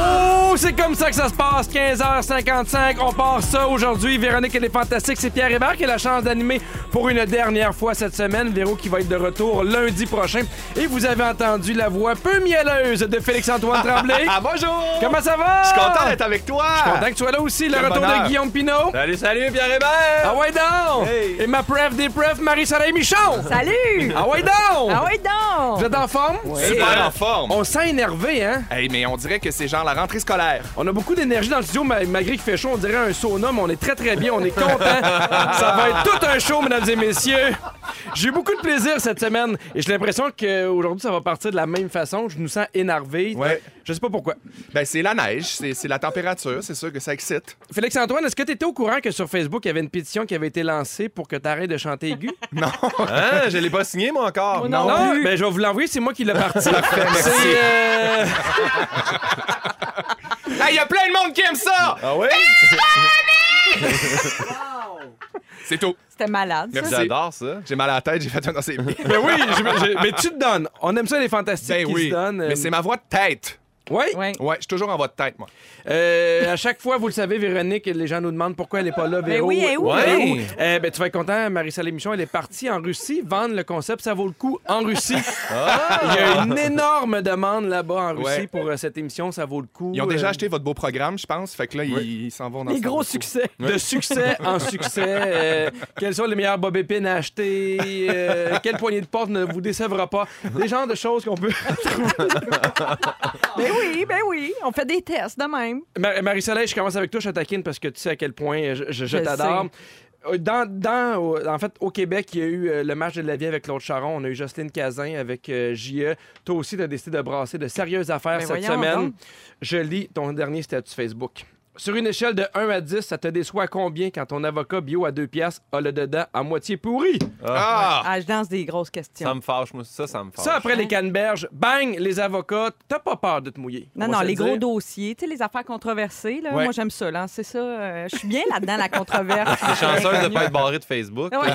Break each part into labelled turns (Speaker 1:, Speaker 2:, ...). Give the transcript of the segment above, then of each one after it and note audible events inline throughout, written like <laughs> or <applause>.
Speaker 1: Oh, c'est comme ça que ça se passe. 15h55, on part ça aujourd'hui. Véronique, elle est fantastique. C'est Pierre Hébert qui a la chance d'animer pour une dernière fois cette semaine. Véro qui va être de retour lundi prochain. Et vous avez entendu la voix peu mielleuse de Félix-Antoine Tremblay.
Speaker 2: <laughs> Ah bonjour!
Speaker 1: Comment ça va?
Speaker 2: Je suis content d'être avec toi!
Speaker 1: Je suis content que tu sois là aussi. Le
Speaker 2: Quel
Speaker 1: retour
Speaker 2: bonheur.
Speaker 1: de Guillaume Pinot.
Speaker 2: Salut, salut, Pierre Hébert!
Speaker 1: Ah ouais donc!
Speaker 2: Hey.
Speaker 1: Et ma preuve des preuves, Marie-Soleil Michon!
Speaker 3: Salut!
Speaker 1: Ah ouais donc!
Speaker 3: Ah oui,
Speaker 1: Vous
Speaker 3: donc!
Speaker 1: êtes en forme?
Speaker 2: Super en forme!
Speaker 1: On sent énervé, hein?
Speaker 2: euh, Hey, mais on dirait que c'est genre la rentrée scolaire.
Speaker 1: On a beaucoup d'énergie dans le studio, ma- malgré qu'il fait chaud, on dirait un sauna, mais on est très très bien, on est
Speaker 2: <laughs>
Speaker 1: content. Ça va être tout un show, mesdames et messieurs. J'ai eu beaucoup de plaisir cette semaine et j'ai l'impression qu'aujourd'hui, ça va partir de la même façon. Je nous sens énervé.
Speaker 2: Ouais.
Speaker 1: Je sais pas pourquoi.
Speaker 2: Ben, c'est la neige, c'est c'est la température, c'est sûr que ça excite.
Speaker 1: Félix-Antoine, est-ce que tu étais au courant que sur Facebook, il y avait une pétition qui avait été lancée pour que tu arrêtes de chanter
Speaker 2: <laughs>
Speaker 1: aigu?
Speaker 4: Hein, je l'ai pas signé, moi, encore.
Speaker 3: Moi non. plus.
Speaker 1: ben, je vais vous l'envoyer, c'est moi qui l'ai parti.
Speaker 2: <laughs>
Speaker 1: C'est, euh, <laughs>
Speaker 2: Hey, y a plein de monde qui aime ça!
Speaker 4: Ah oui?
Speaker 3: <laughs>
Speaker 2: C'est tout.
Speaker 3: C'était malade, ça.
Speaker 2: Merci.
Speaker 4: J'adore ça.
Speaker 2: J'ai mal à la tête, j'ai fait un c'est
Speaker 1: Ben oui, je- je- mais tu te donnes. On aime ça, les fantastiques
Speaker 2: Ben
Speaker 1: qui
Speaker 2: oui.
Speaker 1: se euh, donnent.
Speaker 2: Mais c'est ma voix de tête.
Speaker 1: Oui.
Speaker 3: Ouais.
Speaker 2: Ouais, je suis toujours en voix de tête, moi.
Speaker 1: Euh, à chaque fois, vous le savez, Véronique, les gens nous demandent pourquoi elle n'est pas là, Véro.
Speaker 3: Ben oui, elle est où,
Speaker 1: Elle est
Speaker 4: Ouais.
Speaker 1: où? Euh, ben, tu vas être content, Marie-Soleil Michon, elle est partie en Russie vendre le concept Ça vaut le coup en Russie.
Speaker 2: <laughs>
Speaker 1: Il y a une énorme demande là-bas en Russie
Speaker 2: Ah! Ouais.
Speaker 1: pour euh, cette émission Ça vaut le coup.
Speaker 2: Ils ont déjà
Speaker 1: Euh,
Speaker 2: acheté votre beau programme, je pense. Fait que là, ils ils s'en vont dans
Speaker 3: Des
Speaker 2: ce
Speaker 3: gros
Speaker 2: sens-là.
Speaker 3: succès.
Speaker 1: De succès
Speaker 2: <laughs>
Speaker 1: en succès. Euh, quelles sont les meilleures bobépines à acheter? Euh, quelle poignée de porte ne vous décevra pas? Des genres de choses qu'on peut <laughs> trouver.
Speaker 3: Ben oui, ben oui. On fait des tests de même.
Speaker 1: Ma- Marie-Soleil, je commence avec toi, je te taquine parce que tu sais à quel point je, je- je
Speaker 3: Je
Speaker 1: t'adore. Euh, Dans, dans- au- en fait, au Québec, il y a eu euh, le match de la vie avec l'autre Charon. On a eu Jocelyne Cazin avec euh, J.E. Toi aussi, tu as décidé de brasser de sérieuses affaires
Speaker 3: Mais
Speaker 1: cette
Speaker 3: voyons
Speaker 1: semaine.
Speaker 3: donc.
Speaker 1: Je lis ton dernier statut Facebook. Sur une échelle de 1 à 10, ça te déçoit combien quand ton avocat bio à 2 piastres a le dedans à moitié pourri?
Speaker 2: Ah!
Speaker 3: Ah, je danse des grosses questions.
Speaker 4: Ça me fâche, moi. Ça, ça me fâche.
Speaker 1: Ça, après les canneberges, bang, les avocats, t'as pas peur de te mouiller.
Speaker 3: Non,
Speaker 1: On va
Speaker 3: non,
Speaker 1: se le
Speaker 3: les
Speaker 1: dire.
Speaker 3: gros dossiers, tu sais, les affaires controversées, là,
Speaker 1: Ouais.
Speaker 3: moi j'aime ça, là, c'est ça. euh, je suis bien là-dedans, la
Speaker 1: <laughs>
Speaker 3: controverse.
Speaker 4: Je suis chanceuse de pas être barré de Facebook.
Speaker 3: Ouais.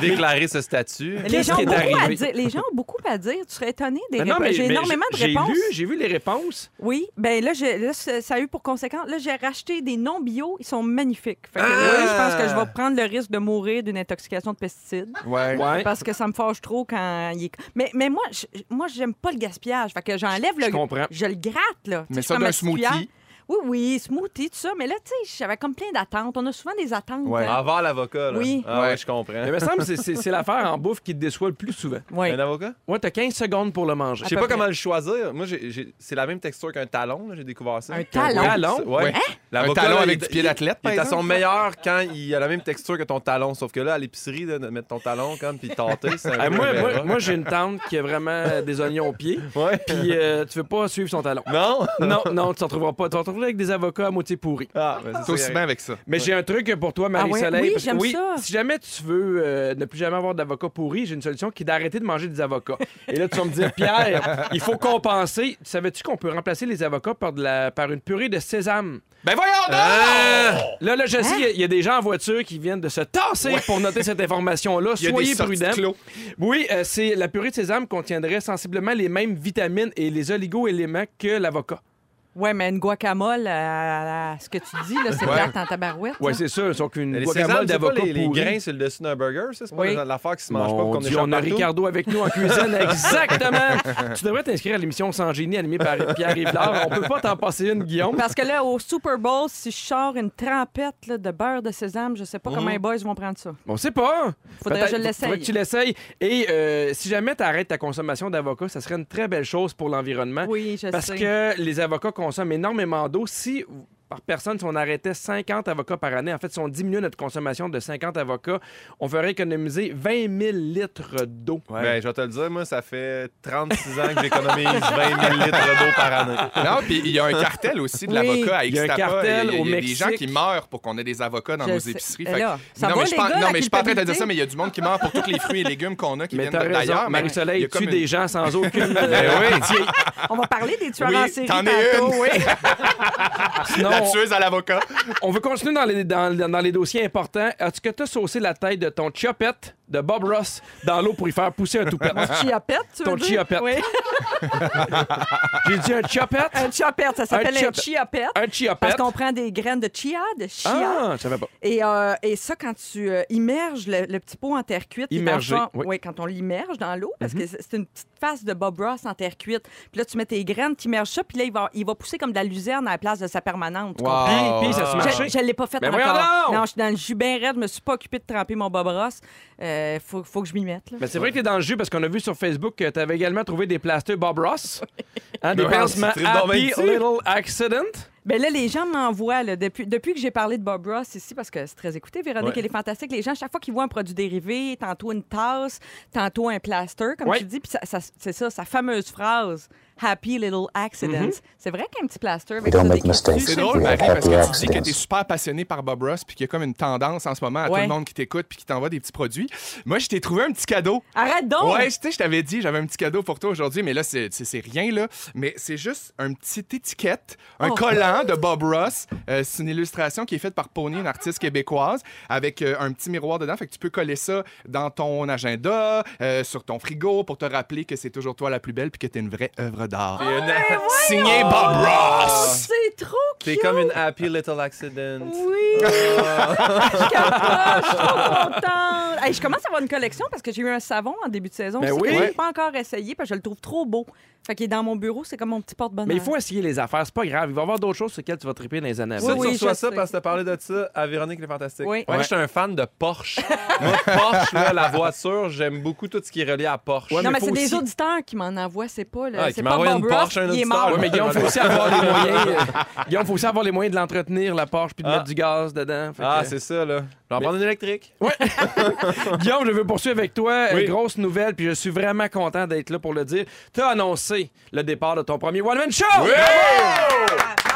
Speaker 4: Déclarer ce statut.
Speaker 3: les,
Speaker 1: Qu'est-ce
Speaker 3: gens ont
Speaker 1: qui est
Speaker 3: beaucoup à
Speaker 1: arrivé?
Speaker 3: dire, les gens ont beaucoup à dire. Tu serais étonné des
Speaker 1: Ben non,
Speaker 3: réponses.
Speaker 1: mais-
Speaker 3: J'ai
Speaker 1: mais
Speaker 3: énormément de
Speaker 1: j'ai-
Speaker 3: réponses.
Speaker 1: J'ai lu, j'ai vu les réponses.
Speaker 3: Oui, ben là, je- là, ça ça a eu pour conséquence. Là, j'ai racheté des non bio, ils sont magnifiques. Fait que là, je pense que je
Speaker 1: Ah!
Speaker 3: vais prendre le risque de mourir d'une intoxication de pesticides.
Speaker 2: Ouais.
Speaker 1: Ouais.
Speaker 3: Parce que ça me fâche trop quand il est. Mais, mais moi, je, moi, j'aime pas le gaspillage. Fait que j'enlève le.
Speaker 1: Je comprends.
Speaker 3: Je le gratte, là. Tu
Speaker 2: Mais
Speaker 3: sais,
Speaker 2: ça
Speaker 3: comme
Speaker 2: d'un
Speaker 3: ma petite
Speaker 2: smoothie.
Speaker 3: cuillère. Oui, oui, smoothie, tout ça. Mais là, tu sais, j'avais comme plein d'attentes. On a souvent des attentes.
Speaker 2: Ouais.
Speaker 3: hein.
Speaker 4: Avant l'avocat, là.
Speaker 3: Oui.
Speaker 4: Ah
Speaker 2: Ouais.
Speaker 4: ouais, je comprends.
Speaker 1: Eh, Mais il me semble que c'est- c'est c'est l'affaire en bouffe qui te déçoit le plus souvent.
Speaker 2: Ah.
Speaker 3: Oui.
Speaker 4: Un avocat?
Speaker 1: Ouais, t'as 15 secondes pour le manger.
Speaker 4: Je sais
Speaker 3: peu
Speaker 4: pas
Speaker 3: près.
Speaker 4: comment le choisir. Moi, j'ai- j'ai- c'est la même texture qu'un talon, là, j'ai découvert ça.
Speaker 3: Un talon? Hein?
Speaker 1: Talon?
Speaker 4: Ouais.
Speaker 2: Un
Speaker 4: L'avocat,
Speaker 2: talon
Speaker 4: là,
Speaker 2: avec
Speaker 4: il-
Speaker 2: du pied
Speaker 4: il-
Speaker 2: d'athlète,
Speaker 4: Il
Speaker 2: par
Speaker 4: est à son
Speaker 2: exemple.
Speaker 4: meilleur quand il a la même texture que ton talon. Sauf que là, à l'épicerie, là, de mettre ton talon comme puis tâter, c'est un
Speaker 1: Ah,
Speaker 4: peu
Speaker 1: moi,
Speaker 4: le
Speaker 1: moi,
Speaker 4: verra.
Speaker 1: moi, j'ai une tante qui a vraiment euh, des oignons aux pieds.
Speaker 4: Ouais.
Speaker 1: Puis euh, tu veux pas suivre son talon.
Speaker 4: Non?
Speaker 1: Non, non, tu t'en retrouveras pas. Tu t'en retrouveras avec des avocats à moitié pourris.
Speaker 4: <laughs> Ah, ben, c'est
Speaker 2: T'es
Speaker 4: ça,
Speaker 2: aussi
Speaker 4: Eric.
Speaker 2: bien avec ça.
Speaker 1: Mais j'ai un truc pour toi, Marie-Soleil.
Speaker 3: Ah ouais? Oui,
Speaker 1: parce que
Speaker 3: j'aime ça.
Speaker 1: Si jamais tu veux euh, ne plus jamais avoir d'avocats pourris, j'ai une solution qui est d'arrêter de manger des avocats. Et là, tu vas me dire, Pierre, il faut compenser. Savais-tu qu'on peut remplacer les avocats par, de la, par une purée de sésame?
Speaker 2: Ben voyons donc! Ah!
Speaker 1: Là, là, je sais, il y a- il y, a des gens en voiture qui viennent de se tasser pour noter cette information-là.
Speaker 2: Il y a
Speaker 1: Soyez
Speaker 2: des sorties de
Speaker 1: prudents.
Speaker 2: <laughs> clos.
Speaker 1: Oui, euh, c'est la purée de sésame contiendrait sensiblement les mêmes vitamines et les oligo-éléments que l'avocat.
Speaker 3: Ouais, mais une guacamole, euh, à, à- à ce que tu dis, là, c'est
Speaker 2: Ouais.
Speaker 3: plate en tabarouette.
Speaker 1: Oui,
Speaker 3: là.
Speaker 1: c'est sûr, sauf qu'une
Speaker 4: Les
Speaker 1: guacamole
Speaker 4: sésames, c'est pas
Speaker 1: d'avocat
Speaker 4: les, les
Speaker 1: pourrie.
Speaker 4: grains sur le dessus d'un burger, ça? C'est
Speaker 3: Oui.
Speaker 4: pas l'affaire qui se mange pas
Speaker 1: Mon
Speaker 4: qu'on
Speaker 1: Dieu,
Speaker 4: échappe
Speaker 1: on a
Speaker 4: partout?
Speaker 1: Ricardo avec nous en cuisine, exactement. tu devrais t'inscrire à l'émission Sans génie animée par Pierre Rivard. On peut pas t'en passer une, Guillaume.
Speaker 3: Parce que là, au Super Bowl, si je sors une trempette là, de beurre de sésame, je sais pas
Speaker 2: Mmh.
Speaker 3: comment les boys vont prendre ça.
Speaker 1: On sait pas.
Speaker 3: Faudrait
Speaker 1: Peut-être-
Speaker 3: que je l'essaye.
Speaker 1: faudrait que tu l'essayes. Et euh, si jamais tu arrêtes ta consommation d'avocat, ça serait une très belle chose pour
Speaker 2: hein.
Speaker 1: l'environnement.
Speaker 3: Oui, je
Speaker 1: Parce
Speaker 3: sais.
Speaker 1: que les avocats consomment énormément d'eau. Si par personne, si on arrêtait 50 avocats par année, en fait, si on diminuait notre consommation de 50 avocats, on ferait économiser 20 000 litres d'eau.
Speaker 4: Ouais. Ben, je vais te le dire, moi, ça fait 36 ans que j'économise 20 000 litres d'eau par année.
Speaker 2: Non, Ah, puis il y a un cartel aussi de
Speaker 3: Oui,
Speaker 2: l'avocat à
Speaker 1: il y a un
Speaker 2: Ixtapa.
Speaker 1: cartel
Speaker 2: il y a,
Speaker 1: au
Speaker 2: il y a des
Speaker 1: Mexique.
Speaker 2: gens qui meurent pour qu'on ait des avocats dans
Speaker 3: Je
Speaker 2: nos
Speaker 3: sais.
Speaker 2: épiceries.
Speaker 3: Mais
Speaker 2: Fait que-
Speaker 3: là, ça
Speaker 2: non,
Speaker 3: va,
Speaker 2: mais je
Speaker 3: les
Speaker 2: pense-
Speaker 3: gars,
Speaker 2: non,
Speaker 3: la
Speaker 2: mais je suis pas en train de dire
Speaker 3: culpabilité?
Speaker 2: ça, mais il y a du monde qui meurt pour tous les fruits et légumes qu'on a qui
Speaker 1: Mais
Speaker 2: viennent
Speaker 1: t'as
Speaker 2: de- d'ailleurs.
Speaker 1: raison,
Speaker 2: mais il y
Speaker 1: Marie-Soleil
Speaker 2: a comme
Speaker 1: tue
Speaker 2: une-
Speaker 1: des gens
Speaker 2: <laughs>
Speaker 1: sans aucune...
Speaker 2: Ben
Speaker 1: euh,
Speaker 2: oui,
Speaker 1: pitié.
Speaker 3: On va parler des tueurs
Speaker 2: Oui,
Speaker 3: en série
Speaker 2: t'en es
Speaker 3: tantôt,
Speaker 2: une.
Speaker 3: oui.
Speaker 1: Sinon,
Speaker 2: la
Speaker 1: on-
Speaker 2: tueuse à l'avocat.
Speaker 1: on veut continuer dans les, dans, dans les dossiers importants. Est-ce que t'as saucé la tête de ton chopette de Bob Ross dans l'eau pour y faire pousser un toupette.
Speaker 3: Mon chiapette, tu veux
Speaker 1: Ton
Speaker 3: dire?
Speaker 1: chiapette.
Speaker 3: Oui.
Speaker 1: J'ai dit un chiopette?
Speaker 3: Un chiapette, ça s'appelle un
Speaker 1: chiapette.
Speaker 3: chiapette.
Speaker 1: Un
Speaker 3: Parce
Speaker 1: chiopette?
Speaker 3: qu'on prend des graines de chia, de chia.
Speaker 1: Ah, je savais pas.
Speaker 3: Et, euh, et ça, quand tu euh, immerges le, le petit pot en terre cuite, il est dans le
Speaker 1: Immergé,
Speaker 3: fond-
Speaker 1: oui. Mm-hmm.
Speaker 3: Ouais, quand on l'immerge dans l'eau, parce que c'est- c'est une petite face de Bob Ross en terre cuite. Puis là, tu mets tes graines, tu immerges ça, puis là, il va, il va pousser comme de la luzerne à la place de sa permanente. tu comprends?
Speaker 1: Hein? Puis, puis ça se
Speaker 4: Ah.
Speaker 1: marchait.
Speaker 3: Je, je l'ai pas fait
Speaker 1: Mais voyons
Speaker 3: encore.
Speaker 1: donc!
Speaker 3: Non, je suis dans le jus bien raide, je me suis pas occupée de tremper mon Bob Ross. Euh, faut, faut que je m'y mette. là.
Speaker 1: Mais c'est vrai que t'es dans le jus parce qu'on a vu sur Facebook que t'avais également trouvé des plasteurs Bob Ross. Hein, des
Speaker 4: Ben ouais,
Speaker 1: pansements
Speaker 4: c'est très
Speaker 1: Happy
Speaker 4: bon, ben,
Speaker 1: Little Accident.
Speaker 3: Ben là, les gens m'envoient, là, depuis, depuis que j'ai parlé de Bob Ross ici, parce que c'est très écouté, Véronique,
Speaker 4: Ouais.
Speaker 3: elle est fantastique. Les gens, chaque fois qu'ils voient un produit dérivé, tantôt une tasse, tantôt un plaster, comme
Speaker 1: Ouais.
Speaker 3: tu dis, puis ça- ça- c'est ça, sa fameuse phrase, Happy Little Accidents.
Speaker 1: Mhm.
Speaker 3: C'est vrai qu'un petit plaster avec
Speaker 5: We don't
Speaker 3: ça,
Speaker 5: make
Speaker 3: des-
Speaker 5: mistakes.
Speaker 2: C'est
Speaker 5: We
Speaker 2: hein, drôle, Marie,
Speaker 5: have happy
Speaker 2: parce que tu dis que t'es
Speaker 5: accidents.
Speaker 2: super passionné par Bob Ross, puis qu'il y a comme une tendance en ce moment à
Speaker 3: Ouais.
Speaker 2: tout le monde qui t'écoute, puis qui t'envoie des petits produits. Moi, je t'ai trouvé un petit cadeau.
Speaker 3: Arrête donc! Oh,
Speaker 2: Ouais, je- tu sais, je t'avais dit, j'avais un petit cadeau pour toi aujourd'hui, mais là, c'est c'est- c'est rien, là. Mais c'est juste une petite étiquette, un
Speaker 3: Oh.
Speaker 2: collant de Bob Ross. Euh, c'est une illustration qui est faite par Pony, une artiste québécoise, avec euh, un petit miroir dedans. Fait que tu peux coller ça dans ton agenda, euh, sur ton frigo, pour te rappeler que c'est toujours toi la plus belle, puis que t'es une vraie œuvre d'art.
Speaker 4: Oh,
Speaker 2: Signé Bob Ross!
Speaker 3: C'est trop
Speaker 4: T'es
Speaker 3: cute!
Speaker 4: comme une happy
Speaker 1: <laughs>
Speaker 4: little accident.
Speaker 3: <laughs> Oui! je capote, je suis trop contente! Hey, je commence à avoir une collection parce que j'ai eu un savon en début de saison.
Speaker 1: Ben
Speaker 3: aussi,
Speaker 1: oui.
Speaker 3: que
Speaker 1: Ouais.
Speaker 3: j'ai pas encore essayé parce que je le trouve trop beau. Fait qu'il est dans mon bureau, c'est comme mon petit porte-bonheur.
Speaker 1: Mais il faut essayer les affaires, c'est pas grave. Il va y avoir d'autres choses sur lesquelles tu vas triper dans les années à
Speaker 4: Ça,
Speaker 1: venir.
Speaker 4: tu
Speaker 3: oui,
Speaker 4: reçois
Speaker 3: je
Speaker 4: ça
Speaker 3: sais.
Speaker 4: parce que t'as parlé de ça à Véronique les Fantastiques.
Speaker 3: Oui.
Speaker 4: Moi,
Speaker 3: Ouais.
Speaker 4: je suis un fan de
Speaker 3: <laughs>
Speaker 4: Porsche. Moi, Porsche, là, la voiture, j'aime beaucoup tout ce qui est relié à Porsche.
Speaker 1: Ouais,
Speaker 3: non,
Speaker 1: mais
Speaker 3: mais
Speaker 1: faut
Speaker 3: c'est des
Speaker 1: aussi-
Speaker 3: auditeurs qui m'en envoient, c'est pas. là,
Speaker 4: Ah, qui
Speaker 3: c'est pas
Speaker 4: m'envoient
Speaker 3: Bob
Speaker 4: une
Speaker 3: Ross,
Speaker 4: Porsche, un
Speaker 3: il est
Speaker 4: auditeur.
Speaker 3: mort.
Speaker 1: Ouais, mais Guillaume, faut aussi avoir les
Speaker 4: <laughs>
Speaker 1: moyens. euh, Guillaume, faut aussi avoir les moyens de l'entretenir, la Porsche, puis de
Speaker 4: Ah.
Speaker 1: mettre du gaz dedans. Fait
Speaker 4: Ah,
Speaker 1: que- euh,
Speaker 4: c'est ça, là. Je vais en prendre une électrique.
Speaker 1: Guillaume, je veux poursuivre avec toi.
Speaker 4: Oui.
Speaker 1: Une grosse nouvelle, puis je suis vraiment content d'être là pour le dire. T'as annoncé le départ de ton premier one-man show!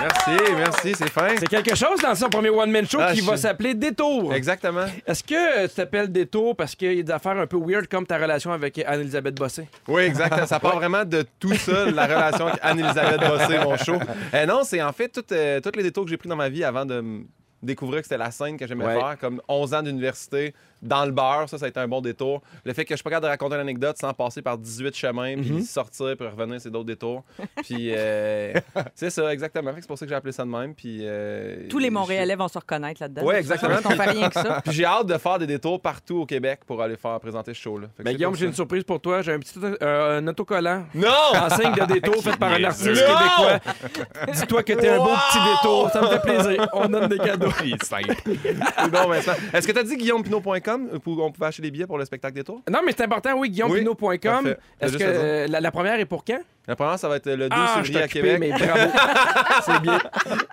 Speaker 4: Merci, merci, c'est fin.
Speaker 1: C'est quelque chose dans son premier one-man show
Speaker 4: Ah,
Speaker 1: qui
Speaker 4: je-
Speaker 1: va s'appeler Détour.
Speaker 4: Exactement.
Speaker 1: Est-ce que euh, tu t'appelles Détour parce qu'il y a des affaires un peu weird comme ta relation avec Anne-Elisabeth Bossé?
Speaker 4: Oui, exactement. Ça part vraiment de tout ça, la relation avec Anne-Elisabeth Bossé, mon show. Euh, non, c'est en fait tout, euh, tous les détours que j'ai pris dans ma vie avant de me découvrir que c'était la scène que j'aimais
Speaker 1: Ouais.
Speaker 4: faire, comme 11 ans d'université, dans le bar, ça, ça a été un bon détour. Le fait que je suis pas capable de raconter une anecdote sans passer par 18 chemins,
Speaker 1: Mhm.
Speaker 4: puis sortir, puis revenir, c'est d'autres
Speaker 1: <laughs>
Speaker 4: détours. Puis euh, c'est ça, exactement. Fait que C'est pour ça que j'ai appelé ça de même. Puis, euh,
Speaker 3: Tous les
Speaker 4: je-
Speaker 3: Montréalais vont se reconnaître là-dedans.
Speaker 4: Ouais,
Speaker 3: C'est
Speaker 4: exactement.
Speaker 3: sûr, Ils ne font rien que ça.
Speaker 4: Puis j'ai hâte de faire des détours partout au Québec pour aller faire présenter ce show-là. Fait que
Speaker 1: Ben,
Speaker 4: c'est
Speaker 1: Guillaume,
Speaker 4: pour
Speaker 1: j'ai
Speaker 4: ça.
Speaker 1: une surprise pour toi. J'ai un petit auto- euh, un autocollant
Speaker 4: Non!
Speaker 1: en signe de
Speaker 4: <laughs>
Speaker 1: détour fait par un artiste
Speaker 4: niaiseux.
Speaker 1: québécois. Dis-toi que t'es un beau petit détour. Ça me fait plaisir. On donne des
Speaker 4: <laughs>
Speaker 1: cadeaux.
Speaker 4: C'est bon, Vincent. Est-ce que tu as dit guillaumepinot.com où on pouvait acheter des billets euh, pour le spectacle des tours?
Speaker 1: Non, mais c'est important, oui, guillaumepinot.com.
Speaker 4: parfait. T'as
Speaker 1: Est-ce que
Speaker 4: juste raison.
Speaker 1: euh, la, la première est pour quand? Ah,
Speaker 4: La première, ça va être le 2
Speaker 3: Ah,
Speaker 1: je
Speaker 4: février
Speaker 1: t'ai
Speaker 4: à
Speaker 1: occupé,
Speaker 4: Québec.
Speaker 1: mais
Speaker 4: <laughs>
Speaker 1: bravo. c'est bien.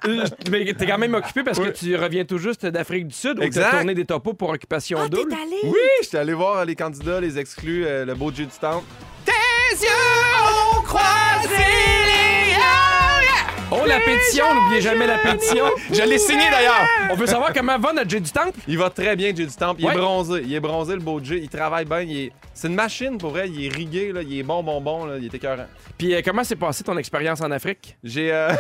Speaker 1: Euh, Mais t'es quand même occupé parce que tu reviens tout juste d'Afrique du Sud où t'as
Speaker 4: Exact.
Speaker 1: tourné des topos pour Occupation
Speaker 3: Ah,
Speaker 1: Double.
Speaker 3: t'es allé?
Speaker 4: Oui, j'étais allé voir les candidats, les exclus, euh, le beau Dieu du temps. Tes yeux ont croisé les
Speaker 1: Oh, la pétition, n'oubliez jamais la pétition.
Speaker 4: Je l'ai signé d'ailleurs.
Speaker 1: On veut savoir comment va notre Jay du Temple.
Speaker 4: Il va très bien, Dieu du Temple. Il
Speaker 1: Ouais.
Speaker 4: est bronzé. Il est bronzé, le beau Dieu. Il travaille bien. il est- C'est une machine, pour vrai. Il est rigué, là. il est bon, bon, bon. Là. Il est écœurant.
Speaker 1: Puis euh, comment s'est passée ton expérience en Afrique?
Speaker 4: J'ai. euh,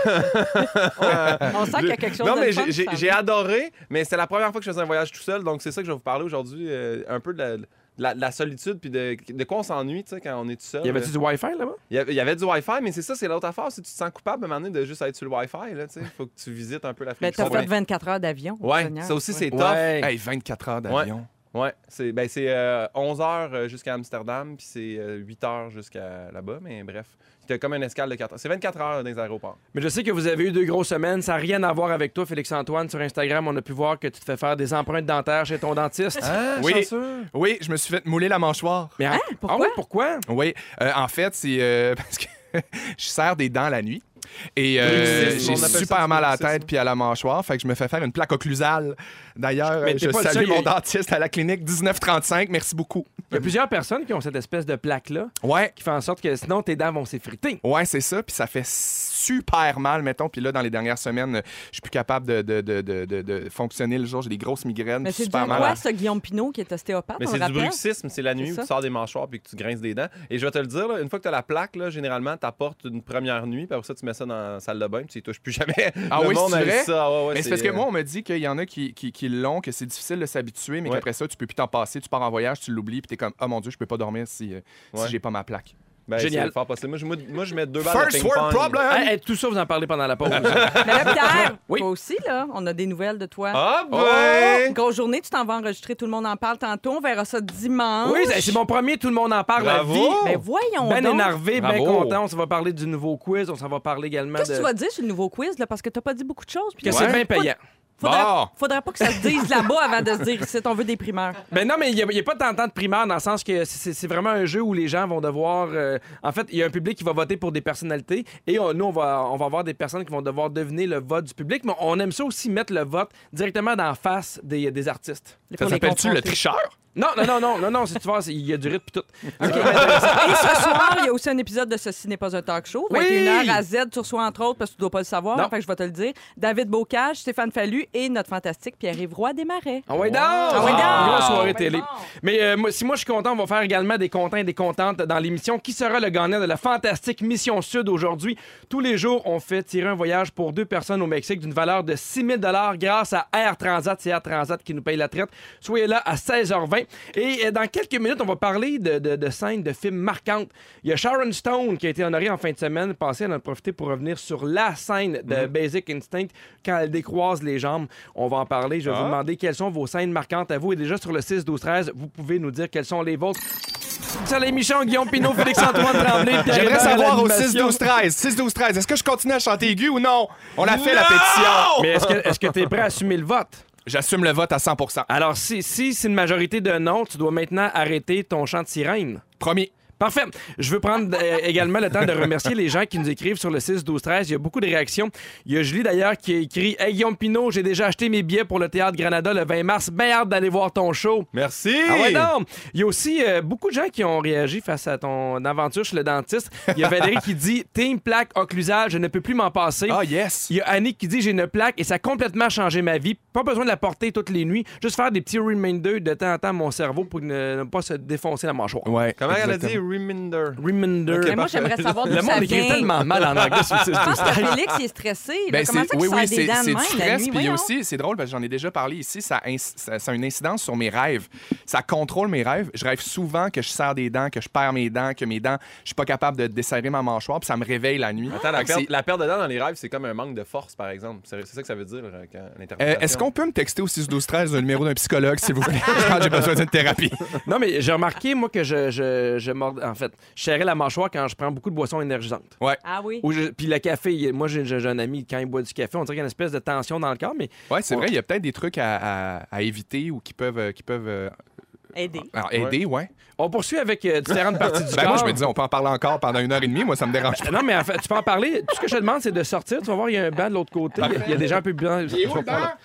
Speaker 3: On sent qu'il
Speaker 4: <laughs>
Speaker 3: y a quelque chose
Speaker 4: Non,
Speaker 3: de
Speaker 4: mais
Speaker 3: fun,
Speaker 4: j'ai- j'ai
Speaker 3: ça.
Speaker 4: j'ai adoré, mais c'est la première fois que je faisais un voyage tout seul, donc c'est ça que je vais vous parler aujourd'hui, euh, un peu de la, de la- de la solitude, puis de, de quoi on s'ennuie, tu sais, quand on est tout seul. euh,
Speaker 1: Y avait-tu du Wi-Fi là-bas?
Speaker 4: Il y avait, il y avait du Wi-Fi, mais c'est ça, c'est l'autre affaire, si tu te sens coupable à un moment donné de juste être sur le Wi-Fi, là, tu sais, faut que tu visites un peu la
Speaker 3: Ben,
Speaker 4: friction.
Speaker 3: t'as fait 24 heures d'avion.
Speaker 4: Ouais,
Speaker 3: Seigneur.
Speaker 4: ça aussi,
Speaker 3: Ouais.
Speaker 4: c'est tough.
Speaker 1: Ouais.
Speaker 2: Hey, 24 heures d'avion.
Speaker 4: Ouais, c'est ben c'est euh, 11 heures euh, jusqu'à Amsterdam, puis c'est euh, 8 heures jusqu'à là-bas, mais bref. C'était comme une escale de 4 heures. C'est 24 heures dans les aéroports.
Speaker 3: Ah,
Speaker 1: Mais je sais que vous avez eu deux grosses semaines. Ça n'a rien à voir avec toi, Félix-Antoine. Sur Instagram, on a pu voir que tu te fais faire des empreintes dentaires chez ton dentiste.
Speaker 2: Oui. Oui, je me suis fait mouler la mâchoire.
Speaker 1: Mais en-
Speaker 3: Hein? pourquoi?
Speaker 1: Ah oui, pourquoi?
Speaker 2: Oui, euh, en fait, c'est euh, <laughs> parce que je serre des dents la nuit. Et euh,
Speaker 4: bruxisme,
Speaker 2: j'ai
Speaker 4: on appelle
Speaker 2: super
Speaker 4: ça du
Speaker 2: mal à la
Speaker 4: bruxisme.
Speaker 2: tête puis à la mâchoire, fait que je me fais faire une plaque occlusale. D'ailleurs,
Speaker 1: Mais
Speaker 2: euh,
Speaker 1: t'es
Speaker 2: je
Speaker 1: pas le
Speaker 2: salue
Speaker 1: seul,
Speaker 2: mon
Speaker 1: il y a-
Speaker 2: dentiste à la clinique 1935, merci beaucoup.
Speaker 1: Il y a plusieurs personnes qui ont cette espèce de plaque-là
Speaker 2: Ouais.
Speaker 1: qui fait en sorte que sinon tes dents vont s'effriter.
Speaker 2: Ouais, c'est ça, puis ça fait super mal, mettons. Puis là, dans les dernières semaines, euh, je suis plus capable de, de, de, de, de- de fonctionner le jour. J'ai des grosses migraines,
Speaker 3: Mais
Speaker 2: puis
Speaker 3: c'est
Speaker 2: super
Speaker 3: du
Speaker 2: mal.
Speaker 3: quoi, ce Guillaume Pinot qui est ostéopathe,
Speaker 4: Mais
Speaker 3: on
Speaker 4: c'est
Speaker 3: le
Speaker 4: du
Speaker 3: rappelle?
Speaker 4: bruxisme, c'est la nuit
Speaker 3: C'est
Speaker 4: où
Speaker 3: ça.
Speaker 4: tu sors des mâchoires puis que tu grinces des dents. Et je vais te le dire, là, une fois que tu as la plaque, là, généralement, tu apportes une première nuit, puis après ça, tu mets ça ça dans la salle de bain, puis tu y touches plus jamais.
Speaker 2: Ah
Speaker 4: le
Speaker 2: oui,
Speaker 4: monde
Speaker 2: c'est
Speaker 4: aime
Speaker 2: vrai?
Speaker 4: ça. Ouais, ouais,
Speaker 2: Mais c'est parce que
Speaker 4: euh,
Speaker 2: moi, on me dit qu'il y en a qui, qui, qui l'ont, que c'est difficile de s'habituer, mais
Speaker 4: Ouais.
Speaker 2: qu'après ça, tu peux plus t'en passer, tu pars en voyage, tu l'oublies, puis t'es comme, oh mon Dieu, je peux pas dormir si, euh,
Speaker 4: Ouais.
Speaker 2: si j'ai pas ma plaque.
Speaker 4: ben,
Speaker 1: Génial.
Speaker 4: c'est le Fort possible. Moi, je, moi, moi, je mets deux balles de ping-pong.
Speaker 2: Ah,
Speaker 1: Hey, hey, tout ça, vous en parlez pendant la pause.
Speaker 3: Mais là,
Speaker 4: <laughs>
Speaker 3: Pierre,
Speaker 1: Oui.
Speaker 3: toi aussi, là, on a des nouvelles de toi.
Speaker 4: Ah
Speaker 3: Une
Speaker 4: ben!
Speaker 3: grosse journée, tu t'en vas enregistrer, tout le monde en parle tantôt. On verra ça dimanche.
Speaker 1: <laughs> oui, c'est- c'est mon premier, tout le monde en parle. La
Speaker 4: Bravo!
Speaker 1: vie.
Speaker 3: Ben voyons
Speaker 1: Ben
Speaker 3: donc.
Speaker 1: énervé, ben
Speaker 4: Bravo.
Speaker 1: content. On s'en va parler du nouveau quiz. On s'en va parler également
Speaker 3: Qu'est-ce que
Speaker 1: de...
Speaker 3: tu vas dire sur le nouveau quiz, là, parce que t'as pas dit beaucoup de choses. puis
Speaker 1: que
Speaker 3: t'as
Speaker 1: c'est
Speaker 3: pas-
Speaker 1: bien payant.
Speaker 3: Faudrait,
Speaker 2: Bon.
Speaker 3: faudrait pas que ça se dise là-bas avant de se dire ici, on veut des primeurs.
Speaker 1: Ben non, mais il n'y a, il y a pas tant de primaire dans le sens que c'est c'est vraiment un jeu où les gens vont devoir. euh, en fait, il y a un public qui va voter pour des personnalités et on- nous, on va, on va avoir des personnes qui vont devoir deviner le vote du public. Mais on aime ça aussi mettre le vote directement dans la face des, des artistes.
Speaker 2: Ça
Speaker 3: Pour les
Speaker 2: s'appelle-tu le
Speaker 3: confronter.
Speaker 2: tricheur?
Speaker 1: Non, non, non, non, non, non, si tu vois, c'est- il y a du rythme pis tout.
Speaker 3: Et ce soir, il y a aussi un épisode de Ceci n'est pas un talk show.
Speaker 1: Oui!
Speaker 3: 21h à Z, tu reçois entre autres, parce que tu dois pas le savoir,
Speaker 1: Non.
Speaker 3: hein, fait que je vais te le dire. David Bocage, Stéphane Fallu et notre fantastique Pierre-Yves Roy Desmarais.
Speaker 1: Ah ouais, donc!
Speaker 3: Ah ouais, donc!
Speaker 1: Grosse soirée
Speaker 3: Ben
Speaker 1: télé.
Speaker 3: bon.
Speaker 1: Mais euh, moi, si moi je suis content, on va faire également des contents et des contentes dans l'émission. Qui sera le gagnant de la fantastique Mission Sud aujourd'hui? Tous les jours, on fait tirer un voyage pour deux personnes au Mexique d'une valeur de 6 000 grâce à Air Transat. C'est Air Transat qui nous paye la traite. Soyez là à 16h20. Et euh, dans quelques minutes, on va parler de, de- de scènes de films marquantes. Il y a Sharon Stone qui a été honorée en fin de semaine passée. Elle en a profité pour revenir sur la scène
Speaker 2: Mhm.
Speaker 1: de Basic Instinct quand elle décroise les jambes. On va en parler. Je vais vous
Speaker 4: Ah.
Speaker 1: demander quelles sont vos scènes marquantes à vous. Et déjà sur le 6, 12, 13, vous pouvez nous dire quelles sont les vôtres. Soleil Michon, Guillaume
Speaker 2: <laughs>
Speaker 1: Pinot, Félix-Antoine Tremblay, Pierre
Speaker 4: ben,
Speaker 2: J'aimerais
Speaker 1: Hébert à
Speaker 2: savoir au
Speaker 1: l'animation.
Speaker 2: 6-12-13. 6-12-13, est-ce que je continue à chanter aigu ou non? On a fait la pétition.
Speaker 1: Mais est-ce que est-ce que t'es prêt à assumer le vote?
Speaker 2: J'assume le vote à 100
Speaker 1: Alors, si, si c'est une majorité de non, tu dois maintenant arrêter ton chant de sirène.
Speaker 2: Promis.
Speaker 1: Parfait. Je veux prendre euh, également le temps de remercier les gens qui nous écrivent sur le 6, 12, 13. Il y a beaucoup de réactions. Il y a Julie d'ailleurs qui a écrit Hey Guillaume Pinot, j'ai déjà acheté mes billets pour le théâtre Granada le 20 mars. Ben hâte d'aller voir ton show.
Speaker 4: Merci!
Speaker 1: Ah ouais, non! Il y a aussi euh, beaucoup de gens qui ont réagi face à ton aventure chez le dentiste. Il y a Valérie qui dit Team plaque occlusale, je ne peux plus m'en passer.
Speaker 2: Ah, yes.
Speaker 1: Il y a Annick qui dit j'ai une plaque et ça a complètement changé ma vie. Pas besoin de la porter toutes les nuits. Juste faire des petits reminders de temps en temps à mon cerveau pour ne, ne pas se défoncer la mâchoire.
Speaker 2: Ouais.
Speaker 4: Comment elle a dit?
Speaker 2: exactement.
Speaker 4: Reminder.
Speaker 1: Reminder.
Speaker 3: Mais moi, j'aimerais savoir d'où
Speaker 1: Le
Speaker 3: ça
Speaker 1: monde
Speaker 3: vient.
Speaker 1: écrit tellement mal en anglais sur le
Speaker 3: <laughs> Je
Speaker 1: site.
Speaker 3: pense que Félix, il est stressé. là.
Speaker 2: Ben,
Speaker 3: Comment
Speaker 2: c'est-
Speaker 3: ça qu'il
Speaker 2: oui,
Speaker 3: sort
Speaker 2: oui,
Speaker 3: des
Speaker 2: c'est
Speaker 3: dents de
Speaker 2: c'est du
Speaker 3: même la
Speaker 2: stress.
Speaker 3: nuit?
Speaker 2: Puis il y a
Speaker 3: Voyons.
Speaker 2: aussi, c'est drôle, parce que j'en ai déjà parlé ici, ça, ins- ça, ça a une incidence sur mes rêves. Ça a contrôle mes rêves. Je rêve souvent que je serre des dents, que je perds mes dents, que mes dents, je suis pas capable de desserrer ma mâchoire, puis ça me réveille la nuit.
Speaker 4: Attends, la
Speaker 2: Fait que
Speaker 4: perte,
Speaker 2: Ah, c'est-
Speaker 4: la perte de dents dans les rêves, c'est comme un manque de force, par exemple. C'est c'est ça que ça veut dire, euh, quand,
Speaker 2: Euh,
Speaker 4: l'interprétation.
Speaker 2: Est-ce qu'on peut me texter au 6-12-13 le numéro d'un psychologue, s'il vous plaît?
Speaker 3: <laughs>
Speaker 2: Je pense que j'ai besoin d'une thérapie.
Speaker 1: Non, mais j'ai remarqué, moi, que je, je, je mord- En fait, je serrais la mâchoire quand je prends beaucoup de boissons énergisantes.
Speaker 3: Ah oui.
Speaker 1: Ou je- Puis le café, il- moi, j'ai j'ai un ami, quand il boit du café, on dirait qu'il y a une espèce de tension dans le corps, mais
Speaker 2: Ouais, c'est vrai, il y a peut-être des trucs à, à- à éviter ou qui peuvent, euh, qui peuvent euh,
Speaker 3: Aider.
Speaker 2: alors, aider, ouais.
Speaker 1: on poursuit avec euh,
Speaker 2: <laughs>
Speaker 1: différentes parties du
Speaker 2: Ben,
Speaker 1: corps.
Speaker 2: moi, je me dis, on peut en parler encore pendant une heure et demie, moi, ça me dérange pas.
Speaker 1: Non, mais en fait, tu peux en parler. Tout ce que je te demande, c'est de sortir. Tu vas voir, il y a un banc de l'autre côté. Il y a- il y a des gens un peu bien. Je vais prendre-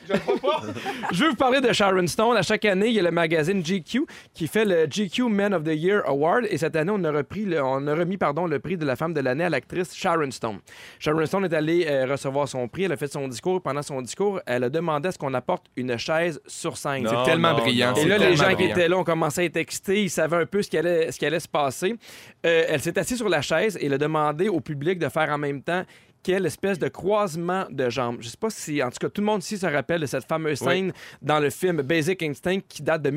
Speaker 1: Je veux vous parler de Sharon Stone. À chaque année, il y a le magazine GQ qui fait le GQ Men of the Year Award. Et cette année, on a, repris le- on a remis pardon, le prix de la femme de l'année à l'actrice Sharon Stone. Sharon Stone est allée euh, recevoir son prix. Elle a fait son discours. Pendant son discours, elle a demandé à ce qu'on apporte une chaise sur scène.
Speaker 4: Non,
Speaker 2: tellement
Speaker 4: non,
Speaker 2: brillant,
Speaker 4: non.
Speaker 1: Et
Speaker 2: c'est
Speaker 1: là, les
Speaker 2: tellement
Speaker 1: gens qui
Speaker 2: brillant.
Speaker 1: étaient là ont commencé à être excités. Ils savaient un peu ce qui allait, ce qui allait se passer. Euh, elle s'est assise sur la chaise et elle a demandé au public de faire en même temps quelle espèce de croisement de jambes. Je sais pas si, en tout cas, tout le monde ici se rappelle de cette fameuse
Speaker 4: Oui.
Speaker 1: scène dans le film Basic Instinct qui date de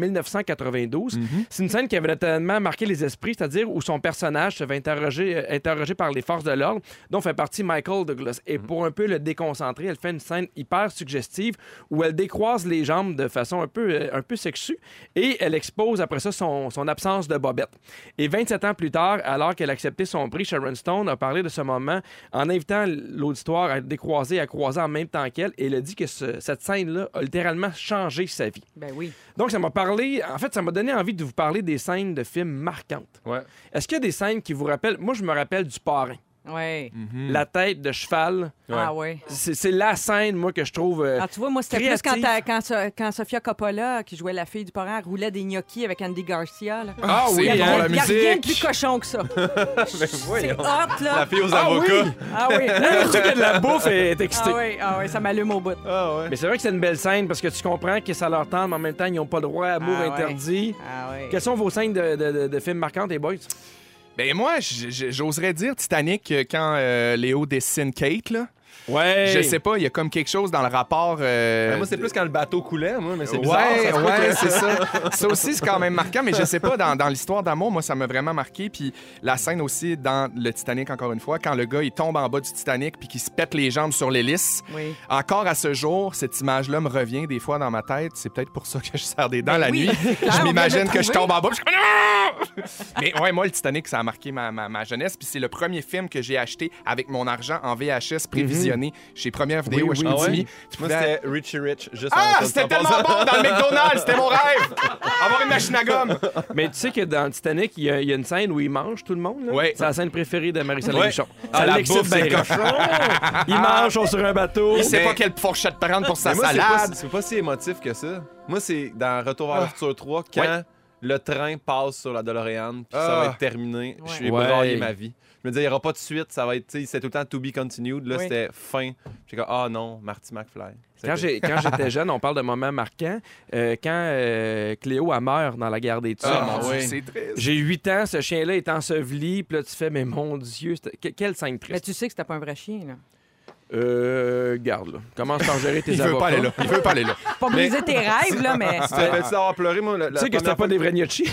Speaker 1: 1992.
Speaker 2: Mhm.
Speaker 1: C'est une scène qui avait notamment marqué les esprits, c'est-à-dire où son personnage se fait interroger, euh, interroger par les forces de l'ordre, dont fait partie Michael Douglas. Et pour un peu le déconcentrer, elle fait une scène hyper suggestive où elle décroise les jambes de façon un peu, euh, un peu sexue et elle expose après ça son, son absence de bobette. Et 27 ans plus tard, alors qu'elle acceptait son prix, Sharon Stone a parlé de ce moment en invitant l'auditoire à décroiser, à croiser en même temps qu'elle et elle a dit que ce- cette scène-là a littéralement changé sa vie.
Speaker 3: Ben oui.
Speaker 1: Donc, ça m'a parlé. En fait, ça m'a donné envie de vous parler des scènes de films marquantes.
Speaker 4: Ouais.
Speaker 1: Est-ce qu'il y a des scènes qui vous rappellent Moi, je me rappelle du parrain.
Speaker 3: Ouais.
Speaker 2: Mm.
Speaker 1: La tête de cheval.
Speaker 3: Ah ouais.
Speaker 1: C'est c'est la scène, moi, que je trouve. euh,
Speaker 3: Ah, tu vois, moi, c'était plus quand,
Speaker 1: Créatif.
Speaker 3: t'as- quand, So- quand Sofia Coppola, qui jouait la fille du parent, roulait des gnocchis avec Andy Garcia. Là.
Speaker 2: Ah
Speaker 1: C'est
Speaker 2: oui,
Speaker 1: bon, la
Speaker 2: hein,
Speaker 3: Il y a rien de plus cochon que ça. C'est hot, là.
Speaker 4: La fille aux
Speaker 1: Ah
Speaker 4: avocats.
Speaker 1: oui!
Speaker 3: Ah oui.
Speaker 1: <laughs> Le truc de la bouffe est excité.
Speaker 3: Ah oui, ah oui, ça m'allume au bout.
Speaker 4: Ah ouais.
Speaker 1: Mais c'est vrai que c'est une belle scène parce que tu comprends que ça leur tente, mais en même temps, ils n'ont pas le droit à amour
Speaker 3: Ah ouais.
Speaker 1: interdit.
Speaker 3: Ah oui.
Speaker 1: Quelles sont vos scènes de, de- de- de films marquantes, les boys?
Speaker 2: Ben moi, j- j- j'oserais dire Titanic euh, quand euh, Léo dessine Kate, là.
Speaker 1: Ouais.
Speaker 2: Je sais pas, il y a comme quelque chose dans le rapport. euh,
Speaker 4: Ben, moi, c'est plus quand le bateau coulait, moi, mais c'est
Speaker 2: Ouais,
Speaker 4: bizarre. ça se peut
Speaker 2: ouais,
Speaker 4: que-
Speaker 2: c'est
Speaker 4: <laughs>
Speaker 2: ça. Ça aussi, c'est quand même marquant, mais je sais pas, dans, dans l'histoire d'amour, moi, ça m'a vraiment marqué. Puis la scène aussi dans le Titanic, encore une fois, quand le gars, il tombe en bas du Titanic puis qu'il se pète les jambes sur l'hélice.
Speaker 3: Oui.
Speaker 2: Encore à ce jour, cette image-là me revient des fois dans ma tête. C'est peut-être pour ça que je sers des dents
Speaker 4: Ben
Speaker 2: la
Speaker 3: oui,
Speaker 2: nuit.
Speaker 4: <laughs>
Speaker 3: on vient
Speaker 2: je
Speaker 3: de
Speaker 2: m'imagine
Speaker 3: le
Speaker 2: que je
Speaker 3: trouver.
Speaker 2: tombe en bas. puis je suis comme, Non! <laughs> Mais ouais, moi, le Titanic, ça a marqué ma, ma, ma jeunesse. Puis c'est le premier film que j'ai acheté avec mon argent en VHS prévisionné chez Première Vidéo
Speaker 1: Oui,
Speaker 2: chez
Speaker 1: oui.
Speaker 4: Mhm. Ah ouais?
Speaker 2: Udemy. Tu
Speaker 4: Moi,
Speaker 2: pouvais-
Speaker 4: c'était Richie Rich, juste en
Speaker 2: ah,
Speaker 4: autour.
Speaker 2: c'était tellement bon dans le McDonald's, c'était mon rêve! Avoir une machine à gomme!
Speaker 1: Mais tu sais que dans le Titanic, il y, a il y a une scène où il mange tout le monde. là.
Speaker 2: Ouais.
Speaker 1: C'est la scène préférée de Marie-Soleil
Speaker 4: Ouais.
Speaker 1: Michon.
Speaker 4: Ah,
Speaker 1: Ça
Speaker 4: la
Speaker 1: l'excite
Speaker 4: bouffe,
Speaker 1: bien
Speaker 4: c'est
Speaker 1: raide. <laughs> Il mange, on est sur un bateau.
Speaker 2: Il sait
Speaker 4: Mais-
Speaker 2: pas quelle fourchette prendre pour sa
Speaker 4: Mais moi, c'est pas-
Speaker 2: salade.
Speaker 4: C'est pas, si émotif que ça. Moi, c'est dans Retour vers le futur 3, quand
Speaker 2: Ouais.
Speaker 4: le train passe sur la DeLorean, puis ça
Speaker 2: Ah.
Speaker 4: va être terminé. Je suis
Speaker 1: Ouais.
Speaker 4: braillé ma vie. Je me disais, il n'y aura pas de suite, ça va être, tu sais, c'est tout le temps to be continued. Là,
Speaker 3: Oui.
Speaker 4: c'était fin. J'ai comme, ah non, Marty McFly.
Speaker 1: Quand, j'ai- quand j'étais jeune, on parle de moments marquants. Euh, quand euh, Cléo a meurt dans la guerre des tueurs,
Speaker 2: Ah, mon Dieu,
Speaker 4: oui.
Speaker 2: c'est triste.
Speaker 1: j'ai 8 ans, ce chien-là est enseveli, puis là tu fais, mais mon Dieu, c'était- que- quelle scène
Speaker 3: Mais
Speaker 1: triste.
Speaker 3: tu sais que c'était pas un vrai chien, là.
Speaker 1: Euh, garde là. Commence par gérer tes
Speaker 2: <laughs> Il veut
Speaker 1: avocats.
Speaker 2: pas aller là. Il veut pas aller là. <laughs>
Speaker 3: Faut Pas briser tes rêves, là, mais.
Speaker 4: Tu te tu d'avoir pleuré, moi? la-
Speaker 1: Tu
Speaker 4: la
Speaker 1: sais que c'était
Speaker 4: première
Speaker 1: pas
Speaker 4: fois
Speaker 1: des vrais gnocchi.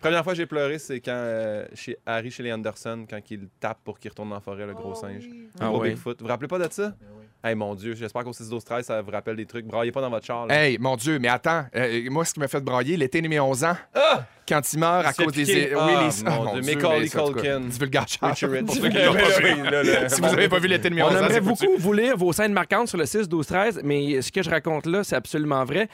Speaker 4: Première fois que j'ai pleuré, c'est quand euh, chez Harry, chez les Anderson, quand il tape pour qu'il retourne dans la forêt, le gros singe. Le
Speaker 1: Ah
Speaker 4: gros
Speaker 1: ouais.
Speaker 4: Bigfoot. Vous vous rappelez pas de ça? Hey mon Dieu, j'espère qu'au 6 12 13 ça vous rappelle des trucs. Braillez pas dans votre char. là.
Speaker 2: Hey, mon Dieu, mais attends, euh, moi, ce qui m'a fait brailler, l'été de mes 11 ans, quand il meurt à
Speaker 4: Il se fait
Speaker 2: cause des.
Speaker 4: piquer.
Speaker 2: é-
Speaker 4: Ah,
Speaker 2: les- <laughs>
Speaker 4: mon Dieu, Macaulay
Speaker 2: mais ça, en tout cas,
Speaker 4: Culkin.
Speaker 2: Tu veux le gâcher.
Speaker 1: <laughs>
Speaker 4: Richie Rich.
Speaker 2: Pour ceux qui
Speaker 4: <laughs>
Speaker 2: l'ont pas vu. <laughs> Si vous avez pas vu l'été de mes 11
Speaker 1: On
Speaker 2: ans,
Speaker 1: aimerait
Speaker 2: c'est foutu.
Speaker 1: beaucoup vous lire vos scènes marquantes sur le 6-12-13, mais ce que je raconte là, c'est absolument vrai.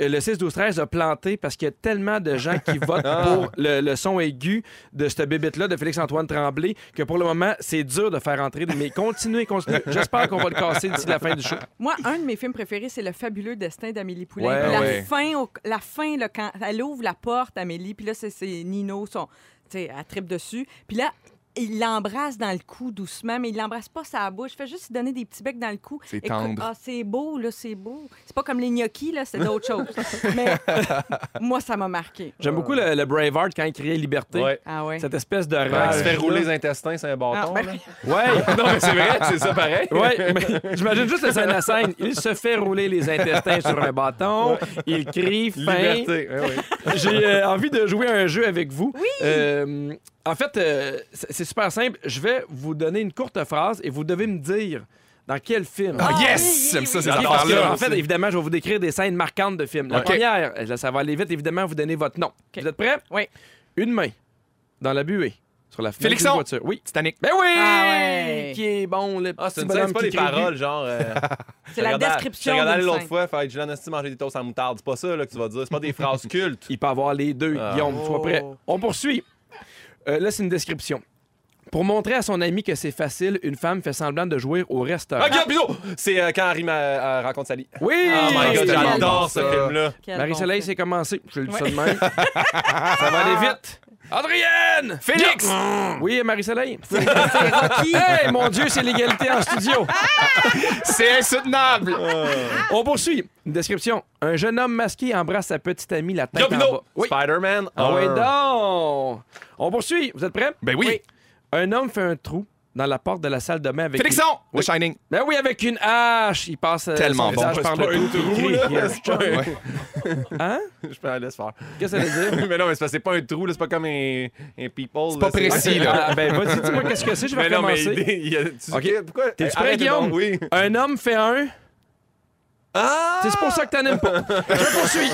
Speaker 1: Euh, Le 6-12-13 a planté parce qu'il y a tellement de gens qui votent pour le, le son aigu de ce bébête-là, de Félix-Antoine Tremblay, que pour le moment, c'est dur de faire entrer. Mais continuez, continuez. J'espère qu'on va le casser d'ici la fin du show.
Speaker 3: Moi, un de mes films préférés, c'est Le fabuleux destin d'Amélie Poulain.
Speaker 1: Ouais,
Speaker 3: Puis la,
Speaker 2: ouais.
Speaker 3: fin, au- la fin, là, quand elle ouvre la porte, Amélie, puis là, c'est c'est Nino, son, tu sais, elle tripe dessus. Puis là, il l'embrasse dans le cou doucement, mais il l'embrasse pas sa bouche. Fait juste lui donner des petits becs dans le cou.
Speaker 2: C'est
Speaker 3: Écoute,
Speaker 2: tendre.
Speaker 3: Ah, c'est beau, là, c'est beau. C'est pas comme les gnocchis, là, c'est d'autres
Speaker 4: <laughs>
Speaker 3: choses. Mais moi, ça m'a marqué.
Speaker 1: J'aime beaucoup le, le Braveheart quand il criait Liberté.
Speaker 4: Ouais.
Speaker 3: Ah ouais.
Speaker 1: Cette espèce de
Speaker 4: Quand il se
Speaker 1: rage.
Speaker 4: fait rouler les intestins, c'est un
Speaker 3: Ah,
Speaker 4: bâton.
Speaker 3: ben-
Speaker 4: là.
Speaker 1: Ouais.
Speaker 4: <laughs> non, mais c'est vrai, c'est ça pareil.
Speaker 1: Ouais, mais j'imagine juste la scène à scène. Il se fait rouler les intestins sur un bâton, il crie fin.
Speaker 4: Liberté. ouais, ouais.
Speaker 1: J'ai euh, envie de jouer à un jeu avec vous. Euh, en fait, euh, c'est c'est super simple. Je vais vous donner une courte phrase et vous devez me dire dans quel film.
Speaker 2: Ah,
Speaker 3: Ah, oui, oui,
Speaker 2: yes! J'aime ça,
Speaker 3: oui.
Speaker 2: ces
Speaker 1: Ok, parce que,
Speaker 2: affaires-là.
Speaker 1: en fait, évidemment, je vais vous décrire des scènes marquantes de films. La
Speaker 2: Ok.
Speaker 1: première, euh, ça va aller vite, évidemment, vous donnez votre nom.
Speaker 3: Ok.
Speaker 1: Vous êtes prêts?
Speaker 3: Oui.
Speaker 1: Une main dans la buée, sur la fenêtre
Speaker 2: Félixon!
Speaker 1: d'une voiture. Oui.
Speaker 2: Titanic.
Speaker 1: Ben oui!
Speaker 3: Ah ouais.
Speaker 1: Qui est bon, le
Speaker 4: Ah,
Speaker 1: petit
Speaker 4: c'est une scène,
Speaker 1: bonhomme
Speaker 4: c'est pas
Speaker 1: qui
Speaker 4: les
Speaker 1: crie au but.
Speaker 4: paroles, genre.
Speaker 1: <laughs>
Speaker 4: euh,
Speaker 3: C'est la
Speaker 4: regardais-
Speaker 3: description
Speaker 4: J'ai regardé
Speaker 3: d'une
Speaker 4: l'autre
Speaker 3: scène.
Speaker 4: fois, fait que Julian Esti manger des toasts en moutarde. C'est pas ça là, que tu vas dire. C'est pas des phrases
Speaker 1: <laughs>
Speaker 4: cultes.
Speaker 1: Il peut avoir les deux,
Speaker 4: Ah.
Speaker 1: Guillaume. Sois prêt.
Speaker 3: Oh.
Speaker 1: On poursuit. Euh, là, c'est une description. Pour montrer à son ami que c'est facile, une femme fait semblant de jouer au restaurant.
Speaker 4: Ah, Guillaume Pinault! C'est euh, quand Harry m'a- euh, rencontre Sally.
Speaker 1: Oui!
Speaker 4: Oh my god,
Speaker 2: c'est bon,
Speaker 4: j'adore ce
Speaker 2: ça.
Speaker 4: film-là.
Speaker 3: Quel bon
Speaker 1: Marie-Soleil,
Speaker 3: film.
Speaker 1: c'est commencé. Je le dis
Speaker 3: Ouais.
Speaker 1: ça de même. ça va aller vite. Adrienne!
Speaker 2: Félix!
Speaker 1: Oui, Marie-Soleil?
Speaker 3: C'est Rocky.
Speaker 1: hey, mon Dieu, c'est l'égalité en studio.
Speaker 2: C'est insoutenable!
Speaker 1: On poursuit. Une description. Un jeune homme masqué embrasse sa petite amie la tête
Speaker 4: Guillaume
Speaker 1: en bas.
Speaker 4: Pinault!
Speaker 1: Oui.
Speaker 4: Spider-Man.
Speaker 1: Ah oui,
Speaker 4: un. <laughs>
Speaker 1: donc! On poursuit. Vous êtes prêts?
Speaker 2: Ben oui!
Speaker 1: Un homme fait un trou dans la porte de la salle de bain avec... une-
Speaker 2: Félixon!
Speaker 1: Oui.
Speaker 2: The Shining.
Speaker 1: Ben oui, avec une hache. Il passe euh,
Speaker 2: Tellement
Speaker 1: son
Speaker 2: bon.
Speaker 1: visage
Speaker 4: C'est
Speaker 1: par
Speaker 4: pas
Speaker 1: le
Speaker 4: une
Speaker 1: trou.
Speaker 4: trou,
Speaker 1: puis <laughs>
Speaker 4: là.
Speaker 1: il crie, euh,
Speaker 4: C'est pas
Speaker 1: Ouais. Hein?
Speaker 4: Je peux la laisser faire. <laughs>
Speaker 1: Qu'est-ce que ça veut
Speaker 2: <laughs>
Speaker 1: dire?
Speaker 4: mais non, mais c'est pas- c'est pas un trou, là, c'est pas comme un, un people.
Speaker 2: C'est pas
Speaker 4: <laughs>
Speaker 2: précis, là.
Speaker 1: Ah, ben vas-y, dis-moi qu'est-ce que c'est, je vais
Speaker 4: Mais Ben non, mais
Speaker 1: commencer.
Speaker 4: il- il y a- tu-
Speaker 1: Ok.
Speaker 4: Pourquoi?
Speaker 1: T'es-tu prêt,
Speaker 4: Arrête de
Speaker 1: Guillaume?
Speaker 4: demander- Oui.
Speaker 1: Un homme fait un.
Speaker 4: Ah!
Speaker 1: C'est pour ça que t'en aimes pas. Je
Speaker 4: <laughs>
Speaker 1: poursuis.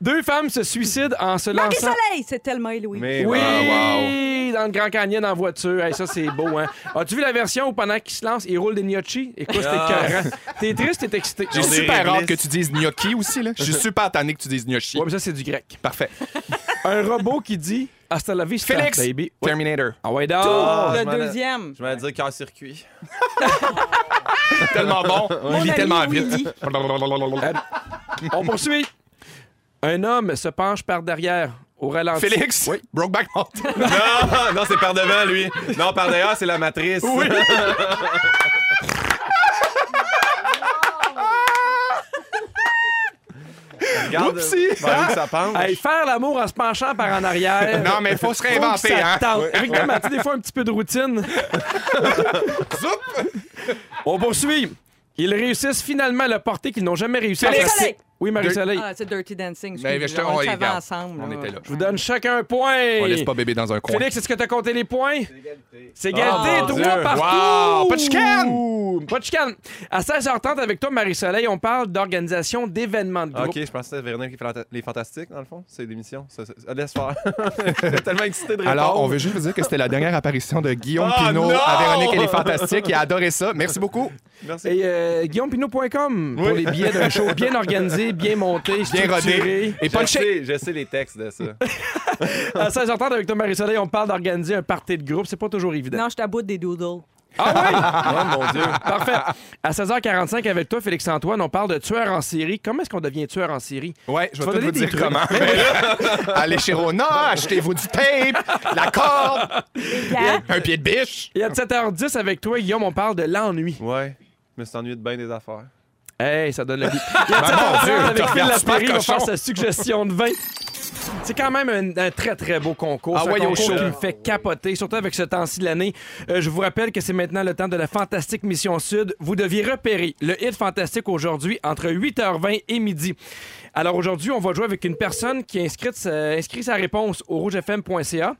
Speaker 1: Deux femmes se suicident en se lançant.
Speaker 3: Marie-Soleil, c'est tellement Louis.
Speaker 4: Mais
Speaker 1: Oui,
Speaker 2: Ah, Wow,
Speaker 1: dans le Grand Canyon en voiture. Hey, ça, c'est beau, hein? As-tu vu la version où pendant qu'ils se lancent, ils roulent des gnocchis? Écoute, c'était
Speaker 4: Ah.
Speaker 1: écœurant. T'es triste, t'es excité.
Speaker 2: J'ai
Speaker 4: Ils ont des
Speaker 2: super hâte que
Speaker 4: réglisse.
Speaker 2: tu dises gnocchi aussi, là. Je suis super tanné que tu dises gnocchi.
Speaker 1: Ouais, mais ça, c'est du grec.
Speaker 2: Parfait.
Speaker 1: Un robot qui dit Hasta la vista,
Speaker 2: Félix!
Speaker 1: baby. Ouais. <laughs>
Speaker 2: Terminator.
Speaker 1: Ah ouais, donc.
Speaker 4: Ah, je
Speaker 3: le
Speaker 4: m'en ai-
Speaker 3: deuxième.
Speaker 4: Je vais dire cœur-circuit.
Speaker 2: Tellement bon. Il lit
Speaker 3: ami
Speaker 2: tellement
Speaker 3: Willy.
Speaker 2: vite.
Speaker 1: <laughs> On poursuit. Un homme se penche par derrière au ralenti.
Speaker 2: Félix.
Speaker 1: Oui.
Speaker 2: Brokeback Mountain.
Speaker 4: <laughs> non, non, c'est par devant, lui. Non, par derrière, c'est la matrice. Oui. <laughs> Regarde,
Speaker 2: Oupsie!
Speaker 4: ben, que ça penche.
Speaker 1: Hey, faire l'amour en se penchant par en arrière.
Speaker 2: <laughs> Non, mais faut se réinventer,
Speaker 1: Faut que ça
Speaker 2: hein.
Speaker 1: tente. Eric Duhem a-t-il des fois un petit peu de
Speaker 2: <laughs>
Speaker 1: routine? On poursuit. Ils réussissent finalement le porter qu'ils n'ont jamais réussi à
Speaker 2: Félix!
Speaker 1: passer. Oui, Marie-Soleil.
Speaker 3: Ah, c'est Dirty Dancing.
Speaker 2: Mais
Speaker 3: excusez-moi.
Speaker 2: je te-
Speaker 3: on
Speaker 2: ben, on
Speaker 3: le savait
Speaker 2: regarde.
Speaker 3: ensemble.
Speaker 2: On était là.
Speaker 1: Je vous donne chacun un point.
Speaker 2: On laisse pas bébé dans un coin.
Speaker 1: Félix, est-ce que tu as compté les points? C'est égalité.
Speaker 4: Oh, mon
Speaker 1: trois
Speaker 4: Dieu.
Speaker 1: partout.
Speaker 2: Ah, Wow, pas de chicane.
Speaker 1: Ouh, Pas de chicane. À 16h30 avec toi, Marie-Soleil, on parle d'organisation d'événements de groupe.
Speaker 4: Ok, je pensais que c'était Véronique et Fanta- les Fantastiques, dans le fond. C'est l'émission. Ça, ça- ça- Laisse faire. <laughs> J'étais tellement excité de répondre.
Speaker 2: Alors, on veut juste vous dire que c'était la dernière apparition de Guillaume
Speaker 4: Ah,
Speaker 2: Pinot
Speaker 4: non!
Speaker 2: à Véronique et les Fantastiques. Il a adoré ça. Merci beaucoup.
Speaker 4: Merci.
Speaker 1: Et euh, guillaumepinot.com pour les billets d'un show bien organisé, bien monté,
Speaker 2: Bien
Speaker 1: structuré.
Speaker 2: rodé. Et
Speaker 4: je,
Speaker 2: punché.
Speaker 4: sais, je sais les textes de ça.
Speaker 1: À 16h30 avec toi, Marie-Soleil, on parle d'organiser un party de groupe. C'est pas toujours évident.
Speaker 3: Non, je t'aboute des doodles.
Speaker 1: <laughs>
Speaker 4: Oh,
Speaker 1: Ah oui? mon Dieu. Parfait. À 16h45 avec toi, Félix-Antoine, on parle de tueur en série. Comment est-ce qu'on devient tueur en série?
Speaker 2: Ouais, je
Speaker 1: Tu vas
Speaker 2: vais tout
Speaker 1: donner
Speaker 2: vous
Speaker 1: des
Speaker 2: dire
Speaker 1: trucs.
Speaker 2: comment. Mais
Speaker 1: <laughs>
Speaker 2: là, <laughs> allez chez Rona, achetez-vous du tape, la corde, un pied de biche.
Speaker 1: Et à 7h10 avec toi, Guillaume, on parle de l'ennui.
Speaker 4: Ouais. Je me suis ennuyé de bien des affaires.
Speaker 1: Hey, ça donne le goût.
Speaker 2: <laughs>
Speaker 1: Il y
Speaker 2: Ah,
Speaker 1: a Tata Dieu, avec Phil
Speaker 2: regardes super
Speaker 1: Lapéry, il va
Speaker 2: cochon.
Speaker 1: faire sa suggestion de vin. C'est quand même un, un très, très beau concours.
Speaker 2: Ah
Speaker 1: C'est un
Speaker 2: ouais, il est
Speaker 1: concours
Speaker 2: chaud.
Speaker 1: qui me fait capoter, surtout avec ce temps-ci de l'année. Euh, je vous rappelle que c'est maintenant le temps de la fantastique Mission Sud. Vous deviez repérer le hit fantastique aujourd'hui entre 8h20 et midi. Alors aujourd'hui, on va jouer avec une personne qui a inscrit sa, inscrit sa réponse au rougefm.ca.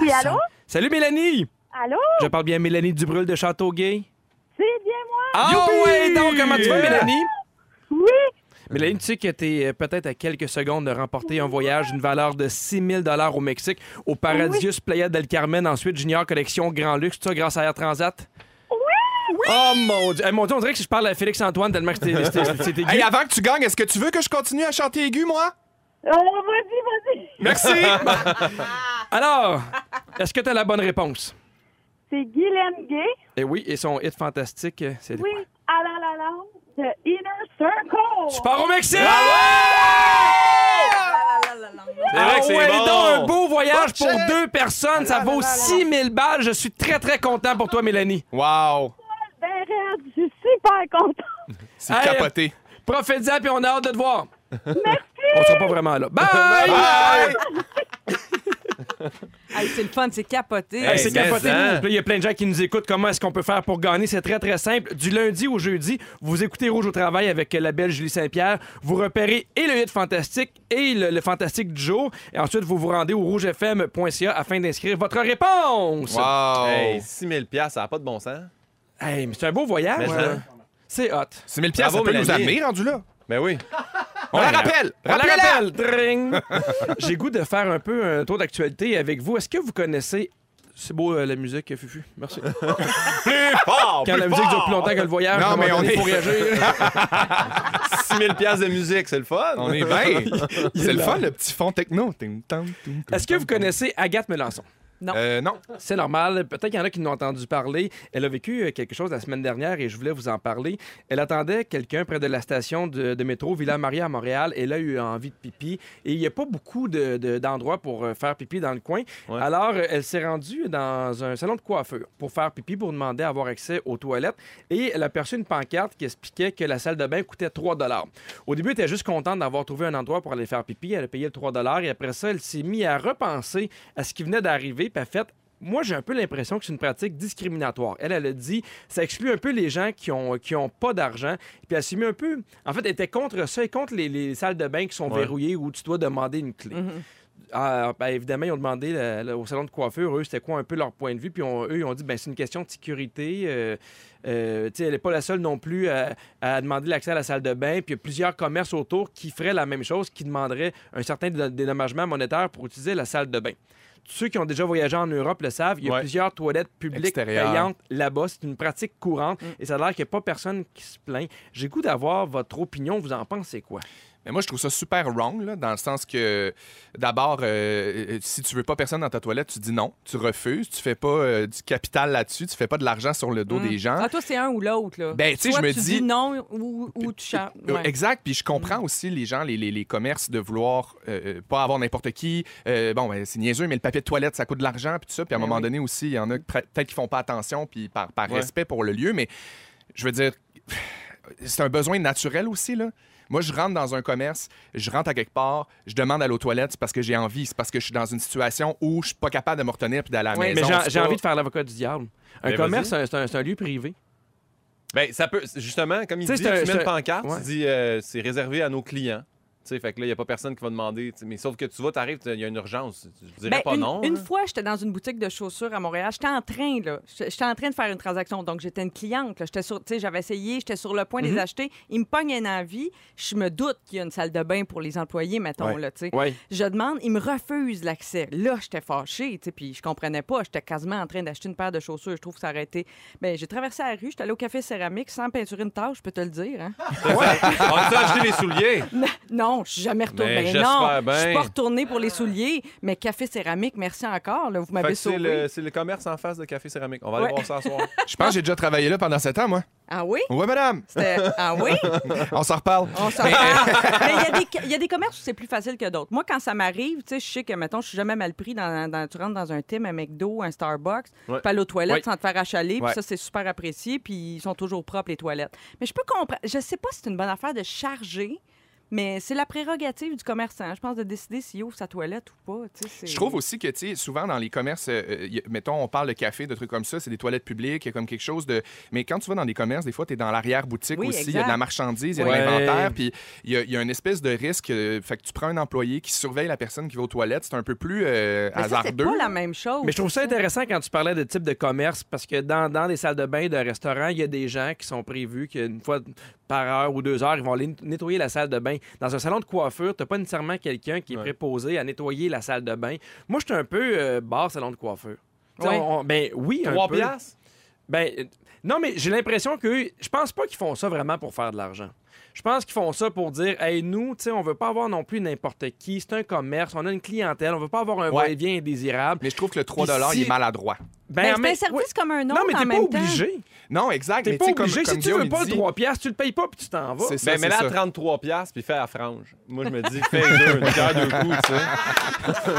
Speaker 5: Oui,
Speaker 1: Ça-
Speaker 5: allô?
Speaker 1: Salut Mélanie!
Speaker 5: Allô?
Speaker 1: Je parle bien Mélanie Dubrul de Châteauguay.
Speaker 5: C'est bien moi?
Speaker 1: Ah ouais, donc comment tu vas Mélanie?
Speaker 5: Oui!
Speaker 1: Mélanie, tu sais que tu es peut-être à quelques secondes de remporter un voyage d'une valeur de 6 000 au Mexique, au Paradius Playa del Carmen, ensuite Junior Collection Grand Luxe, tout ça grâce à Air Transat. Oui! Oh mon Dieu! Eh, mon Dieu, on dirait que je parle à Félix-Antoine tellement que c'était- c'était c'était aigu.
Speaker 2: Hey, avant que tu gagnes, est-ce que tu veux que je continue à chanter aigu, moi?
Speaker 5: Alors, vas-y, vas-y!
Speaker 1: <laughs>
Speaker 2: Merci!
Speaker 1: Alors, est-ce que tu as la bonne réponse?
Speaker 5: C'est Guylaine Gay.
Speaker 1: Eh oui, et son hit fantastique, euh, c'est...
Speaker 5: Oui, à la la la de Inner Circle.
Speaker 1: Je pars au Mexique!
Speaker 4: C'est vrai que c'est
Speaker 1: Ah, ouais,
Speaker 4: bon.
Speaker 1: dis donc, un beau voyage
Speaker 2: Bon
Speaker 1: pour
Speaker 2: check.
Speaker 1: deux personnes, ça vaut 6 000 balles. Je suis très, très content pour toi, Mélanie.
Speaker 2: Wow!
Speaker 5: Ben, raide, je suis super contente.
Speaker 2: C'est
Speaker 1: Hey,
Speaker 2: capoté.
Speaker 1: Profite-en, puis on a hâte de te voir. Merci! On sera pas vraiment là. <laughs> Bye!
Speaker 2: Bye!
Speaker 3: Hey, c'est le fun, c'est capoté.
Speaker 1: Hey, c'est
Speaker 4: Mais
Speaker 1: capoté.
Speaker 4: hein.
Speaker 1: Puis là, Il y a plein de gens qui nous écoutent. Comment est-ce qu'on peut faire pour gagner? C'est très, très simple. Du lundi au jeudi, vous écoutez Rouge au travail avec euh, la belle Julie Saint-Pierre. Vous repérez et le hit fantastique et le, le fantastique du jour. Et ensuite, vous vous rendez au rougefm.ca afin d'inscrire votre réponse.
Speaker 2: Wow!
Speaker 4: Hey, 6000 pièces, ça n'a pas de bon sens.
Speaker 1: Hey, mais c'est un beau voyage.
Speaker 4: Mais
Speaker 1: hein?
Speaker 4: ça-
Speaker 1: C'est hot.
Speaker 2: 6 000 piastres, ça
Speaker 4: Bravo,
Speaker 2: peut nous
Speaker 4: Mélanie.
Speaker 2: amener rendu là.
Speaker 4: Ben oui.
Speaker 2: On la rappelle!
Speaker 1: On la
Speaker 2: Rappelez-la!
Speaker 1: rappelle. Dring. <laughs> J'ai goût de faire un peu un tour d'actualité avec vous. Est-ce que vous connaissez... C'est beau euh, la musique, Fufu. Merci.
Speaker 4: Plus fort!
Speaker 1: Quand la musique dure plus longtemps que le voyage,
Speaker 2: Ah, Non,
Speaker 1: à un moment
Speaker 2: mais on
Speaker 1: donné,
Speaker 2: est-
Speaker 1: faut réagir.
Speaker 4: 6000 pièces de musique, c'est le fun.
Speaker 2: On est bien. <laughs> C'est le fun, le petit fond techno. Tum, tum, tum, tum,
Speaker 1: Est-ce que
Speaker 2: tum,
Speaker 1: vous
Speaker 2: tum.
Speaker 1: connaissez Agathe Melançon?
Speaker 2: Euh, non.
Speaker 1: C'est normal. Peut-être qu'il y en a qui n'ont entendu parler. Elle a vécu euh, quelque chose la semaine dernière et je voulais vous en parler. Elle attendait quelqu'un près de la station de, de métro Villa-Maria à Montréal. Elle a eu envie de pipi. Et il n'y a pas beaucoup de- de- d'endroits pour euh, faire pipi dans le coin.
Speaker 4: Ouais.
Speaker 1: Alors, euh, elle s'est rendue dans un salon de coiffure pour faire pipi, pour demander à avoir accès aux toilettes. Et elle a perçu une pancarte qui expliquait que la salle de bain coûtait 3 Au début, elle était juste contente d'avoir trouvé un endroit pour aller faire pipi. Elle a payé le 3 et après ça, elle s'est mise à repenser à ce qui venait d'arriver. Puis elle a fait moi, j'ai un peu l'impression que c'est une pratique discriminatoire. Elle, elle a dit, ça exclut un peu les gens qui ont, qui ont pas d'argent. Puis elle s'est mis un peu. En fait, elle était contre ça et contre les, les salles de bain qui sont
Speaker 4: Ouais.
Speaker 1: verrouillées où tu dois demander une clé.
Speaker 3: Mhm.
Speaker 1: Ah, ben, évidemment, ils ont demandé là, là, au salon de coiffure, eux, c'était quoi un peu leur point de vue. Puis on- eux, ils ont dit, ben, c'est une question de sécurité. euh, euh, tu sais, elle n'est pas la seule non plus à, à demander l'accès à la salle de bain. Puis il y a plusieurs commerces autour qui feraient la même chose, qui demanderaient un certain dé- dédommagement monétaire pour utiliser la salle de bain. Ceux qui ont déjà voyagé en Europe le savent, il y a
Speaker 4: Ouais.
Speaker 1: plusieurs toilettes publiques
Speaker 2: Extérieures.
Speaker 1: payantes là-bas. C'est une pratique courante et ça a l'air qu'il n'y a pas personne qui se plaint. J'ai goût d'avoir votre opinion. Vous en pensez quoi?
Speaker 2: Mais moi, je trouve ça super wrong, là, dans le sens que, d'abord, euh, euh, si tu veux pas personne dans ta toilette, tu dis non, tu refuses, tu fais pas euh, du capital là-dessus, tu fais pas de l'argent sur le dos
Speaker 3: Mm.
Speaker 2: des gens.
Speaker 3: Ah, toi, c'est un ou l'autre, là.
Speaker 2: Ben, tu sais,
Speaker 3: Soit
Speaker 2: je me
Speaker 3: tu
Speaker 2: dis-
Speaker 3: non ou, ou tu chantes.
Speaker 2: Euh,
Speaker 3: Ouais.
Speaker 2: Exact. Puis je comprends
Speaker 1: Mm.
Speaker 2: aussi les gens, les, les- les commerces, de vouloir euh, euh, pas avoir n'importe qui. Euh, bon, ben, c'est niaiseux, mais le papier de toilette, ça coûte de l'argent, puis tout ça. Puis à un
Speaker 1: Ben
Speaker 2: moment
Speaker 1: oui.
Speaker 2: donné aussi, il y en a pr- peut-être qui font pas attention, puis par, par
Speaker 4: Ouais.
Speaker 2: respect pour le lieu. Mais je veux dire, c'est un besoin naturel aussi, là. Moi, je rentre dans un commerce, je rentre à quelque part, je demande à aux toilettes, c'est parce que j'ai envie, c'est parce que je suis dans une situation où je suis pas capable de me retenir puis d'aller à la
Speaker 1: Mais
Speaker 2: maison.
Speaker 1: j'ai-
Speaker 2: C'est
Speaker 1: j'ai
Speaker 2: pas-
Speaker 1: envie de faire l'avocat du diable. Un
Speaker 4: Ben,
Speaker 1: commerce, c'est un- c'est un, c'est un lieu privé.
Speaker 4: Ben, ça peut, justement, comme il
Speaker 1: Tu sais,
Speaker 4: dit, tu
Speaker 1: c'est un-
Speaker 4: mets
Speaker 1: c'est
Speaker 4: une
Speaker 1: un-
Speaker 4: pancarte,
Speaker 1: ouais.
Speaker 4: tu dis euh, c'est réservé à nos clients. Tu sais, fait que là, il n'y a pas personne qui va demander. tu sais, Mais sauf que tu vas, t'arrives, il y a une urgence. Je dirais
Speaker 3: Ben,
Speaker 4: pas
Speaker 3: une,
Speaker 4: non.
Speaker 3: une
Speaker 1: hein.
Speaker 4: là.
Speaker 3: fois, j'étais dans une boutique de chaussures à Montréal. J'étais en train, là. J'étais j'étais en train de faire une transaction. Donc, j'étais une cliente. là. J'étais sur, tu sais, j'avais essayé, j'étais sur le
Speaker 2: Mm-hmm.
Speaker 3: point de les acheter. Ils me pognent une envie. Je me doute qu'il y a une salle de bain pour les employés, mettons,
Speaker 2: Ouais.
Speaker 3: là, tu sais.
Speaker 1: Oui.
Speaker 3: Je demande, ils me refusent l'accès. Là, j'étais fâchée, tu sais, puis je comprenais pas. J'étais quasiment en train d'acheter une paire de chaussures. Je trouve que ça aurait été... Ben, j'ai traversé la rue, j'étais allée au café céramique sans peinturer une tâche, je peux te le dire,
Speaker 4: <laughs>
Speaker 3: hein.
Speaker 4: On a acheté
Speaker 3: <laughs>
Speaker 4: les souliers.
Speaker 3: Non, je suis jamais retournée.
Speaker 4: Mais
Speaker 3: Ben
Speaker 4: j'espère
Speaker 3: non,
Speaker 4: bien.
Speaker 3: je suis pas retournée pour les souliers, mais café céramique, merci encore, là, vous
Speaker 4: Fait
Speaker 3: m'avez
Speaker 4: que c'est
Speaker 3: sauvée.
Speaker 4: le, c'est le commerce en face de Café Céramique. On va aller
Speaker 3: Ouais.
Speaker 4: voir ça
Speaker 3: <laughs>
Speaker 4: ce soir.
Speaker 2: Je pense que j'ai déjà travaillé là pendant sept ans, moi.
Speaker 3: Ah oui?
Speaker 2: Ouais, madame,
Speaker 3: C'était- Ah oui?
Speaker 2: on s'en reparle.
Speaker 3: On s'en parle. <laughs> Mais il y a des- il y, a des commerces où c'est plus facile que d'autres. Moi, quand ça m'arrive, tu sais, je sais que, mettons, je suis jamais mal pris. Dans, dans- tu rentres dans un Tim, un McDo, un Starbucks,
Speaker 4: Ouais.
Speaker 3: tu peux aller aux toilettes
Speaker 1: Ouais.
Speaker 3: sans te faire achaler,
Speaker 1: Ouais.
Speaker 3: puis ça, c'est super apprécié, puis ils sont toujours propres, les toilettes. Mais je peux comprendre. Je sais pas si c'est une bonne affaire de charger, mais c'est la prérogative du commerçant, je pense, de décider s'il ouvre sa toilette ou pas. tu sais, c'est-
Speaker 2: Je trouve aussi que, tu sais, souvent dans les commerces, euh, euh, y a- mettons, on parle de café, de trucs comme ça, c'est des toilettes publiques, il y a comme quelque chose de. Mais quand tu vas dans des commerces, des fois, tu es dans l'arrière-boutique
Speaker 3: Oui,
Speaker 2: aussi, il y a de la
Speaker 3: exact.
Speaker 2: marchandise, il y a
Speaker 1: Ouais.
Speaker 2: de l'inventaire, puis il y a, il y a une espèce de risque. euh, fait que tu prends un employé qui surveille la personne qui va aux toilettes, c'est un peu plus euh,
Speaker 3: Mais ça, c'est
Speaker 2: hasardeux.
Speaker 3: pas la même chose.
Speaker 1: Mais je trouve ça intéressant quand tu parlais de type de commerce, parce que dans, dans des salles de bain, de restaurants, il y a des gens qui sont prévus qu'une fois par heure ou deux heures, ils vont aller nettoyer la salle de bain. Dans un salon de coiffure, t'as pas nécessairement quelqu'un qui est
Speaker 4: Ouais.
Speaker 1: préposé à nettoyer la salle de bain. Moi, je suis un peu euh, bar salon de coiffure. Tu sais,
Speaker 3: Ouais.
Speaker 1: on- on- ben oui, un
Speaker 4: Trois
Speaker 1: peu.
Speaker 4: piastres?
Speaker 1: Ben, euh, non, mais j'ai l'impression que je pense pas qu'ils font ça vraiment pour faire de l'argent. Je pense qu'ils font ça pour dire, hey, nous, tu sais, on veut pas avoir non plus n'importe qui. C'est un commerce, on a une clientèle, on veut pas avoir un va-et-vient indésirable.
Speaker 2: Mais je trouve que le 3
Speaker 1: Puis
Speaker 2: il
Speaker 1: si-
Speaker 2: est maladroit.
Speaker 1: Ben,
Speaker 3: Mais
Speaker 1: en
Speaker 3: c'est
Speaker 1: même-
Speaker 3: un service
Speaker 1: oui.
Speaker 3: comme un autre
Speaker 1: Non, mais
Speaker 3: en
Speaker 1: t'es pas
Speaker 3: même temps.
Speaker 1: obligé.
Speaker 2: Non, exact.
Speaker 1: T'es
Speaker 2: mais
Speaker 1: pas
Speaker 2: tu sais, comme-
Speaker 1: obligé.
Speaker 2: comme
Speaker 1: si tu veux
Speaker 2: Guillaume,
Speaker 1: pas
Speaker 2: il
Speaker 1: le
Speaker 2: dit,
Speaker 1: 3 piastres, tu le payes pas puis tu t'en vas.
Speaker 2: C'est ça,
Speaker 4: Ben, mais
Speaker 2: c'est
Speaker 4: là,
Speaker 2: ça.
Speaker 4: 33 piastres, puis fais à frange. Moi, je me dis, fais deux, une pierre, deux coups, tu sais.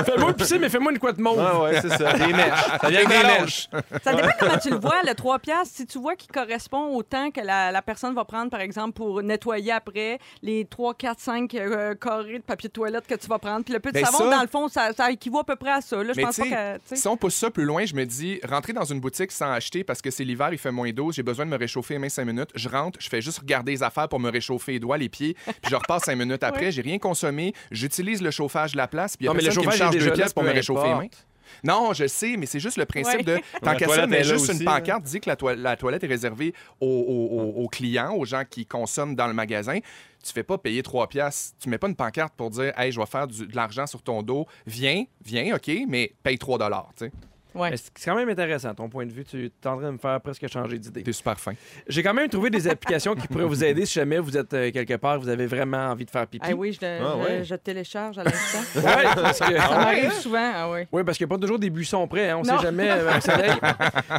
Speaker 1: Fais-moi pisser, mais fais-moi une couette mauve.
Speaker 2: Ah.
Speaker 4: Ouais, ouais, c'est ça. Des mèches. Ça vient
Speaker 2: Des
Speaker 4: avec des
Speaker 2: mélanges.
Speaker 4: mèches.
Speaker 3: Ça dépend comment tu le vois, le 3 piastres. Si tu vois qu'il correspond au temps que la, la personne va prendre, par exemple, pour nettoyer après les 3, 4, 5 euh, carrés de papier de toilette que tu vas prendre. Puis le peu de
Speaker 2: Ben
Speaker 3: savon,
Speaker 2: ça-
Speaker 3: dans le fond, ça, ça équivaut à peu près à ça. Là, je
Speaker 2: Mais
Speaker 3: pense pas
Speaker 2: tu sais,
Speaker 3: que... tu sais.
Speaker 2: Si on pousse ça plus loin, je me dis, rentrer dans une boutique sans acheter parce que c'est l'hiver, il fait moins d'eau, j'ai besoin de me réchauffer mes 5 minutes. Je rentre, je fais juste regarder les affaires pour me réchauffer les doigts, les pieds, puis je repasse 5
Speaker 3: <laughs>
Speaker 2: minutes après, j'ai rien consommé, j'utilise le chauffage de la place, puis il y a
Speaker 1: Non, mais le
Speaker 2: personne qui me
Speaker 1: chauffage est
Speaker 2: charge
Speaker 1: déjà
Speaker 2: 2
Speaker 1: là,
Speaker 2: pièces pour
Speaker 1: peu
Speaker 2: me réchauffer les mains.
Speaker 1: importe.
Speaker 2: Non, je sais, mais c'est juste le principe
Speaker 1: <laughs>
Speaker 3: Ouais.
Speaker 2: de tant
Speaker 4: La
Speaker 2: qu'à ça,
Speaker 4: toilette
Speaker 2: mais
Speaker 4: est là
Speaker 2: juste
Speaker 1: hein.
Speaker 4: aussi,
Speaker 2: une pancarte dit que la, toi- la toilette est réservée aux, aux- aux- aux clients, aux gens qui consomment dans le magasin. Tu fais pas payer 3 piastres. Tu mets pas une pancarte pour dire Hey, je vais faire du- de l'argent sur ton dos. Viens, viens, OK, mais paye 3 dollars. Tu sais.
Speaker 3: Ouais.
Speaker 1: Mais C'est quand même intéressant, ton point de vue. Tu es en train de me faire presque changer d'idée.
Speaker 2: T'es super fin.
Speaker 1: J'ai quand même trouvé des applications qui pourraient vous aider si jamais vous êtes euh, quelque part, vous avez vraiment envie de faire pipi.
Speaker 3: Ah oui, je, je-
Speaker 4: ouais.
Speaker 3: je télécharge à l'instant.
Speaker 1: Ouais, parce que...
Speaker 3: ça m'arrive souvent, ah oui.
Speaker 1: Oui, parce qu'il n'y a pas toujours des buissons prêts. hein. On
Speaker 3: Non.
Speaker 1: sait jamais. euh, au soleil.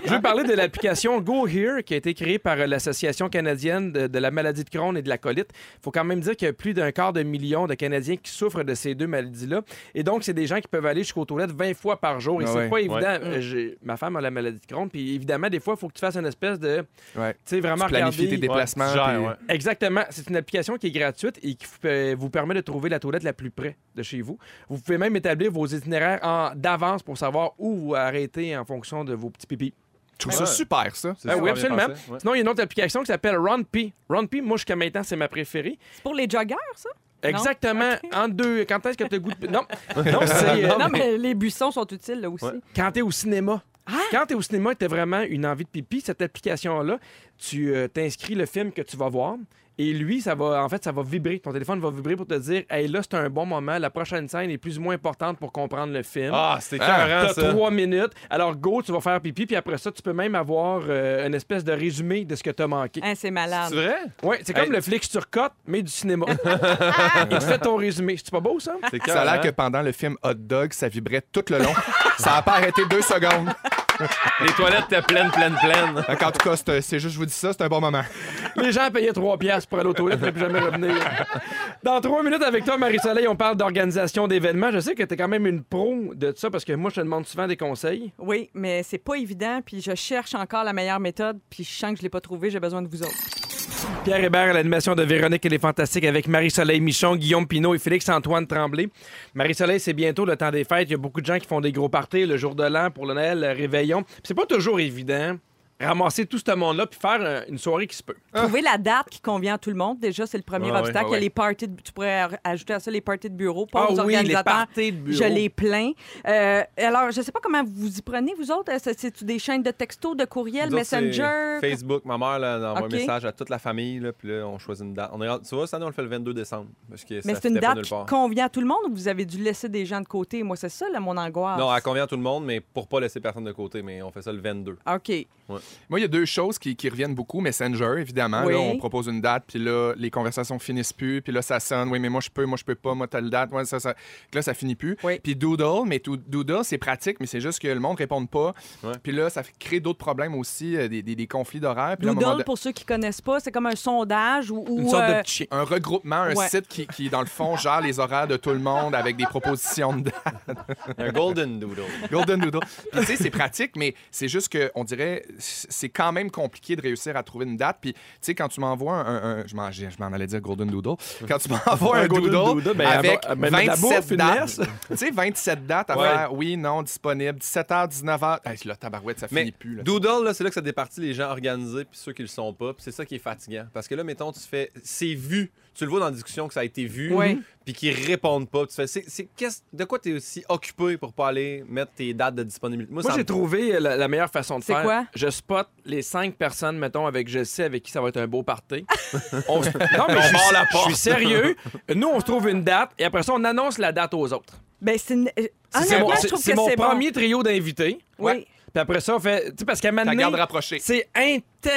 Speaker 1: Je veux parler de l'application Go Here qui a été créée par euh, l'Association canadienne de, de la maladie de Crohn et de la colite. Il faut quand même dire qu'il y a plus d'un quart de million de Canadiens qui souffrent de ces deux maladies-là. Et donc, c'est des gens qui peuvent aller jusqu'aux toilettes 20 fois par jour. Et
Speaker 2: Ah
Speaker 1: c'est
Speaker 2: ouais.
Speaker 1: pas évident. Euh, j'ai- Ma femme a la maladie de Crohn. Puis évidemment, des fois, il faut que tu fasses une espèce de.
Speaker 2: Ouais.
Speaker 1: Tu sais, vraiment
Speaker 2: Tu planifies
Speaker 1: regarder-
Speaker 2: tes déplacements.
Speaker 4: Ouais, tu gères,
Speaker 2: puis-
Speaker 4: ouais.
Speaker 1: Exactement. C'est une application qui est gratuite et qui vous- euh, vous permet de trouver la toilette la plus près de chez vous. Vous pouvez même établir vos itinéraires en- d'avance pour savoir où vous arrêter en fonction de vos petits pipis.
Speaker 2: Je trouve ça
Speaker 4: Ouais.
Speaker 2: super, ça.
Speaker 1: Ah
Speaker 4: C'est super
Speaker 1: oui,
Speaker 4: bien
Speaker 1: absolument.
Speaker 4: pensé, ouais.
Speaker 1: Sinon, il y a une autre application qui s'appelle Run P. Run P, moi, jusqu'à maintenant, c'est ma préférée.
Speaker 3: C'est pour les joggeurs, ça?
Speaker 1: Exactement. En deux. Quand est-ce que tu as goût de. Non, non c'est. euh,
Speaker 3: Non, mais les buissons sont utiles, là aussi.
Speaker 4: Ouais.
Speaker 1: Quand t'es au cinéma. Quand t'es au cinéma et t'as vraiment une envie de pipi, cette application-là, tu euh, t'inscris le film que tu vas voir. Et lui, ça va, en fait, ça va vibrer. Ton téléphone va vibrer pour te dire, hey, là, c'est un bon moment. La prochaine scène est plus ou moins importante pour comprendre le film.
Speaker 4: Ah, c'était
Speaker 2: Ah,
Speaker 4: carrément,
Speaker 1: T'as
Speaker 4: ça.
Speaker 1: trois minutes. Alors, go, tu vas faire pipi. Puis après ça, tu peux même avoir euh, une espèce de résumé de ce que t'as manqué.
Speaker 3: Hein, c'est
Speaker 4: C'est
Speaker 3: malade.
Speaker 4: vrai?
Speaker 1: Ouais, c'est comme
Speaker 4: Hey.
Speaker 1: le flic sur cote, mais du
Speaker 4: <laughs>
Speaker 1: cinéma. et tu fais ton résumé. C'est pas beau, ça?
Speaker 2: Ça
Speaker 4: C'est hein?
Speaker 2: a
Speaker 4: carrément.
Speaker 2: l'air que pendant le film Hot Dog, ça vibrait tout le long. <laughs> ça a pas arrêté deux secondes.
Speaker 4: Les toilettes étaient pleines, pleines, pleines.
Speaker 2: Fait qu'en tout cas, c'est c'est juste, je vous dis ça, c'est un bon moment.
Speaker 1: Les gens payaient 3 piastres pour aller aux toilettes et plus jamais revenir. Dans trois minutes avec toi, Marie-Soleil, on parle d'organisation d'événements. Je sais que t'es quand même une pro de ça parce que moi, je te demande souvent des conseils.
Speaker 3: Oui, mais c'est pas évident, puis je cherche encore la meilleure méthode, puis je sens que je l'ai pas trouvée, j'ai besoin de vous autres.
Speaker 1: Pierre Hébert à l'animation de Véronique et les Fantastiques avec Marie-Soleil Michon, Guillaume Pinot et Félix-Antoine Tremblay. Marie-Soleil, c'est bientôt le temps des fêtes. Il y a beaucoup de gens qui font des gros parties le jour de l'an, pour le Noël, le réveillon. Puis C'est pas toujours évident ramasser tout ce monde-là puis faire euh, une soirée qui se peut.
Speaker 3: Trouver la date qui convient à tout le monde, déjà, c'est le premier
Speaker 4: Ouais, ouais,
Speaker 3: obstacle. Il
Speaker 4: ouais,
Speaker 3: y a
Speaker 4: ouais.
Speaker 3: les parties de- tu pourrais r- ajouter à ça les parties de bureau, pas
Speaker 1: Ah
Speaker 3: aux
Speaker 1: oui, les
Speaker 3: organisateurs.
Speaker 1: parties de bureau.
Speaker 3: Je les plains. Euh, alors, je sais pas comment vous y prenez, vous autres. Est-ce que C'est des chaînes de textos, de courriel,
Speaker 4: Nous autres, c'est
Speaker 3: Messenger?
Speaker 4: Facebook, ma mère là, elle envoie
Speaker 3: Ok.
Speaker 4: un message à toute la famille, là, puis là, on choisit une date. On est, rendu- tu vois, cette année, on le fait le 22 décembre. Parce que
Speaker 3: Mais
Speaker 4: ça
Speaker 3: c'est une
Speaker 4: fitait pas
Speaker 3: date
Speaker 4: nulle
Speaker 3: qui
Speaker 4: part.
Speaker 3: convient à tout le monde ou vous avez dû laisser des gens de côté? Moi, c'est ça, là, mon angoisse.
Speaker 4: Non, elle convient à tout le monde, mais pour pas laisser personne de côté. Mais on fait ça le 22.
Speaker 3: OK.
Speaker 2: Moi, il y a deux choses qui, qui reviennent beaucoup. Messenger, évidemment.
Speaker 3: Oui.
Speaker 2: Là, on propose une date, puis là, les conversations finissent plus, puis là, ça sonne. Oui, mais moi, je peux, moi, je peux pas, moi, telle date. Moi, ça, ça. Là, ça finit plus.
Speaker 3: Oui.
Speaker 2: Puis Doodle, mais tout- Doodle, c'est pratique, mais c'est juste que le monde ne répond pas.
Speaker 4: Ouais.
Speaker 2: Puis là, ça crée d'autres problèmes aussi, euh, des, des- des conflits d'horaire. Puis là, à un moment
Speaker 3: Doodle,
Speaker 2: don-
Speaker 3: pour ceux qui connaissent pas, c'est comme un sondage ou. ou,
Speaker 1: Une sorte
Speaker 3: euh,
Speaker 1: de petit chien.
Speaker 2: un regroupement, un
Speaker 3: Ouais.
Speaker 2: site qui, qui, dans le fond, gère les horaires de tout le monde avec des propositions de
Speaker 4: <laughs>
Speaker 2: <laughs>
Speaker 4: Un golden doodle.
Speaker 2: Golden Doodle. Puis, tu sais, c'est pratique, mais c'est juste que, on dirait, c'est quand même compliqué de réussir à trouver une date. Puis, tu sais, quand tu m'envoies un. un- un- je m'en- je m'en allais dire Golden Doodle. Quand tu m'envoies un,
Speaker 1: Un Golden
Speaker 2: Doodle,
Speaker 1: Doodle, ben,
Speaker 2: avec
Speaker 1: elle va- elle va mettre de la
Speaker 2: 27
Speaker 1: bouffe, une
Speaker 2: dates.
Speaker 1: laisse.
Speaker 2: Tu sais, 27 dates à
Speaker 4: Ouais.
Speaker 2: faire oui, non, disponible, 17h, 19h. Hey, là, tabarouette, ça
Speaker 4: Mais
Speaker 2: finit plus. Là.
Speaker 4: <laughs> Doodle, là, c'est là que ça départit les gens organisés puis ceux qui le sont pas. Puis c'est ça qui est fatigant. Parce que là, mettons, tu fais. C'est vu. Tu le vois dans la discussion que ça a été vu. Mhm.
Speaker 3: Oui.
Speaker 4: Puis qu'ils répondent pas. Tu fais. C'est, c'est- qu'est-ce- de quoi tu es aussi occupé pour pas aller mettre tes dates de disponibilité?
Speaker 1: Moi,
Speaker 4: ça
Speaker 1: j'ai
Speaker 4: me-
Speaker 1: trouvé euh, la, la meilleure façon de
Speaker 3: C'est
Speaker 1: faire.
Speaker 3: quoi?
Speaker 1: Je spot les cinq personnes, mettons, avec je sais avec qui ça va être un
Speaker 3: <laughs>
Speaker 1: beau party. On se- Non, mais je suis-
Speaker 4: barre la
Speaker 1: je
Speaker 4: porte.
Speaker 1: suis sérieux. Nous, on se trouve une date et après ça, on annonce la date aux autres.
Speaker 3: Ben, c'est une- euh,
Speaker 1: C'est
Speaker 3: honnêtement,
Speaker 1: mon,
Speaker 3: je trouve que
Speaker 1: c'est mon
Speaker 3: c'est bon.
Speaker 1: premier trio d'invités.
Speaker 3: Oui.
Speaker 1: Ouais. Puis après ça, on fait. Tu sais, parce qu'à un moment
Speaker 2: Ta
Speaker 1: donné,
Speaker 2: garde rapprochée.
Speaker 1: c'est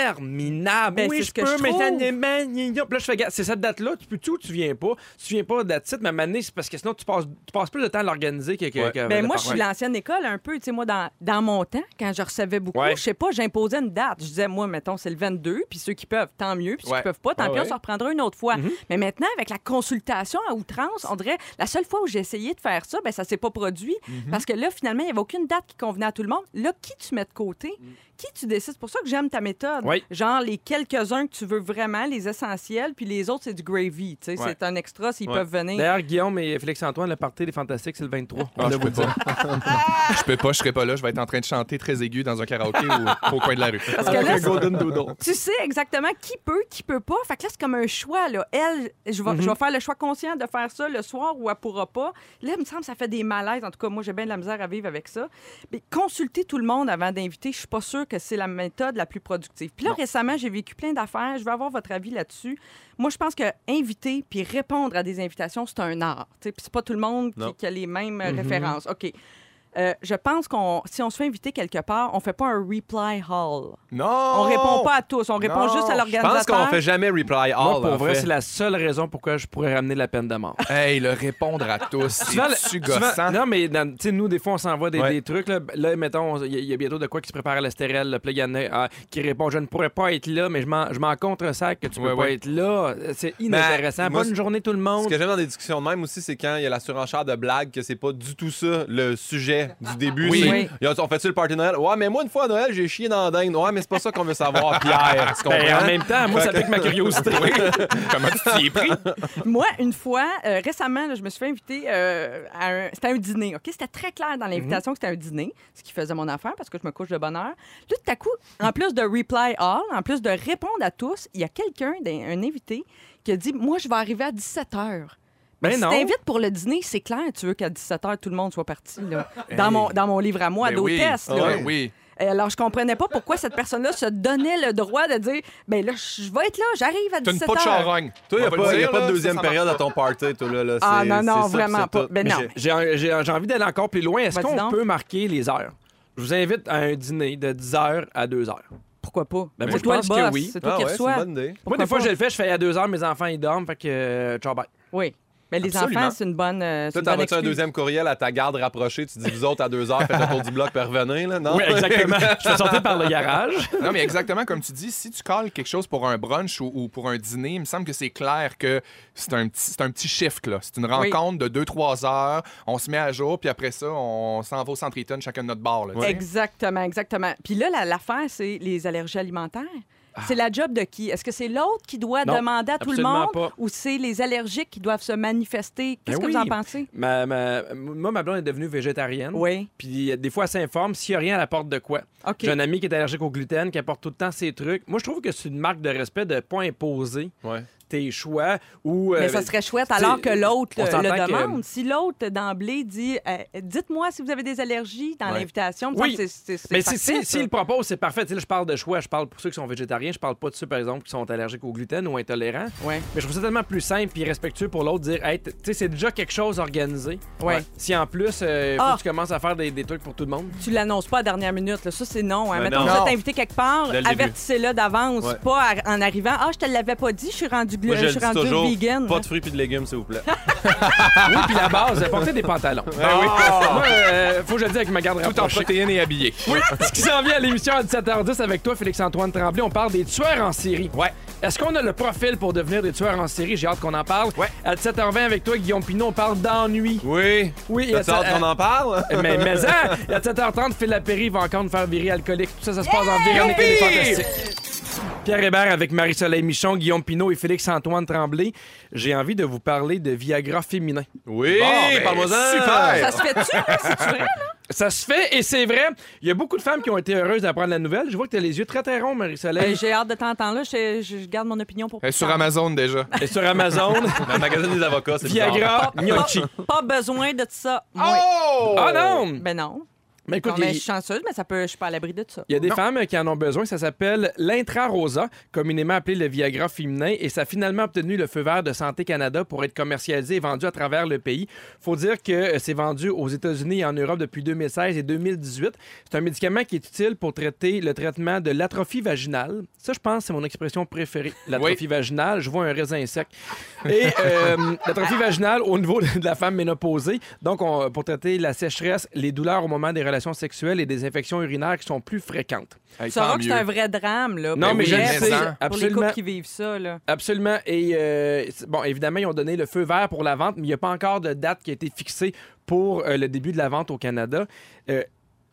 Speaker 1: interminable.
Speaker 3: Ben,
Speaker 1: oui,
Speaker 3: c'est
Speaker 1: je
Speaker 3: ce que
Speaker 1: peux,
Speaker 3: je
Speaker 1: mais
Speaker 3: trouve.
Speaker 1: ça n'est- man- gna- gna. Puis là, je fais, gars, c'est cette date-là, tu peux tout ou tu viens pas. Tu viens pas de la titre, mais à un moment donné, c'est parce que sinon, tu passes, tu passes plus de temps à l'organiser que. que,
Speaker 4: Ouais.
Speaker 1: que-
Speaker 3: Ben
Speaker 1: de
Speaker 3: moi, je
Speaker 1: faire.
Speaker 3: suis l'ancienne école un peu. Tu sais, moi, dans, dans mon temps, quand je recevais beaucoup,
Speaker 1: Ouais.
Speaker 3: je sais pas, j'imposais une date. Je disais, moi, mettons, c'est le 22, puis ceux qui peuvent, tant mieux, puis ceux
Speaker 2: Ouais.
Speaker 3: qui peuvent pas, tant
Speaker 4: Ah
Speaker 3: pis, on
Speaker 4: ouais.
Speaker 3: se reprendra une autre fois. Mais maintenant, avec la consultation à outrance, on dirait, la seule fois où j'ai essayé de faire ça, ben ça s'est pas produit, parce que là, finalement, il y avait aucune date qui convenait à tout le monde. Là, qui tu mets de côté? Qui tu décides? C'est pour ça que j'aime ta méthode.
Speaker 1: Ouais.
Speaker 3: Genre, les quelques-uns que tu veux vraiment, les essentiels, puis les autres, c'est du gravy. Tu sais,
Speaker 2: Ouais.
Speaker 3: c'est un extra s'ils
Speaker 4: Ouais.
Speaker 3: peuvent venir.
Speaker 1: D'ailleurs, Guillaume et Félix-Antoine, le party des Fantastiques, c'est le 23.
Speaker 2: Ah, je peux pas. <laughs> je peux pas, je serai pas là. Je vais être en train de chanter très aigu dans un karaoké ou au coin de la rue.
Speaker 3: Parce que là, c'est-
Speaker 1: Golden Doodle.
Speaker 3: tu sais exactement qui peut, qui peut pas. Fait que là, c'est comme un choix. Là. Elle, je vais,
Speaker 1: Mhm.
Speaker 3: je vais faire le choix conscient de faire ça le soir ou elle pourra pas. Là, il me semble que ça fait des malaises. En tout cas, moi, j'ai bien de la misère à vivre avec ça. Mais consulter tout le monde avant d'inviter, je suis pas sûre que c'est la méthode la plus productive. Puis là, récemment, j'ai vécu plein d'affaires. Je veux avoir votre avis là-dessus. Moi, je pense que inviter puis répondre à des invitations, c'est un art. tu sais. Puis c'est pas tout le monde qui,
Speaker 4: Non.
Speaker 3: qui a les mêmes
Speaker 1: Mhm.
Speaker 3: euh, références. OK. Euh, je pense qu'on, si on se fait inviter quelque part, on fait pas un reply hall.
Speaker 2: Non!
Speaker 3: On répond pas à tous, on répond
Speaker 2: Non.
Speaker 3: juste à
Speaker 4: Je pense qu'on
Speaker 3: l'organisateur.
Speaker 4: fait jamais reply all.
Speaker 1: Moi,
Speaker 4: en
Speaker 1: pour vrai,
Speaker 4: fait.
Speaker 1: c'est la seule raison pourquoi je pourrais ramener la peine de mort.
Speaker 2: Hey, le répondre à tous,
Speaker 1: Souvent, le-
Speaker 2: c'est-tu
Speaker 1: souvent-
Speaker 2: gossant?
Speaker 1: non, mais dans- tu sais, nous, des fois, on s'envoie des,
Speaker 4: Ouais.
Speaker 1: des trucs. Là, Là, mettons, il y, a- il y a bientôt de quoi qui se prépare à l'estérel. là. Puis là, il y en a, ah, qui répond Je ne pourrais pas être là, mais je m'en, je m'en contre ça que tu peux
Speaker 2: Ouais,
Speaker 1: pas
Speaker 2: ouais.
Speaker 1: être là. C'est inintéressant.
Speaker 4: Ben, moi,
Speaker 1: Bonne
Speaker 4: c'est-
Speaker 1: journée, tout le monde.
Speaker 4: Ce que j'aime dans des discussions de même aussi, c'est quand il y a la surenchère de blagues, que c'est pas du tout ça le sujet du début.
Speaker 2: Oui.
Speaker 4: C'est,
Speaker 3: Oui.
Speaker 4: Y a- On fait-tu le party de Noël? Ouais, mais moi, une fois à Noël, j'ai chié dans la dinde. Ouais, mais c'est pas ça qu'on veut <laughs> savoir, Pierre. Tu comprends?
Speaker 1: Ben, en même temps, moi, ça pique ma curiosité.
Speaker 2: Comment tu t'y es pris?
Speaker 3: Moi, une fois, euh, récemment, là, je me suis fait inviter euh, à un... C'était un dîner, OK? C'était très clair dans l'invitation que c'était un dîner, ce qui faisait mon affaire parce que je me couche de bonne heure. Tout à coup, en plus de reply all, en plus de répondre à tous, il y a quelqu'un, d'un- un invité, qui a dit « Moi, je vais arriver à 17 h ».
Speaker 1: Ben
Speaker 3: si
Speaker 1: non.
Speaker 3: t'invites pour le dîner, c'est clair, tu veux qu'à 17 h tout le monde soit parti. là. Dans, mon, dans mon livre à moi,
Speaker 2: Ben oui.
Speaker 3: d'hôtesse. là.
Speaker 2: Ouais, oui.
Speaker 3: Et Alors, je comprenais pas pourquoi cette personne-là se donnait le droit de dire ben là, je vais être là, j'arrive à
Speaker 2: T'as une
Speaker 3: 17
Speaker 2: pas de
Speaker 3: heures.
Speaker 2: charogne.
Speaker 4: Toi, il n'y
Speaker 2: On
Speaker 4: a,
Speaker 2: va
Speaker 4: pas-
Speaker 2: le
Speaker 4: y a
Speaker 2: dire,
Speaker 4: pas
Speaker 2: là,
Speaker 4: de deuxième
Speaker 2: ça, ça marche
Speaker 4: période à ton party, toi, là. là.
Speaker 3: Ah,
Speaker 4: C'est-
Speaker 3: non, non,
Speaker 4: c'est ça,
Speaker 3: vraiment
Speaker 4: c'est
Speaker 3: pas.
Speaker 4: tout.
Speaker 3: Ben non.
Speaker 4: J'ai-
Speaker 1: <laughs> J'ai un- j'ai- j'ai envie d'aller encore plus loin. Est-ce
Speaker 3: Ben, dis
Speaker 1: qu'on
Speaker 3: donc.
Speaker 1: peut marquer les heures? Je vous invite à un dîner de 10h à 2h.
Speaker 3: Pourquoi pas?
Speaker 1: Ben, moi,
Speaker 3: c'est
Speaker 1: je
Speaker 3: toi
Speaker 1: pense
Speaker 3: le
Speaker 1: que
Speaker 3: boss,
Speaker 1: oui.
Speaker 3: c'est toi
Speaker 4: Ah
Speaker 3: qui
Speaker 4: ouais, c'est une
Speaker 3: reçois.
Speaker 4: bonne idée.
Speaker 1: Moi,
Speaker 3: Pourquoi
Speaker 1: des fois,
Speaker 3: pas?
Speaker 1: je le fais, je fais à 2h, mes enfants, ils dorment. Fait que, euh, ciao, bye.
Speaker 3: Oui. Mais les
Speaker 2: Absolument.
Speaker 3: enfants, c'est une bonne. euh, c'est
Speaker 4: Toi,
Speaker 3: une bonne
Speaker 4: t'envoies-tu un
Speaker 3: excuse.
Speaker 4: deuxième courriel à ta garde rapprochée, tu dis vous autres à deux heures, faites le tour du bloc, puis revenez, là,
Speaker 1: <laughs>
Speaker 4: non?
Speaker 1: Oui, exactement. je fais sortir par le garage.
Speaker 2: Non, mais exactement comme tu dis, si tu cales quelque chose pour un brunch ou, ou pour un dîner, il me semble que c'est clair que c'est un petit, c'est un petit shift, là. C'est une rencontre de 2-3 heures, on se met à jour, puis après ça, on s'en va au centre Eaton, chacun de notre bar, là, tu sais.
Speaker 3: Exactement, exactement. Puis là, la- l'affaire, c'est les allergies alimentaires. C'est la job de qui? Est-ce que c'est l'autre qui doit
Speaker 1: Non,
Speaker 3: demander à tout le
Speaker 1: absolument
Speaker 3: monde
Speaker 1: pas.
Speaker 3: ou c'est les allergiques qui doivent se manifester? Qu'est-ce
Speaker 1: Ben
Speaker 3: que
Speaker 1: oui.
Speaker 3: vous en pensez?
Speaker 1: Ma- ma- moi, ma blonde est devenue végétarienne.
Speaker 3: Oui.
Speaker 1: Puis euh, des fois, elle s'informe s'il n'y a rien, elle apporte de quoi.
Speaker 3: OK.
Speaker 1: J'ai un ami qui est allergique au gluten, qui apporte tout le temps ses trucs. Moi, je trouve que c'est une marque de respect de ne pas imposer
Speaker 4: Ouais.
Speaker 1: tes choix ou.
Speaker 3: Mais
Speaker 1: euh,
Speaker 3: ça serait chouette
Speaker 1: tu sais,
Speaker 3: alors que l'autre
Speaker 1: on
Speaker 3: le,
Speaker 1: s'entend
Speaker 3: le
Speaker 1: que-
Speaker 3: demande. Si l'autre d'emblée dit euh, dites-moi si vous avez des allergies dans
Speaker 1: Ouais.
Speaker 3: l'invitation,
Speaker 1: Oui.
Speaker 3: ça, c'est- c'est
Speaker 1: Mais
Speaker 3: parfait,
Speaker 1: si, si,
Speaker 3: ça.
Speaker 1: si le propose, c'est parfait. Tu sais, là, je parle de choix. Je parle pour ceux qui sont végétariens. Je parle pas de ceux, par exemple, qui sont allergiques au gluten ou intolérants.
Speaker 3: Ouais.
Speaker 1: Mais je trouve ça tellement plus simple et respectueux pour l'autre de dire Hey, t- tu sais, c'est déjà quelque chose organisé.
Speaker 3: Ouais.
Speaker 1: Si en plus, euh, faut
Speaker 3: Ah!
Speaker 1: que tu commences à faire des, des trucs pour tout le monde.
Speaker 3: Tu l'annonces pas à la dernière minute. là. Ça, c'est non. Hein.
Speaker 4: Ben
Speaker 3: Mettons
Speaker 4: non.
Speaker 3: que vous
Speaker 2: Non.
Speaker 3: êtes invité quelque part,
Speaker 4: Dès le début.
Speaker 3: avertissez-le d'avance,
Speaker 4: Ouais.
Speaker 3: pas à- en arrivant. Ah, je te l'avais pas dit, je suis rendu, glu-
Speaker 4: <laughs> Moi, je
Speaker 3: je
Speaker 4: le
Speaker 3: suis
Speaker 4: dis
Speaker 3: rendu
Speaker 4: toujours,
Speaker 3: vegan. hein.
Speaker 4: pas de fruits puis de légumes, s'il vous plaît.
Speaker 1: oui, puis la base, euh, porter des pantalons.
Speaker 4: Ah oui.
Speaker 1: Moi, euh, faut que je le dise avec ma garde
Speaker 2: Tout en
Speaker 1: rapprochée.
Speaker 2: protéines et habillé.
Speaker 1: Oui, ce qui s'en vient à l'émission à 17h10 avec toi, Félix-Antoine Tremblay. On parle des tueurs en série.
Speaker 2: Ouais.
Speaker 1: Est-ce qu'on a le profil pour devenir des tueurs en série? J'ai hâte qu'on en parle.
Speaker 2: Ouais.
Speaker 1: À 17h20 avec toi, Guillaume Pinot, on parle d'ennui.
Speaker 4: Oui.
Speaker 1: Oui,
Speaker 4: T'as hâte
Speaker 1: euh,
Speaker 4: qu'on en parle?
Speaker 1: Mais, mais hein, et à 7h30, Phil Lapéry va encore nous faire virer alcoolique. Tout ça, ça se passe en Véronique et les Fantastiques. Pierre Hébert avec Marie-Soleil Michon, Guillaume Pinot et Félix-Antoine Tremblay. J'ai envie de vous parler de Viagra féminin.
Speaker 4: Oui,
Speaker 2: ben,
Speaker 4: parle-moi-en.
Speaker 3: Ça
Speaker 2: super.
Speaker 3: se fait-tu? hein? C'est-tu vrai? là?
Speaker 1: Ça se fait et c'est vrai. Il y a beaucoup de femmes qui ont été heureuses d'apprendre la nouvelle. Je vois que tu as les yeux très très ronds,
Speaker 3: Ben,
Speaker 1: Marie-Soleil.
Speaker 3: J'ai hâte de t'entendre là. Je, je- je garde mon opinion pour
Speaker 2: Euh,
Speaker 3: plus
Speaker 2: sur
Speaker 3: tard.
Speaker 2: Amazon déjà.
Speaker 1: Et sur Amazon,
Speaker 4: <laughs> Dans le magasin des avocats, c'est bizarre.
Speaker 1: Viagra,
Speaker 3: Pas,
Speaker 1: gnocchi.
Speaker 3: pas besoin de ça. moi.
Speaker 2: Oh!
Speaker 1: Ah non!
Speaker 3: Ben non.
Speaker 1: Mais
Speaker 3: Non,
Speaker 1: écoute,
Speaker 3: mais
Speaker 1: il-
Speaker 3: je suis chanceuse, mais ça peut, je suis pas à l'abri de ça.
Speaker 1: Il y a des femmes qui en ont besoin. Ça s'appelle l'intrarosa, communément appelé le Viagra féminin, et ça a finalement obtenu le feu vert de Santé Canada pour être commercialisé et vendu à travers le pays. faut dire que euh, c'est vendu aux États-Unis et en Europe depuis 2016 et 2018. C'est un médicament qui est utile pour traiter le traitement de l'atrophie vaginale. Ça, je pense, c'est mon expression préférée. L'atrophie vaginale, je vois un raisin sec. Et euh, l'atrophie vaginale au niveau de la femme ménopausée. Donc, on- pour traiter la sécheresse, les douleurs au moment des relations sexuelles et des infections urinaires qui sont plus fréquentes.
Speaker 2: Hey,
Speaker 3: Tu sauras
Speaker 2: tant
Speaker 3: que c'est
Speaker 2: mieux.
Speaker 3: un vrai drame, là.
Speaker 1: Non,
Speaker 3: pour
Speaker 1: mais
Speaker 3: les-
Speaker 1: je le
Speaker 2: mais
Speaker 1: sais,
Speaker 2: ça,
Speaker 3: pour les
Speaker 1: absolument.
Speaker 3: couples qui vivent ça, là.
Speaker 1: Absolument. Et euh, c'est- bon, évidemment, ils ont donné le feu vert pour la vente, mais il n'y a pas encore de date qui a été fixée pour euh, le début de la vente au Canada. Euh,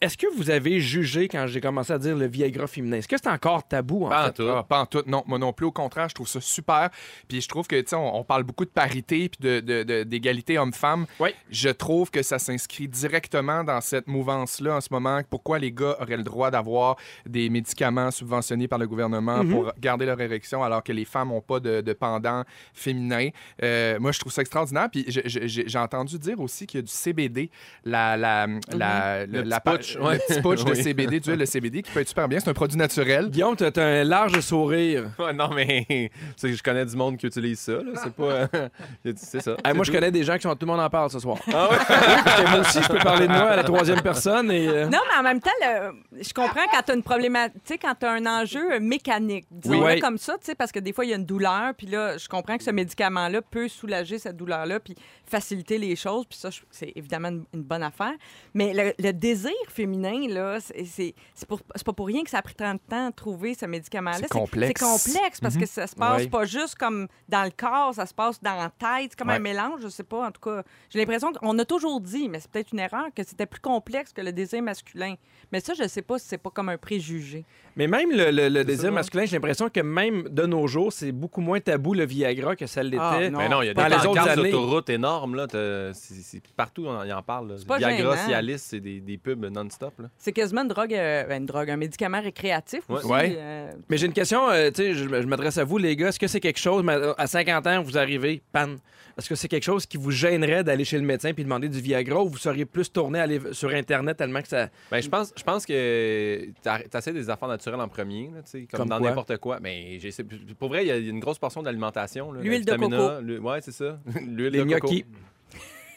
Speaker 1: est-ce que vous avez jugé quand j'ai commencé à dire le Viagra féminin? Est-ce que c'est encore tabou en
Speaker 4: Pas en
Speaker 1: fait?
Speaker 4: tout.
Speaker 2: Ah, pas en tout, non. Moi non plus, au contraire, je trouve ça super. Puis je trouve que, tu sais, on, on parle beaucoup de parité puis de- de- de- d'égalité homme-femme.
Speaker 1: Oui.
Speaker 2: Je trouve que ça s'inscrit directement dans cette mouvance-là en ce moment. Pourquoi les gars auraient le droit d'avoir des médicaments subventionnés par le gouvernement
Speaker 1: Mhm.
Speaker 2: pour garder leur érection alors que les femmes n'ont pas de, de pendant féminin? Euh, moi, je trouve ça extraordinaire. Puis je- je- j'ai j'ai entendu dire aussi qu'il y a du CBD, la, la, la,
Speaker 4: Mhm. Le
Speaker 2: la
Speaker 4: petit
Speaker 2: pa-
Speaker 4: putsch,
Speaker 2: le
Speaker 4: ouais.
Speaker 2: petit putsch de
Speaker 4: <laughs> Oui.
Speaker 2: CBD, du le CBD, qui peut être super bien. C'est un produit naturel.
Speaker 1: Guillaume, t'as t'as un large sourire.
Speaker 4: <laughs> Ouais, non, mais c'est que je connais du monde qui utilise ça. là. C'est pas. <laughs> c'est Ah ça.
Speaker 1: Hey, moi, je connais des gens qui sont tout le monde en parle ce soir. <laughs> Oui, parce que moi aussi, je peux parler de moi à la troisième personne. Et, euh,
Speaker 3: Non, mais en même temps, le- je comprends quand tu as une problématique, tu sais, quand tu as un enjeu euh, mécanique, disons
Speaker 1: Oui.
Speaker 3: comme ça, tu sais, parce que des fois, il y a une douleur, puis là, je comprends que ce médicament-là peut soulager cette douleur-là, puis faciliter les choses, puis ça, je- c'est évidemment une, une bonne affaire. Mais le, le désir féminin, là, c'est- c'est c'est pour- c'est pas pour rien que ça a pris 30 ans de trouver ce médicament-là.
Speaker 2: C'est complexe.
Speaker 3: C'est complexe,
Speaker 2: Mhm.
Speaker 3: parce que ça se passe
Speaker 1: Oui.
Speaker 3: pas juste comme dans le corps, ça se passe dans la tête, c'est comme un
Speaker 2: Ouais.
Speaker 3: mélange, je sais pas, en tout cas. J'ai l'impression qu'on a toujours dit, mais c'est peut-être une erreur, que c'était plus complexe que le désir masculin. Mais ça, je sais pas si c'est pas comme un préjugé.
Speaker 1: Mais même le, le- le désir
Speaker 4: ça.
Speaker 1: masculin, j'ai l'impression que même de nos jours, c'est beaucoup moins tabou le Viagra que ça l'était.
Speaker 3: Ah, non.
Speaker 4: Mais non, il y a
Speaker 1: Dans
Speaker 4: des
Speaker 1: les autres
Speaker 4: pancartes
Speaker 1: années.
Speaker 4: d'autoroutes énormes. Là, t'as- c'est- c'est- partout, on, il en parle. là.
Speaker 3: C'est pas
Speaker 4: Viagra,
Speaker 3: gênant.
Speaker 4: Cialis, c'est des, des pubs non-stop. là.
Speaker 3: C'est quasiment une drogue, euh, ben, une drogue, un médicament récréatif
Speaker 4: Ouais.
Speaker 3: aussi.
Speaker 2: Ouais.
Speaker 3: euh,
Speaker 1: Mais j'ai une question, euh, tu sais, je, je m'adresse à vous, les gars. Est-ce que c'est quelque chose, mais, euh, à 50 ans, vous arrivez, panne, est-ce que c'est quelque chose qui vous gênerait d'aller chez le médecin puis demander du Viagra ou vous seriez plus tourné à aller sur Internet tellement que ça.
Speaker 4: Ben, je pense, je pense que tu essaies des affaires naturelles en premier, là, tu sais, comme,
Speaker 1: Comme
Speaker 4: dans
Speaker 1: quoi?
Speaker 4: n'importe quoi. Mais j'ai- c'est- pour vrai, il y a une grosse portion d'alimentation. là, la
Speaker 3: L'huile de
Speaker 4: vitamine A,
Speaker 3: coco.
Speaker 4: l'hu- ouais, c'est ça. <laughs> L'huile
Speaker 1: Les
Speaker 4: de coco.
Speaker 1: gnocchis.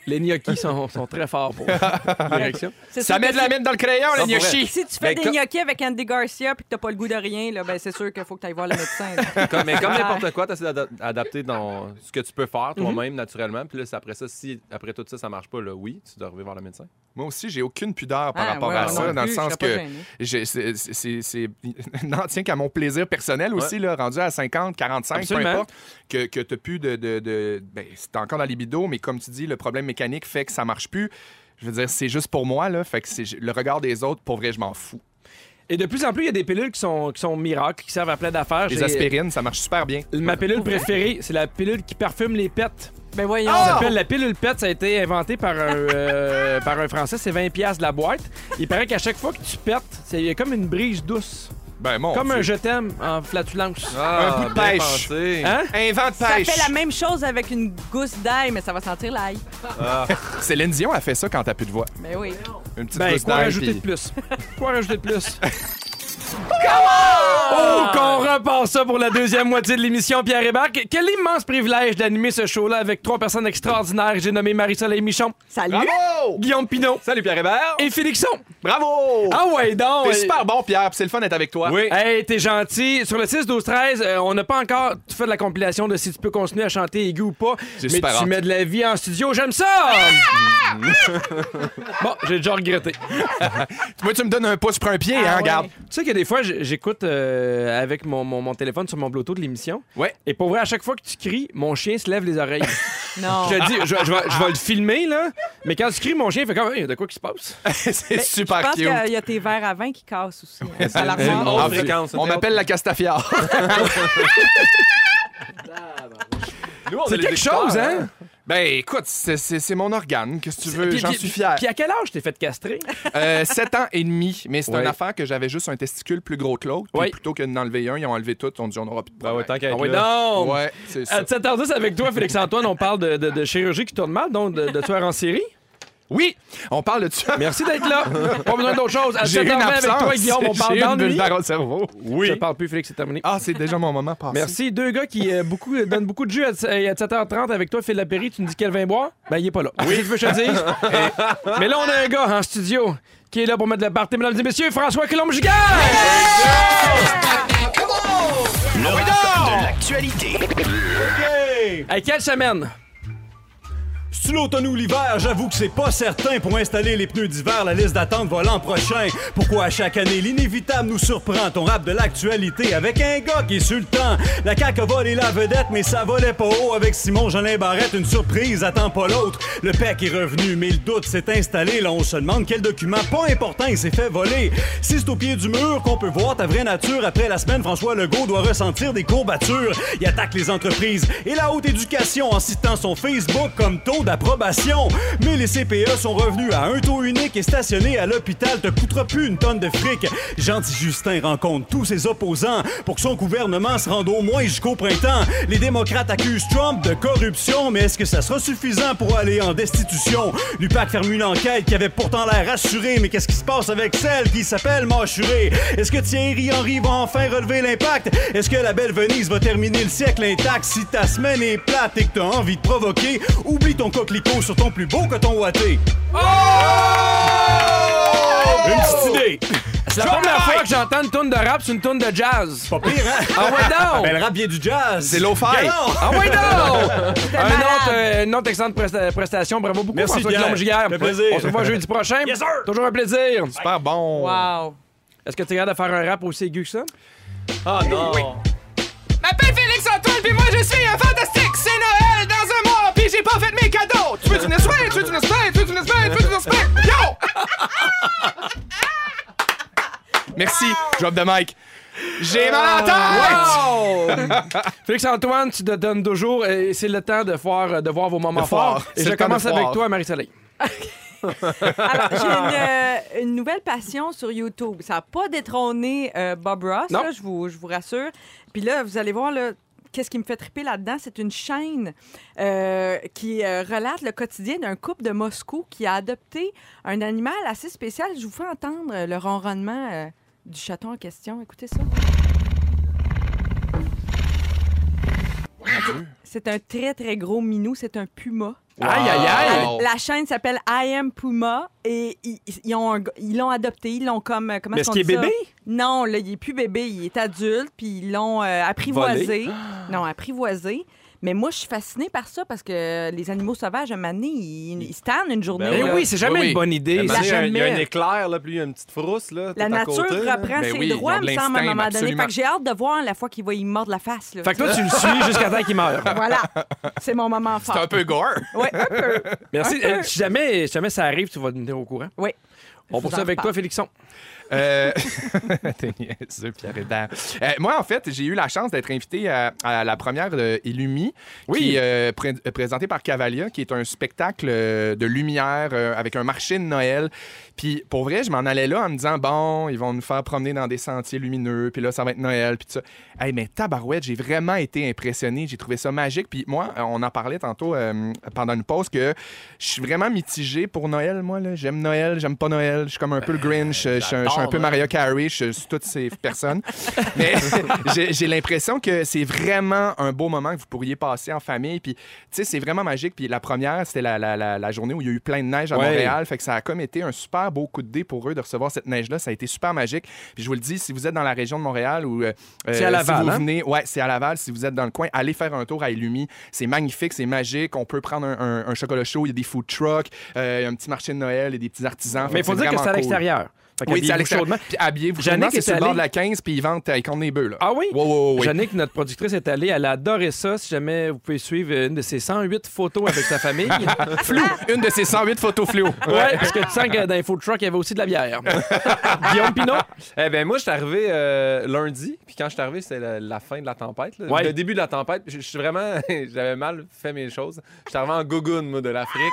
Speaker 1: Les gnocchis sont, sont très forts pour l'érection.
Speaker 3: c'est
Speaker 2: Ça
Speaker 3: sûr
Speaker 2: met
Speaker 3: que
Speaker 2: de la
Speaker 3: si-
Speaker 2: mine dans le crayon,
Speaker 4: Non,
Speaker 2: les
Speaker 4: pour vrai.
Speaker 2: gnocchis!
Speaker 3: Si tu fais
Speaker 4: Ben,
Speaker 3: des
Speaker 4: comme-
Speaker 3: gnocchis avec Andy Garcia puis que t'as pas le goût de rien, là, ben, c'est sûr qu'il faut que tu ailles voir le médecin.
Speaker 2: <laughs>
Speaker 3: là.
Speaker 4: Comme- mais comme n'importe quoi, tu essaies d'adapter dans ce que tu peux faire
Speaker 3: Mhm.
Speaker 4: toi-même naturellement. Puis là, c'est après ça, si après tout ça, ça marche pas, là, oui, tu dois revenir voir le médecin.
Speaker 2: Moi aussi, j'ai aucune pudeur par
Speaker 3: Ah,
Speaker 2: rapport
Speaker 3: ouais,
Speaker 2: à
Speaker 3: moi
Speaker 2: ça,
Speaker 3: non
Speaker 2: dans le
Speaker 3: plus, je
Speaker 2: sens
Speaker 3: serais pas
Speaker 2: que
Speaker 3: gênée.
Speaker 2: j'ai- c'est- c'est c'est- <laughs> n'en tient qu'à mon plaisir personnel aussi, là, rendu à 50, 45,
Speaker 1: Absolument.
Speaker 2: peu importe, que, que t'as plus de... de, de- ben, c'est encore dans les bidots, mais comme tu dis, le problème mécanique fait que ça marche plus. Je veux dire, c'est juste pour moi, là, fait que c'est- le regard des autres, pour vrai, je m'en fous.
Speaker 1: Et de plus en plus, il y a des pilules qui sont, qui sont miracles, qui servent à plein d'affaires.
Speaker 2: Les
Speaker 1: J'ai-
Speaker 2: aspirines, ça marche super bien.
Speaker 1: Ma pilule préférée, c'est la pilule qui parfume les pets.
Speaker 3: Ben voyons.
Speaker 1: Ça
Speaker 2: Oh,
Speaker 1: s'appelle la pilule pet, ça a été inventé par un, euh, <laughs> par un Français, c'est 20$ piastres de la boîte. Il paraît qu'à chaque fois que tu pètes, c'est il y a comme une brise douce.
Speaker 2: Ben mon
Speaker 1: comme
Speaker 2: Dieu.
Speaker 1: un je t'aime en flatulence.
Speaker 4: Ah,
Speaker 2: Un bout de
Speaker 4: bien
Speaker 2: pêche.
Speaker 4: pensé.
Speaker 1: Hein?
Speaker 2: Un vent de
Speaker 3: Ça
Speaker 2: pêche.
Speaker 3: fait la même chose avec une gousse d'ail, mais ça va sentir l'ail.
Speaker 2: Céline Dion a fait ça quand t'as plus de voix.
Speaker 3: Mais oui.
Speaker 2: Une petite
Speaker 1: Ben,
Speaker 2: gousse
Speaker 1: quoi
Speaker 2: d'ail,
Speaker 1: rajouter de
Speaker 2: puis-
Speaker 1: plus? Quoi rajouter de <laughs> plus? Oh, qu'on repart ça pour la deuxième moitié de l'émission, Pierre Hébert. Que- Quel immense privilège d'animer ce show-là avec trois personnes extraordinaires. J'ai nommé Marie-Soleil Michon,
Speaker 3: Salut.
Speaker 2: Bravo!
Speaker 1: Guillaume Pinot
Speaker 4: Salut Pierre Hébert!
Speaker 1: et Félixon.
Speaker 2: Bravo!
Speaker 1: Ah ouais, donc...
Speaker 2: T'es
Speaker 1: euh,
Speaker 2: super bon, Pierre, puis c'est le fun d'être avec toi.
Speaker 4: Oui.
Speaker 1: Hey, t'es gentil. Sur le 6-12-13, euh, on n'a pas encore fait de la compilation de si tu peux continuer à chanter aigu ou pas.
Speaker 2: J'ai
Speaker 1: Mais
Speaker 2: super
Speaker 1: tu
Speaker 2: hâte.
Speaker 1: mets de la vie en studio, j'aime
Speaker 2: <laughs>
Speaker 1: ça! bon, j'ai déjà regretté.
Speaker 2: Moi, tu me donnes un pouce pour un pied,
Speaker 3: Ah
Speaker 2: hein,
Speaker 3: ouais.
Speaker 2: regarde.
Speaker 1: Tu sais que des fois, j- j'écoute euh, avec mon, mon- mon téléphone sur mon bloto de l'émission.
Speaker 2: Ouais.
Speaker 1: Et pour vrai, à chaque fois que tu cries, mon chien se lève les
Speaker 2: <laughs>
Speaker 1: oreilles.
Speaker 3: Non.
Speaker 1: je te dis, je, je vais, je vais le filmer, là. Mais quand tu cries, mon chien fait comme, Hey, il y a de quoi qui se passe?
Speaker 2: <laughs> c'est
Speaker 3: Ben, Je
Speaker 2: super
Speaker 3: pense
Speaker 2: cute.
Speaker 3: qu'il y a tes verres à vin qui cassent aussi. hein, à
Speaker 4: C'est une
Speaker 3: l'armoire.
Speaker 4: haute
Speaker 2: Ah,
Speaker 4: fréquence.
Speaker 2: On m'appelle la
Speaker 3: <laughs>
Speaker 2: Castafiore.
Speaker 4: Nous, on
Speaker 1: C'est
Speaker 4: est les
Speaker 1: quelque
Speaker 4: experts,
Speaker 1: chose, hein?
Speaker 2: ben écoute, c'est- c'est c'est mon organe. Qu'est-ce que tu veux?
Speaker 1: Puis-
Speaker 2: J'en
Speaker 1: puis- <laughs>
Speaker 2: suis fier.
Speaker 1: Puis à quel âge t'es fait castrer?
Speaker 2: Euh, 7 ans et demi, mais c'est
Speaker 1: Ouais.
Speaker 2: une affaire que j'avais juste un testicule plus gros que l'autre. Puis
Speaker 1: Ouais.
Speaker 2: Plutôt que d'enlever un, ils ont enlevé tout. On dit on n'aura plus de
Speaker 4: Ben ouais,
Speaker 2: problème.
Speaker 4: tant qu'à
Speaker 1: Ah
Speaker 4: être
Speaker 1: oui,
Speaker 4: là.
Speaker 1: non!
Speaker 2: ouais, c'est ça.
Speaker 1: À 7h10 avec toi, Félix-Antoine, on parle de, de- de chirurgie qui tourne mal, donc de, de tueur en série.
Speaker 2: Oui, on parle de ça.
Speaker 1: Merci d'être là. Pas besoin d'autre chose. À
Speaker 2: J'ai eu
Speaker 1: 7h20
Speaker 2: une
Speaker 1: Ah, avec
Speaker 2: absence.
Speaker 1: toi, Guillaume, on
Speaker 2: <laughs> J'ai
Speaker 1: parle
Speaker 2: eu une bulle
Speaker 1: d'ennui.
Speaker 2: dans le cerveau.
Speaker 1: Je te parle plus, Félix, c'est terminé.
Speaker 2: Ah, c'est déjà mon moment passé.
Speaker 1: Merci. Deux gars qui euh, beaucoup, euh, donnent beaucoup de jus à, à 7h30 avec toi, Phil Lapéry. Tu me dis quel vin boire? Ben, il est pas là. Oui. veux que je te
Speaker 2: <laughs>
Speaker 1: dise? Eh, Mais là, on a un gars en studio qui est là pour mettre le party. Mesdames et messieurs, François colombe gigard
Speaker 6: Le rap de l'actualité.
Speaker 1: Hey, quelle semaine?
Speaker 7: C'est l'automne ou l'hiver, j'avoue que c'est pas certain. Pour installer les pneus d'hiver, la liste d'attente va l'an prochain. Pourquoi à chaque année, l'inévitable nous surprend? Ton rap de l'actualité avec un gars qui est sur le temps. La CAQ a volé la vedette, mais ça volait pas haut. Avec Simon Jolin Barrette, une surprise attend pas l'autre. Le PEC est revenu, mais le doute s'est installé. Là, on se demande quel document pas important il s'est fait voler. Si c'est au pied du mur qu'on peut voir ta vraie nature, après la semaine, François Legault doit ressentir des courbatures. Il attaque les entreprises et la haute éducation en citant son Facebook comme taux d'approbation. Mais les CPE sont revenus à un taux unique et stationner à l'hôpital te coûtera plus une tonne de fric. Gentil Justin rencontre tous ses opposants pour que son gouvernement se rende au moins jusqu'au printemps. Les démocrates accusent Trump de corruption, mais est-ce que ça sera suffisant pour aller en destitution? L'UPAC ferme une enquête qui avait pourtant l'air assurée, mais qu'est-ce qui se passe avec celle qui s'appelle Mâchuré? Est-ce que Thierry Henry va enfin relever l'impact? Est-ce que la belle Venise va terminer le siècle intact si ta semaine est plate et que t'as envie de provoquer? Oublie ton coquelicot sur ton plus beau coton ouaté.
Speaker 1: Oh!
Speaker 7: Une petite idée!
Speaker 1: C'est la première fois que j'entends une tourne de rap, c'est une tourne de jazz.
Speaker 7: Pas pire, hein?
Speaker 1: Ah ouais, donc!
Speaker 7: Ben, le rap vient du jazz!
Speaker 2: C'est lo-fi.
Speaker 7: Galant!
Speaker 1: Ah oui, non! Un
Speaker 3: malade.
Speaker 1: autre, euh, une autre excellente presta- prestation. Bravo beaucoup,
Speaker 7: Merci,
Speaker 1: François
Speaker 7: Pierre.
Speaker 1: Guillaume Giguère.
Speaker 7: Fait plaisir.
Speaker 1: On se revoit jeudi prochain.
Speaker 7: Yes, sir.
Speaker 1: Toujours un plaisir.
Speaker 2: Super bon.
Speaker 3: Wow.
Speaker 1: Est-ce que tu regardes à faire un rap aussi aigu que ça?
Speaker 4: Ah non!
Speaker 2: M'appelle Félix Antoine, puis moi je suis un fantastique. C'est Noël dans un mois, puis j'ai pas fait mes cadeaux. Tu veux une espèce, tu veux une espèce, tu veux une espèce, tu veux une espèce. Yo! Merci, drop de mic. J'ai mal à la tête!
Speaker 1: Félix-Antoine, tu te donnes toujours et c'est le temps de voir, euh, de voir vos moments
Speaker 2: De foire.
Speaker 1: forts. Et
Speaker 2: C'est
Speaker 1: je
Speaker 2: le temps de
Speaker 1: commence avec
Speaker 2: foire.
Speaker 1: toi, Marie-Soleil.
Speaker 3: Alors, j'ai une, euh, une nouvelle passion sur YouTube. Ça n'a pas détrôné euh, Bob Ross,
Speaker 1: Non.
Speaker 3: là, je, vous, je vous rassure. Puis là, vous allez voir, là, qu'est-ce qui me fait triper là-dedans? C'est une chaîne euh, qui euh, relate le quotidien d'un couple de Moscou qui a adopté un animal assez spécial. Je vous fais entendre euh, le ronronnement euh, du chaton en question. Écoutez ça. C'est un très, très gros minou. C'est un puma.
Speaker 1: Aïe, aïe, aïe!
Speaker 2: Wow.
Speaker 3: La chaîne s'appelle I Am Puma et ils ils ont un- ils l'ont adopté, ils l'ont comme euh, comment
Speaker 1: Mais
Speaker 3: est-ce
Speaker 1: est-ce
Speaker 3: qu'on
Speaker 1: qu'il
Speaker 3: dit
Speaker 1: est
Speaker 3: ça?
Speaker 1: bébé?
Speaker 3: Non, là, il est plus bébé, il est adulte puis ils l'ont euh, apprivoisé. <gasps> Non, apprivoisé. Mais moi, je suis fascinée par ça parce que les animaux sauvages, à un moment donné, ils, ils se tannent une journée.
Speaker 4: Ben
Speaker 1: Mais
Speaker 3: là.
Speaker 1: oui, Ben, c'est jamais
Speaker 2: Oui, oui.
Speaker 1: une bonne idée.
Speaker 4: Il
Speaker 1: ça.
Speaker 4: y a un- il y a un
Speaker 3: jamais.
Speaker 4: éclair, là, puis il y a une petite frousse. Là,
Speaker 3: La
Speaker 4: tout à
Speaker 3: nature
Speaker 4: côté, là.
Speaker 3: reprend
Speaker 2: Ben
Speaker 3: ses
Speaker 2: oui,
Speaker 3: droits,
Speaker 2: ils ont
Speaker 3: me
Speaker 2: de
Speaker 3: semble, à un
Speaker 2: l'instinct,
Speaker 3: moment donné.
Speaker 2: absolument.
Speaker 3: Fait que j'ai hâte de voir la fois qu'il va y mordre la face. là.
Speaker 1: Fait que toi, tu le <laughs> suis jusqu'à temps qu'il meure.
Speaker 2: <laughs>
Speaker 3: Voilà, c'est mon moment
Speaker 2: C'est
Speaker 3: fort.
Speaker 2: un peu gore.
Speaker 3: Ouais, un peu.
Speaker 1: Merci. Euh, si, jamais, si jamais ça arrive, tu vas nous tenir au courant.
Speaker 3: Oui.
Speaker 1: On
Speaker 3: vous en
Speaker 1: poursuit avec toi,
Speaker 3: reparle.
Speaker 1: Félixon.
Speaker 2: Euh, <laughs> t'es niaiseux, Pierre Hébert. Euh, moi, en fait, j'ai eu la chance d'être invité à, à la première de Illumi,
Speaker 1: Oui.
Speaker 2: qui est euh, pré- euh, présentée par Cavalia, qui est un spectacle euh, de lumière euh, avec un marché de Noël. Puis, pour vrai, je m'en allais là en me disant, bon, ils vont nous faire promener dans des sentiers lumineux, puis là, ça va être Noël, puis tout ça. Hey, mais tabarouette, j'ai vraiment été impressionné. J'ai trouvé ça magique. Puis moi, euh, on en parlait tantôt euh, pendant une pause que je suis vraiment mitigé pour Noël, moi. là. J'aime Noël, j'aime pas Noël. Je suis comme un peu le Grinch. Euh, Je je suis un, je suis un peu Mario Carey. Je suis toutes ces personnes. Mais <laughs> j'ai- j'ai l'impression que c'est vraiment un beau moment que vous pourriez passer en famille. Puis, tu sais, c'est vraiment magique. Puis la première, c'était la, la- la- la journée où il y a eu plein de neige à
Speaker 4: Ouais.
Speaker 2: Montréal. Fait que ça a comme été un super beau coup de dé pour eux de recevoir cette neige-là. Ça a été super magique. Puis je vous le dis, si vous êtes dans la région de Montréal ou euh,
Speaker 1: C'est à Laval,
Speaker 2: si vous
Speaker 1: hein?
Speaker 2: venez, ouais, c'est à Laval. Si vous êtes dans le coin, allez faire un tour à Illumi. C'est magnifique, c'est magique. On peut prendre un, un- un chocolat chaud. Il y a des food trucks, euh, il y a un petit marché de Noël, il y a des petits artisans.
Speaker 1: Mais
Speaker 2: Fait
Speaker 1: il faut
Speaker 2: que
Speaker 1: dire que
Speaker 2: vraiment
Speaker 1: c'est à
Speaker 2: cool.
Speaker 1: l'extérieur. Fait
Speaker 2: Oui, c'est à
Speaker 1: qu'habillez-vous
Speaker 2: l'extérieur.
Speaker 1: chaudement.
Speaker 2: Puis habillez-vous
Speaker 1: Jannick
Speaker 2: chaudement,
Speaker 1: est
Speaker 2: c'est sur le bord
Speaker 1: allée-
Speaker 2: de la 15, puis ils vendent avec on des bœufs, là.
Speaker 1: Ah oui?
Speaker 2: Ouais, ouais, ouais, ouais.
Speaker 1: Jannick, notre productrice, est allée, elle adorait ça. Si jamais vous pouvez suivre euh, une de ses 108 photos avec sa <laughs> famille.
Speaker 2: Flou! Une de ces 108 photos fléaux.
Speaker 1: ouais, parce que tu sens que dans les food trucks, il y avait aussi de la <laughs> bière. Guillaume Pinot?
Speaker 4: Eh ben moi, je suis arrivé euh, lundi, puis quand je suis arrivé, c'était la, la fin de la tempête. là.
Speaker 1: Ouais.
Speaker 4: Le début de la tempête. Je je suis vraiment. <laughs> J'avais mal fait mes choses. Je suis arrivé en gougoune, moi, de l'Afrique.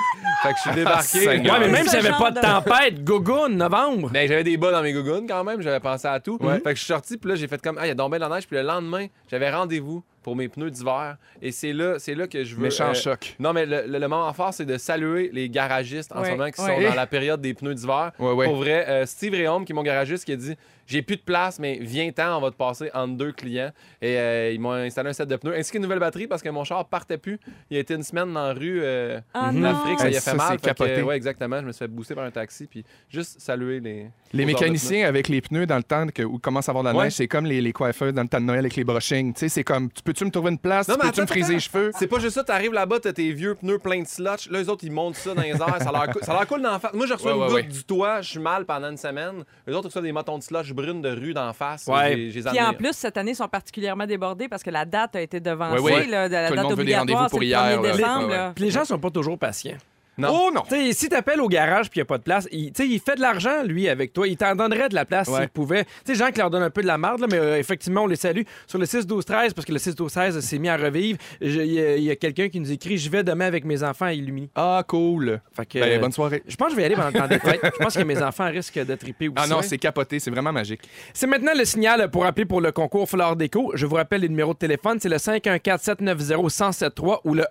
Speaker 4: fait que je suis débarqué.
Speaker 2: Seigneur.
Speaker 1: Ouais, mais même
Speaker 3: Ce
Speaker 1: s'il n'y avait
Speaker 3: genre
Speaker 1: pas de
Speaker 3: de-
Speaker 1: tempête, gogoun, novembre.
Speaker 4: Ben, j'avais des bas dans mes gougounes quand même, j'avais pensé à tout. Fait que je suis sorti, puis là, j'ai fait comme, ah, il y a tombé de la neige, puis le lendemain, j'avais rendez-vous pour mes pneus d'hiver. Et c'est là, c'est là que je veux.
Speaker 2: Méchant
Speaker 4: euh,
Speaker 2: choc.
Speaker 4: Non, mais le, le- le moment fort, c'est de saluer les garagistes en
Speaker 3: Ouais,
Speaker 4: ce moment qui
Speaker 3: ouais.
Speaker 4: sont
Speaker 3: <laughs>
Speaker 4: dans la période des pneus d'hiver.
Speaker 2: Ouais, ouais.
Speaker 4: Pour vrai, euh, Steve Réaume, qui est mon garagiste, qui a dit J'ai plus de place, mais viens-t'en, on va te passer entre deux clients. Et euh, ils m'ont installé un set de pneus, ainsi qu'une nouvelle batterie, parce que mon char partait plus. Il a été une semaine dans la rue euh,
Speaker 3: Ah
Speaker 4: en
Speaker 3: non.
Speaker 4: Afrique, ça
Speaker 2: Hey,
Speaker 4: y a fait
Speaker 2: ça,
Speaker 4: mal.
Speaker 2: c'est
Speaker 4: Fait que,
Speaker 2: capoté.
Speaker 4: ouais, exactement. Je me suis fait booster par un taxi, puis juste saluer les.
Speaker 2: Les
Speaker 4: aux ordres de
Speaker 2: mécaniciens avec les pneus dans le temps que, où commence à avoir de la
Speaker 4: Ouais.
Speaker 2: neige, c'est comme les, les coiffeurs dans le temps de Noël avec les brushings. Tu sais, c'est comme, tu peux-tu me trouver une place?
Speaker 4: Non, mais
Speaker 2: Peux-tu me
Speaker 4: attends,
Speaker 2: friser les
Speaker 4: attends.
Speaker 2: cheveux?
Speaker 4: pneus. C'est pas juste ça, t'arrives là-bas, t'as tes vieux pneus pleins de slotch. Là, les autres, ils montent ça dans les airs, ça leur, cou- ça leur coule d'en face. Moi, je reçois
Speaker 2: Ouais,
Speaker 4: une
Speaker 2: ouais,
Speaker 4: goutte
Speaker 2: ouais.
Speaker 4: du toit, je suis mal pendant une semaine. Les autres ils reçoivent des motons de slotch brunes de rue d'en face.
Speaker 1: Ouais.
Speaker 4: J'ai- j'ai les
Speaker 3: Puis en
Speaker 4: admire.
Speaker 3: plus, cette année, ils sont particulièrement débordés parce que la date a été devancée,
Speaker 2: Ouais, ouais.
Speaker 3: là, de la
Speaker 2: Tout le
Speaker 3: date
Speaker 2: monde veut des
Speaker 3: obligatoire, c'est
Speaker 2: rendez-vous pour
Speaker 3: le 1er
Speaker 2: hier, là.
Speaker 3: décembre.
Speaker 2: Ouais, ouais.
Speaker 3: là.
Speaker 1: Puis les gens sont pas toujours patients.
Speaker 2: Oh non!
Speaker 1: Tu sais, si t'appelles au garage puis il n'y a pas de place, il, tu sais, il fait de l'argent, lui, avec toi. Il t'en donnerait de la place s'il pouvait. Tu sais, gens qui leur donnent un peu de la marde, là, mais euh, effectivement, on les salue. Sur le 6-12-13, parce que le 6-12-13 s'est mis à revivre, je- il y a, il y a quelqu'un qui nous écrit Je vais demain avec mes enfants à Illumini.
Speaker 2: Ah, cool!
Speaker 1: Fait que,
Speaker 2: Ben,
Speaker 1: euh,
Speaker 2: bonne soirée.
Speaker 1: Je pense que je vais y aller pendant le temps des fêtes. Je pense que mes enfants risquent de triper aussi. hein.
Speaker 2: Ah non, c'est capoté, c'est vraiment magique.
Speaker 1: C'est maintenant le signal pour appeler pour le concours Fleur Déco. Je vous rappelle les numéros de téléphone, c'est le 514-790-1073 ou le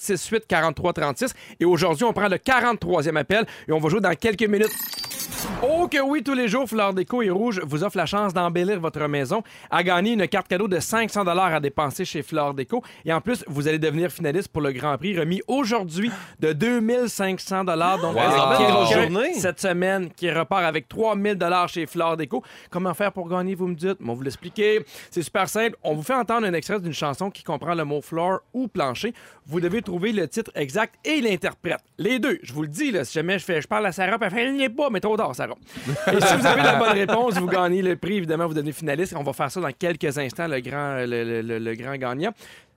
Speaker 1: 1855-768-4336. Et aujourd'hui, on prend le 43e appel et on va jouer dans quelques minutes. Oh que oui, tous les jours, Fleur Déco et Rouge vous offre la chance d'embellir votre maison, à gagner une carte cadeau de 500 dollars à dépenser chez Fleur Déco. Et en plus, vous allez devenir finaliste pour le Grand Prix remis aujourd'hui de 2500 dollars. Donc,
Speaker 4: Wow!
Speaker 1: allez,
Speaker 4: Ça va être une grosse
Speaker 1: quelqu'un
Speaker 4: journée.
Speaker 1: cette semaine qui repart avec 3000 dollars chez Fleur Déco. Comment faire pour gagner, vous me dites? Mais on vous l'expliquer. C'est super simple. On vous fait entendre un extrait d'une chanson qui comprend le mot fleur ou plancher. Vous devez trouver le titre exact et l'interprète. Les deux. Je vous le dis, là, si jamais je, fais, je parle à Sarah, puis elle fait, elle n'y est pas, mais trop tard, Sarah. Et si vous avez la bonne réponse, vous gagnez le prix. Évidemment, vous devenez finaliste. On va faire ça dans quelques instants, le grand, le- le- le- le grand gagnant.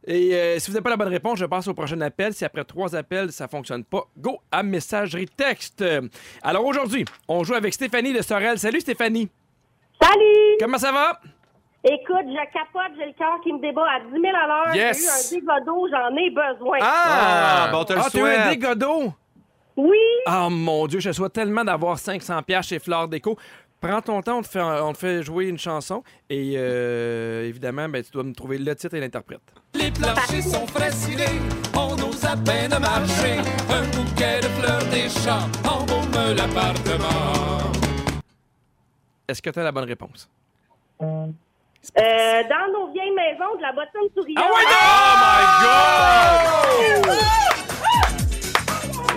Speaker 1: Et euh, si vous n'avez pas la bonne réponse, je passe au prochain appel. Si après trois appels, ça ne fonctionne pas, go à messagerie texte. Euh, Alors aujourd'hui, on joue avec Stéphanie de Sorel. Salut Stéphanie.
Speaker 5: Salut!
Speaker 1: Comment ça va?
Speaker 5: Écoute, je capote, j'ai le cœur qui me débat à 10 000 à l'heure.
Speaker 2: Yes!
Speaker 5: J'ai eu un dégât d'eau, j'en ai besoin.
Speaker 4: Ah, bon, te le
Speaker 1: Ah, tu as un
Speaker 4: souhaite.
Speaker 1: dégât d'eau?
Speaker 5: Oui!
Speaker 1: Ah mon Dieu, je te souhaite tellement d'avoir 500 pièces chez Fleur Déco. Prends ton temps, on te fait, on te fait jouer une chanson. Et euh, évidemment, ben, tu dois me trouver le titre et l'interprète.
Speaker 8: Les planchers sont fraissillés, on ose à peine marcher. Un bouquet de fleurs des champs embaume l'appartement.
Speaker 1: Est-ce que tu as la bonne réponse?
Speaker 5: Euh, dans nos vieilles maisons de la bottine souriante.
Speaker 1: Ah
Speaker 4: Ah
Speaker 1: Oh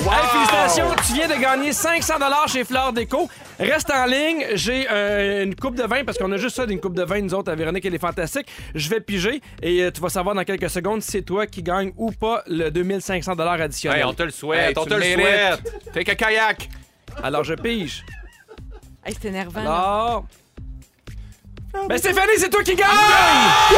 Speaker 1: Hey, félicitations, tu viens de gagner 500 chez Fleur Déco. Reste en ligne, j'ai euh, une coupe de vin parce qu'on a juste ça d'une coupe de vin nous autres à Véronique elle est fantastique. Je vais piger et euh, tu vas savoir dans quelques secondes si c'est toi qui gagne ou pas le 2500 additionnel.
Speaker 4: Hey, Ben, on te le souhaite,
Speaker 2: Hey,
Speaker 4: on
Speaker 2: tu
Speaker 4: te le
Speaker 2: mérites.
Speaker 4: souhaite.
Speaker 2: Take a kayak!
Speaker 1: Alors je pige.
Speaker 3: Hey, c'est énervant. là.
Speaker 1: Alors Ben Stéphanie, c'est toi qui gagne. Ah,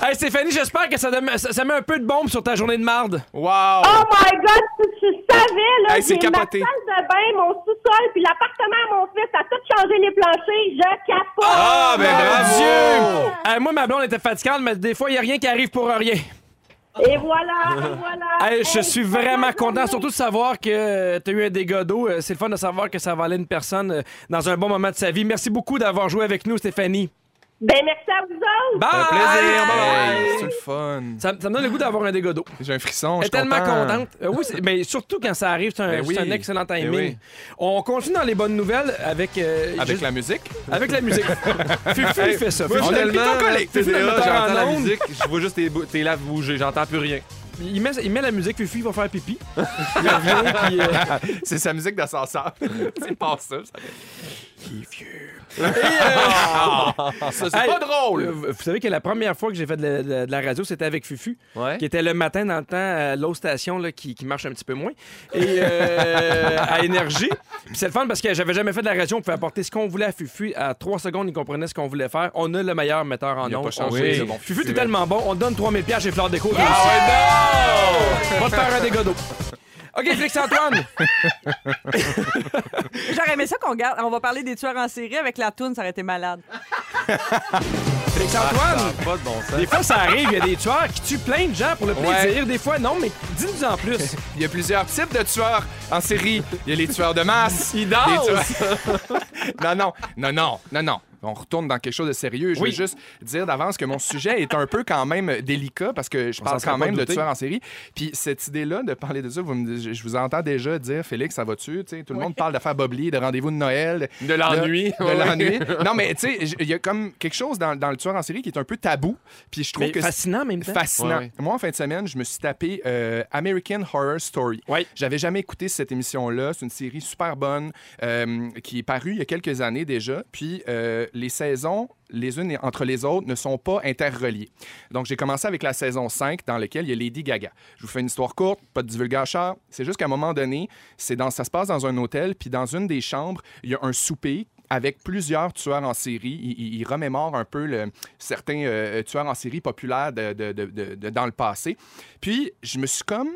Speaker 1: Hey Stéphanie, j'espère que ça, dem- ça- ça met un peu de bombe sur ta journée de marde.
Speaker 2: Wow!
Speaker 5: Oh my God, si tu savais, là,
Speaker 2: Hey, c'est
Speaker 5: j'ai ma salle
Speaker 2: capoté.
Speaker 5: de bain, mon sous-sol, puis l'appartement à mon fils, t'as tout changé les planchers, je capote.
Speaker 2: Ah, ben bravo!
Speaker 1: Hey, moi, ma blonde était fatigante, mais des fois, il n'y a rien qui arrive pour rien.
Speaker 5: Et voilà, et voilà.
Speaker 1: Ah, Hey, je
Speaker 5: Hey,
Speaker 1: suis
Speaker 5: c'est pas
Speaker 1: vraiment
Speaker 5: la
Speaker 1: content,
Speaker 5: journée.
Speaker 1: surtout de savoir que tu as eu un dégât d'eau. Euh, C'est le fun de savoir que ça valait une personne euh, dans un bon moment de sa vie. Merci beaucoup d'avoir joué avec nous, Stéphanie.
Speaker 5: Ben, merci à vous autres.
Speaker 1: Bye!
Speaker 2: plaisir!
Speaker 1: Bye!
Speaker 2: Hey, c'est le fun.
Speaker 1: Ça, ça me donne le goût d'avoir un dégât d'eau.
Speaker 2: J'ai un frisson.
Speaker 1: Elle est
Speaker 2: je suis
Speaker 1: tellement
Speaker 2: content.
Speaker 1: contente. Euh, oui, c'est- mais surtout quand ça arrive, c'est un,
Speaker 2: Ben oui.
Speaker 1: c'est un excellent timing.
Speaker 2: Ben oui.
Speaker 1: On continue dans les bonnes nouvelles avec, euh,
Speaker 2: Avec
Speaker 1: juste-
Speaker 2: la musique?
Speaker 1: avec la
Speaker 2: <laughs>
Speaker 1: musique. Fufu, il fait ça.
Speaker 2: moi,
Speaker 1: Fufu,
Speaker 2: je
Speaker 1: le
Speaker 2: l'aime
Speaker 1: piton
Speaker 2: bien,
Speaker 1: collé.
Speaker 2: là,
Speaker 1: Fufu,
Speaker 2: TDA,
Speaker 1: le metteur
Speaker 4: J'entends
Speaker 1: en
Speaker 4: la
Speaker 1: onde.
Speaker 4: musique, je vois juste tes, bou- tes lèvres bouger, j'entends plus rien.
Speaker 1: Il met, il met la musique, Fufu, il va faire
Speaker 2: <laughs>
Speaker 1: pipi. Il revient, puis, euh,
Speaker 2: C'est sa musique d'ascenseur. <laughs> c'est pas ça. ça. <laughs> Ah! Ça, c'est
Speaker 1: Hey,
Speaker 2: pas drôle.
Speaker 1: euh, vous- vous savez que la première fois que j'ai fait de la, de- de la radio, c'était avec Fufu,
Speaker 4: Ouais.
Speaker 2: Hein?
Speaker 1: qui était le matin dans le temps à l'autre station là, qui, qui marche un petit peu moins, et euh, <laughs> à Énergie. Puis c'est le fun parce que j'avais jamais fait de la radio. On pouvait apporter ce qu'on voulait à Fufu. À trois secondes, il comprenait ce qu'on voulait faire. On a le meilleur metteur en
Speaker 2: Il a
Speaker 1: ondes.
Speaker 2: pas
Speaker 1: On
Speaker 2: changé,
Speaker 1: sait.
Speaker 2: le bon Ah
Speaker 1: Fufu,
Speaker 2: Fufu,
Speaker 1: t'es
Speaker 2: hein.
Speaker 1: tellement bon. On te donne 3000 pièges chez Fleur Déco. Va te faire un dégât d'eau. OK,
Speaker 2: <laughs>
Speaker 1: Félix-Antoine.
Speaker 3: J'aurais aimé ça qu'on garde. On va parler des tueurs en série avec la toune, ça aurait été malade.
Speaker 2: Ah,
Speaker 1: Félix-Antoine.
Speaker 4: Ah, Pas de bon sens.
Speaker 1: Des fois, ça arrive. Il y a des tueurs qui tuent plein de gens pour le plaisir. Des fois, non, mais dis-nous en
Speaker 2: <laughs>
Speaker 1: plus.
Speaker 2: Il y a plusieurs types de tueurs en série. Il y a les tueurs
Speaker 1: <laughs>
Speaker 2: de masse.
Speaker 1: Ils
Speaker 2: Les
Speaker 1: dansent.
Speaker 2: tueurs- <laughs> non, non, non, non, non, non. On retourne dans quelque chose de sérieux. Je
Speaker 1: Oui.
Speaker 2: veux juste dire d'avance que mon sujet est un peu quand même délicat parce que je
Speaker 1: On s'en
Speaker 2: parle
Speaker 1: serait
Speaker 2: quand
Speaker 1: pas
Speaker 2: même de
Speaker 1: douté.
Speaker 2: tueurs en série. Puis cette idée-là de parler de ça, vous me- je je vous entends déjà dire, Félix, ça va-tu? Tu sais, Tout le monde parle d'affaires Bobli, de rendez-vous de Noël.
Speaker 4: De l'ennui.
Speaker 2: De, de
Speaker 1: <laughs>
Speaker 2: l'ennui. Non, mais tu sais, j- il y a comme quelque chose dans, dans le tueur en série qui est un peu tabou. Puis je trouve
Speaker 1: Mais
Speaker 2: que c'est-
Speaker 1: fascinant en même temps.
Speaker 2: fascinant.
Speaker 4: Ouais, ouais.
Speaker 2: Moi, en fin de semaine, je me suis tapé euh, American Horror Story.
Speaker 1: Ouais.
Speaker 2: J'avais jamais écouté cette émission-là. C'est une série super bonne euh, qui est parue il y a quelques années déjà. Puis euh, les saisons, les unes entre les autres, ne sont pas interreliées. Donc, j'ai commencé avec la saison 5, dans laquelle il y a Lady Gaga. Je vous fais une histoire courte, pas de divulgacheur. C'est juste qu'à un moment donné, c'est dans, ça se passe dans un hôtel, puis dans une des chambres, il y a un souper avec plusieurs tueurs en série. Il, il- il remémore un peu le- certains euh, tueurs en série populaires de- de- de- de- de- dans le passé. Puis, je me suis comme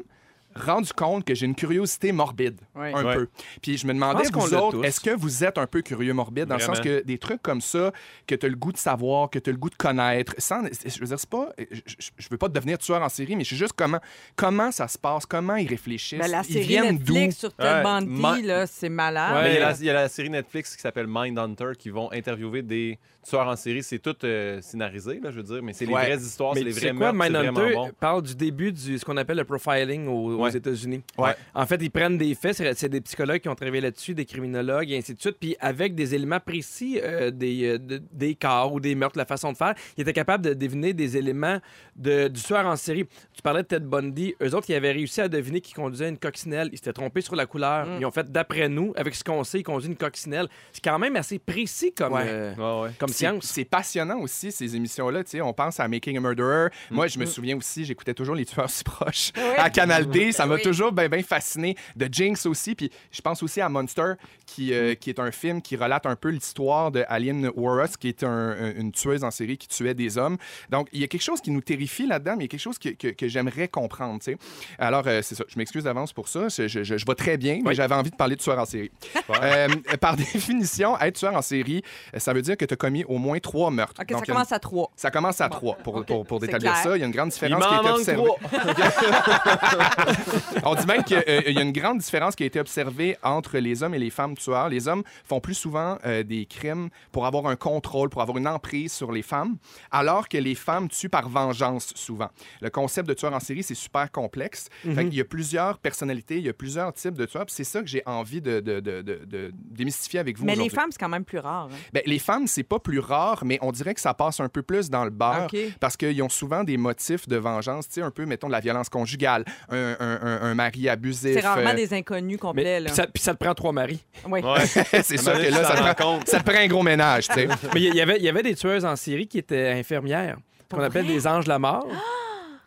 Speaker 2: rendu compte que j'ai une curiosité morbide,
Speaker 3: Ouais.
Speaker 2: un
Speaker 4: Ouais.
Speaker 2: peu. Puis je me
Speaker 1: Je
Speaker 2: demandais,
Speaker 1: pense qu'on
Speaker 2: vous
Speaker 1: l'a
Speaker 2: autres,
Speaker 1: tous.
Speaker 2: est-ce que vous êtes un peu curieux morbide, dans le sens
Speaker 4: Vraiment.
Speaker 2: que des trucs comme ça, que tu as le goût de savoir, que tu as le goût de connaître, sans, je veux dire, c'est pas, je, je- je veux pas devenir tueur en série, mais je sais juste comment, comment ça se passe, comment ils réfléchissent,
Speaker 3: Ben, la
Speaker 2: ils
Speaker 3: série
Speaker 2: viennent d'où.
Speaker 3: Netflix sur Ted
Speaker 4: Ouais.
Speaker 3: Bundy,
Speaker 4: Ma-
Speaker 3: là, c'est malade.
Speaker 4: Ah, Mais il, y a
Speaker 1: Ouais.
Speaker 4: la, il y a la série Netflix qui s'appelle Mindhunter qui vont interviewer des tueurs en série. C'est tout euh, scénarisé, là, je veux dire, mais c'est les
Speaker 2: Ouais.
Speaker 4: vraies histoires,
Speaker 1: Mais
Speaker 4: c'est
Speaker 1: tu
Speaker 4: les
Speaker 1: sais
Speaker 4: vrais
Speaker 1: quoi,
Speaker 4: meurtres, c'est
Speaker 1: Mindhunter
Speaker 4: vraiment bon.
Speaker 1: parle du début de ce qu'on appelle le profiling aux, aux
Speaker 4: Ouais.
Speaker 1: États-Unis.
Speaker 2: Ouais.
Speaker 1: En fait, ils prennent des faits, c'est c'est des psychologues qui ont travaillé là-dessus, des criminologues et ainsi de suite, puis avec des éléments précis euh, des, euh, de- des corps ou des meurtres, la façon de faire, ils étaient capables de deviner des éléments de, du tueur en série. Tu parlais de Ted Bundy, eux autres, ils avaient réussi à deviner qu'il conduisait une coccinelle. Ils s'étaient trompés sur la couleur.
Speaker 2: Mm.
Speaker 1: Ils ont fait, d'après nous, avec ce qu'on sait, il conduit une coccinelle. C'est quand même assez précis comme,
Speaker 2: Ouais.
Speaker 1: euh,
Speaker 4: Ouais, ouais.
Speaker 1: comme
Speaker 2: C'est-
Speaker 1: science.
Speaker 2: C'est passionnant aussi, ces émissions-là. Tu sais, on pense à Making a Murderer. Moi, je me souviens aussi, j'écoutais toujours Les Tueurs si proches à Canal D. Ça m'a
Speaker 3: Oui.
Speaker 2: toujours bien ben fasciné. De Jinx aussi. Puis je pense aussi à Monster, qui, euh, qui est un film qui relate un peu l'histoire de Aline Warros, qui est un- un- une tueuse en série qui tuait des hommes. Donc, il y a quelque chose qui nous terrifie là-dedans, mais il y a quelque chose que, que- que j'aimerais comprendre. tu sais. Alors, euh, c'est ça. Je m'excuse d'avance pour ça. Je, je, je- je vais très bien, mais j'avais envie de parler de tueurs en série. Euh, par <laughs> définition, être tueur en série, ça veut dire que tu as commis au moins trois meurtres.
Speaker 3: OK,
Speaker 2: Donc,
Speaker 3: ça
Speaker 2: il y a une-
Speaker 3: commence à 3.
Speaker 2: ça commence à trois pour, pour, pour
Speaker 3: c'est
Speaker 2: détablir
Speaker 3: clair.
Speaker 2: ça. Il y a une grande
Speaker 4: Il
Speaker 2: différence qui
Speaker 4: m'en
Speaker 2: est
Speaker 4: manque
Speaker 2: observée.
Speaker 4: trois.
Speaker 2: On dit même qu'il y a une grande différence qui a été observée entre les hommes et les femmes tueurs. Les hommes font plus souvent euh, des crimes pour avoir un contrôle, pour avoir une emprise sur les femmes, alors que les femmes tuent par vengeance souvent. Le concept de tueur en série, c'est super complexe.
Speaker 3: Mhm.
Speaker 2: il y a plusieurs personnalités, il y a plusieurs types de tueurs. puis C'est ça que j'ai envie de, de, de- de- de démystifier avec vous
Speaker 3: Mais les
Speaker 2: aujourd'hui.
Speaker 3: femmes, c'est quand même plus rare. hein.
Speaker 2: Ben, les femmes, c'est pas plus rare, mais on dirait que ça passe un peu plus dans le bar
Speaker 3: OK.
Speaker 2: parce qu'ils ont souvent des motifs de vengeance, tu sais, un peu, mettons, de la violence conjugale, un, un- un- un mari abusif.
Speaker 3: C'est rarement
Speaker 2: euh,
Speaker 3: des inconnus complets.
Speaker 1: Mais,
Speaker 3: là.
Speaker 1: puis, ça, puis ça te prend trois maris.
Speaker 3: Ouais.
Speaker 4: Ouais.
Speaker 2: euh, <laughs> c'est sûr que là, ça te, prend, ça te prend un gros ménage,
Speaker 4: <laughs>
Speaker 2: tu sais.
Speaker 1: Mais il y, avait, il y avait des tueuses en Syrie qui étaient infirmières, ce qu'on
Speaker 3: Pour
Speaker 1: appelle
Speaker 3: vrai? Ah!
Speaker 1: des anges de la mort.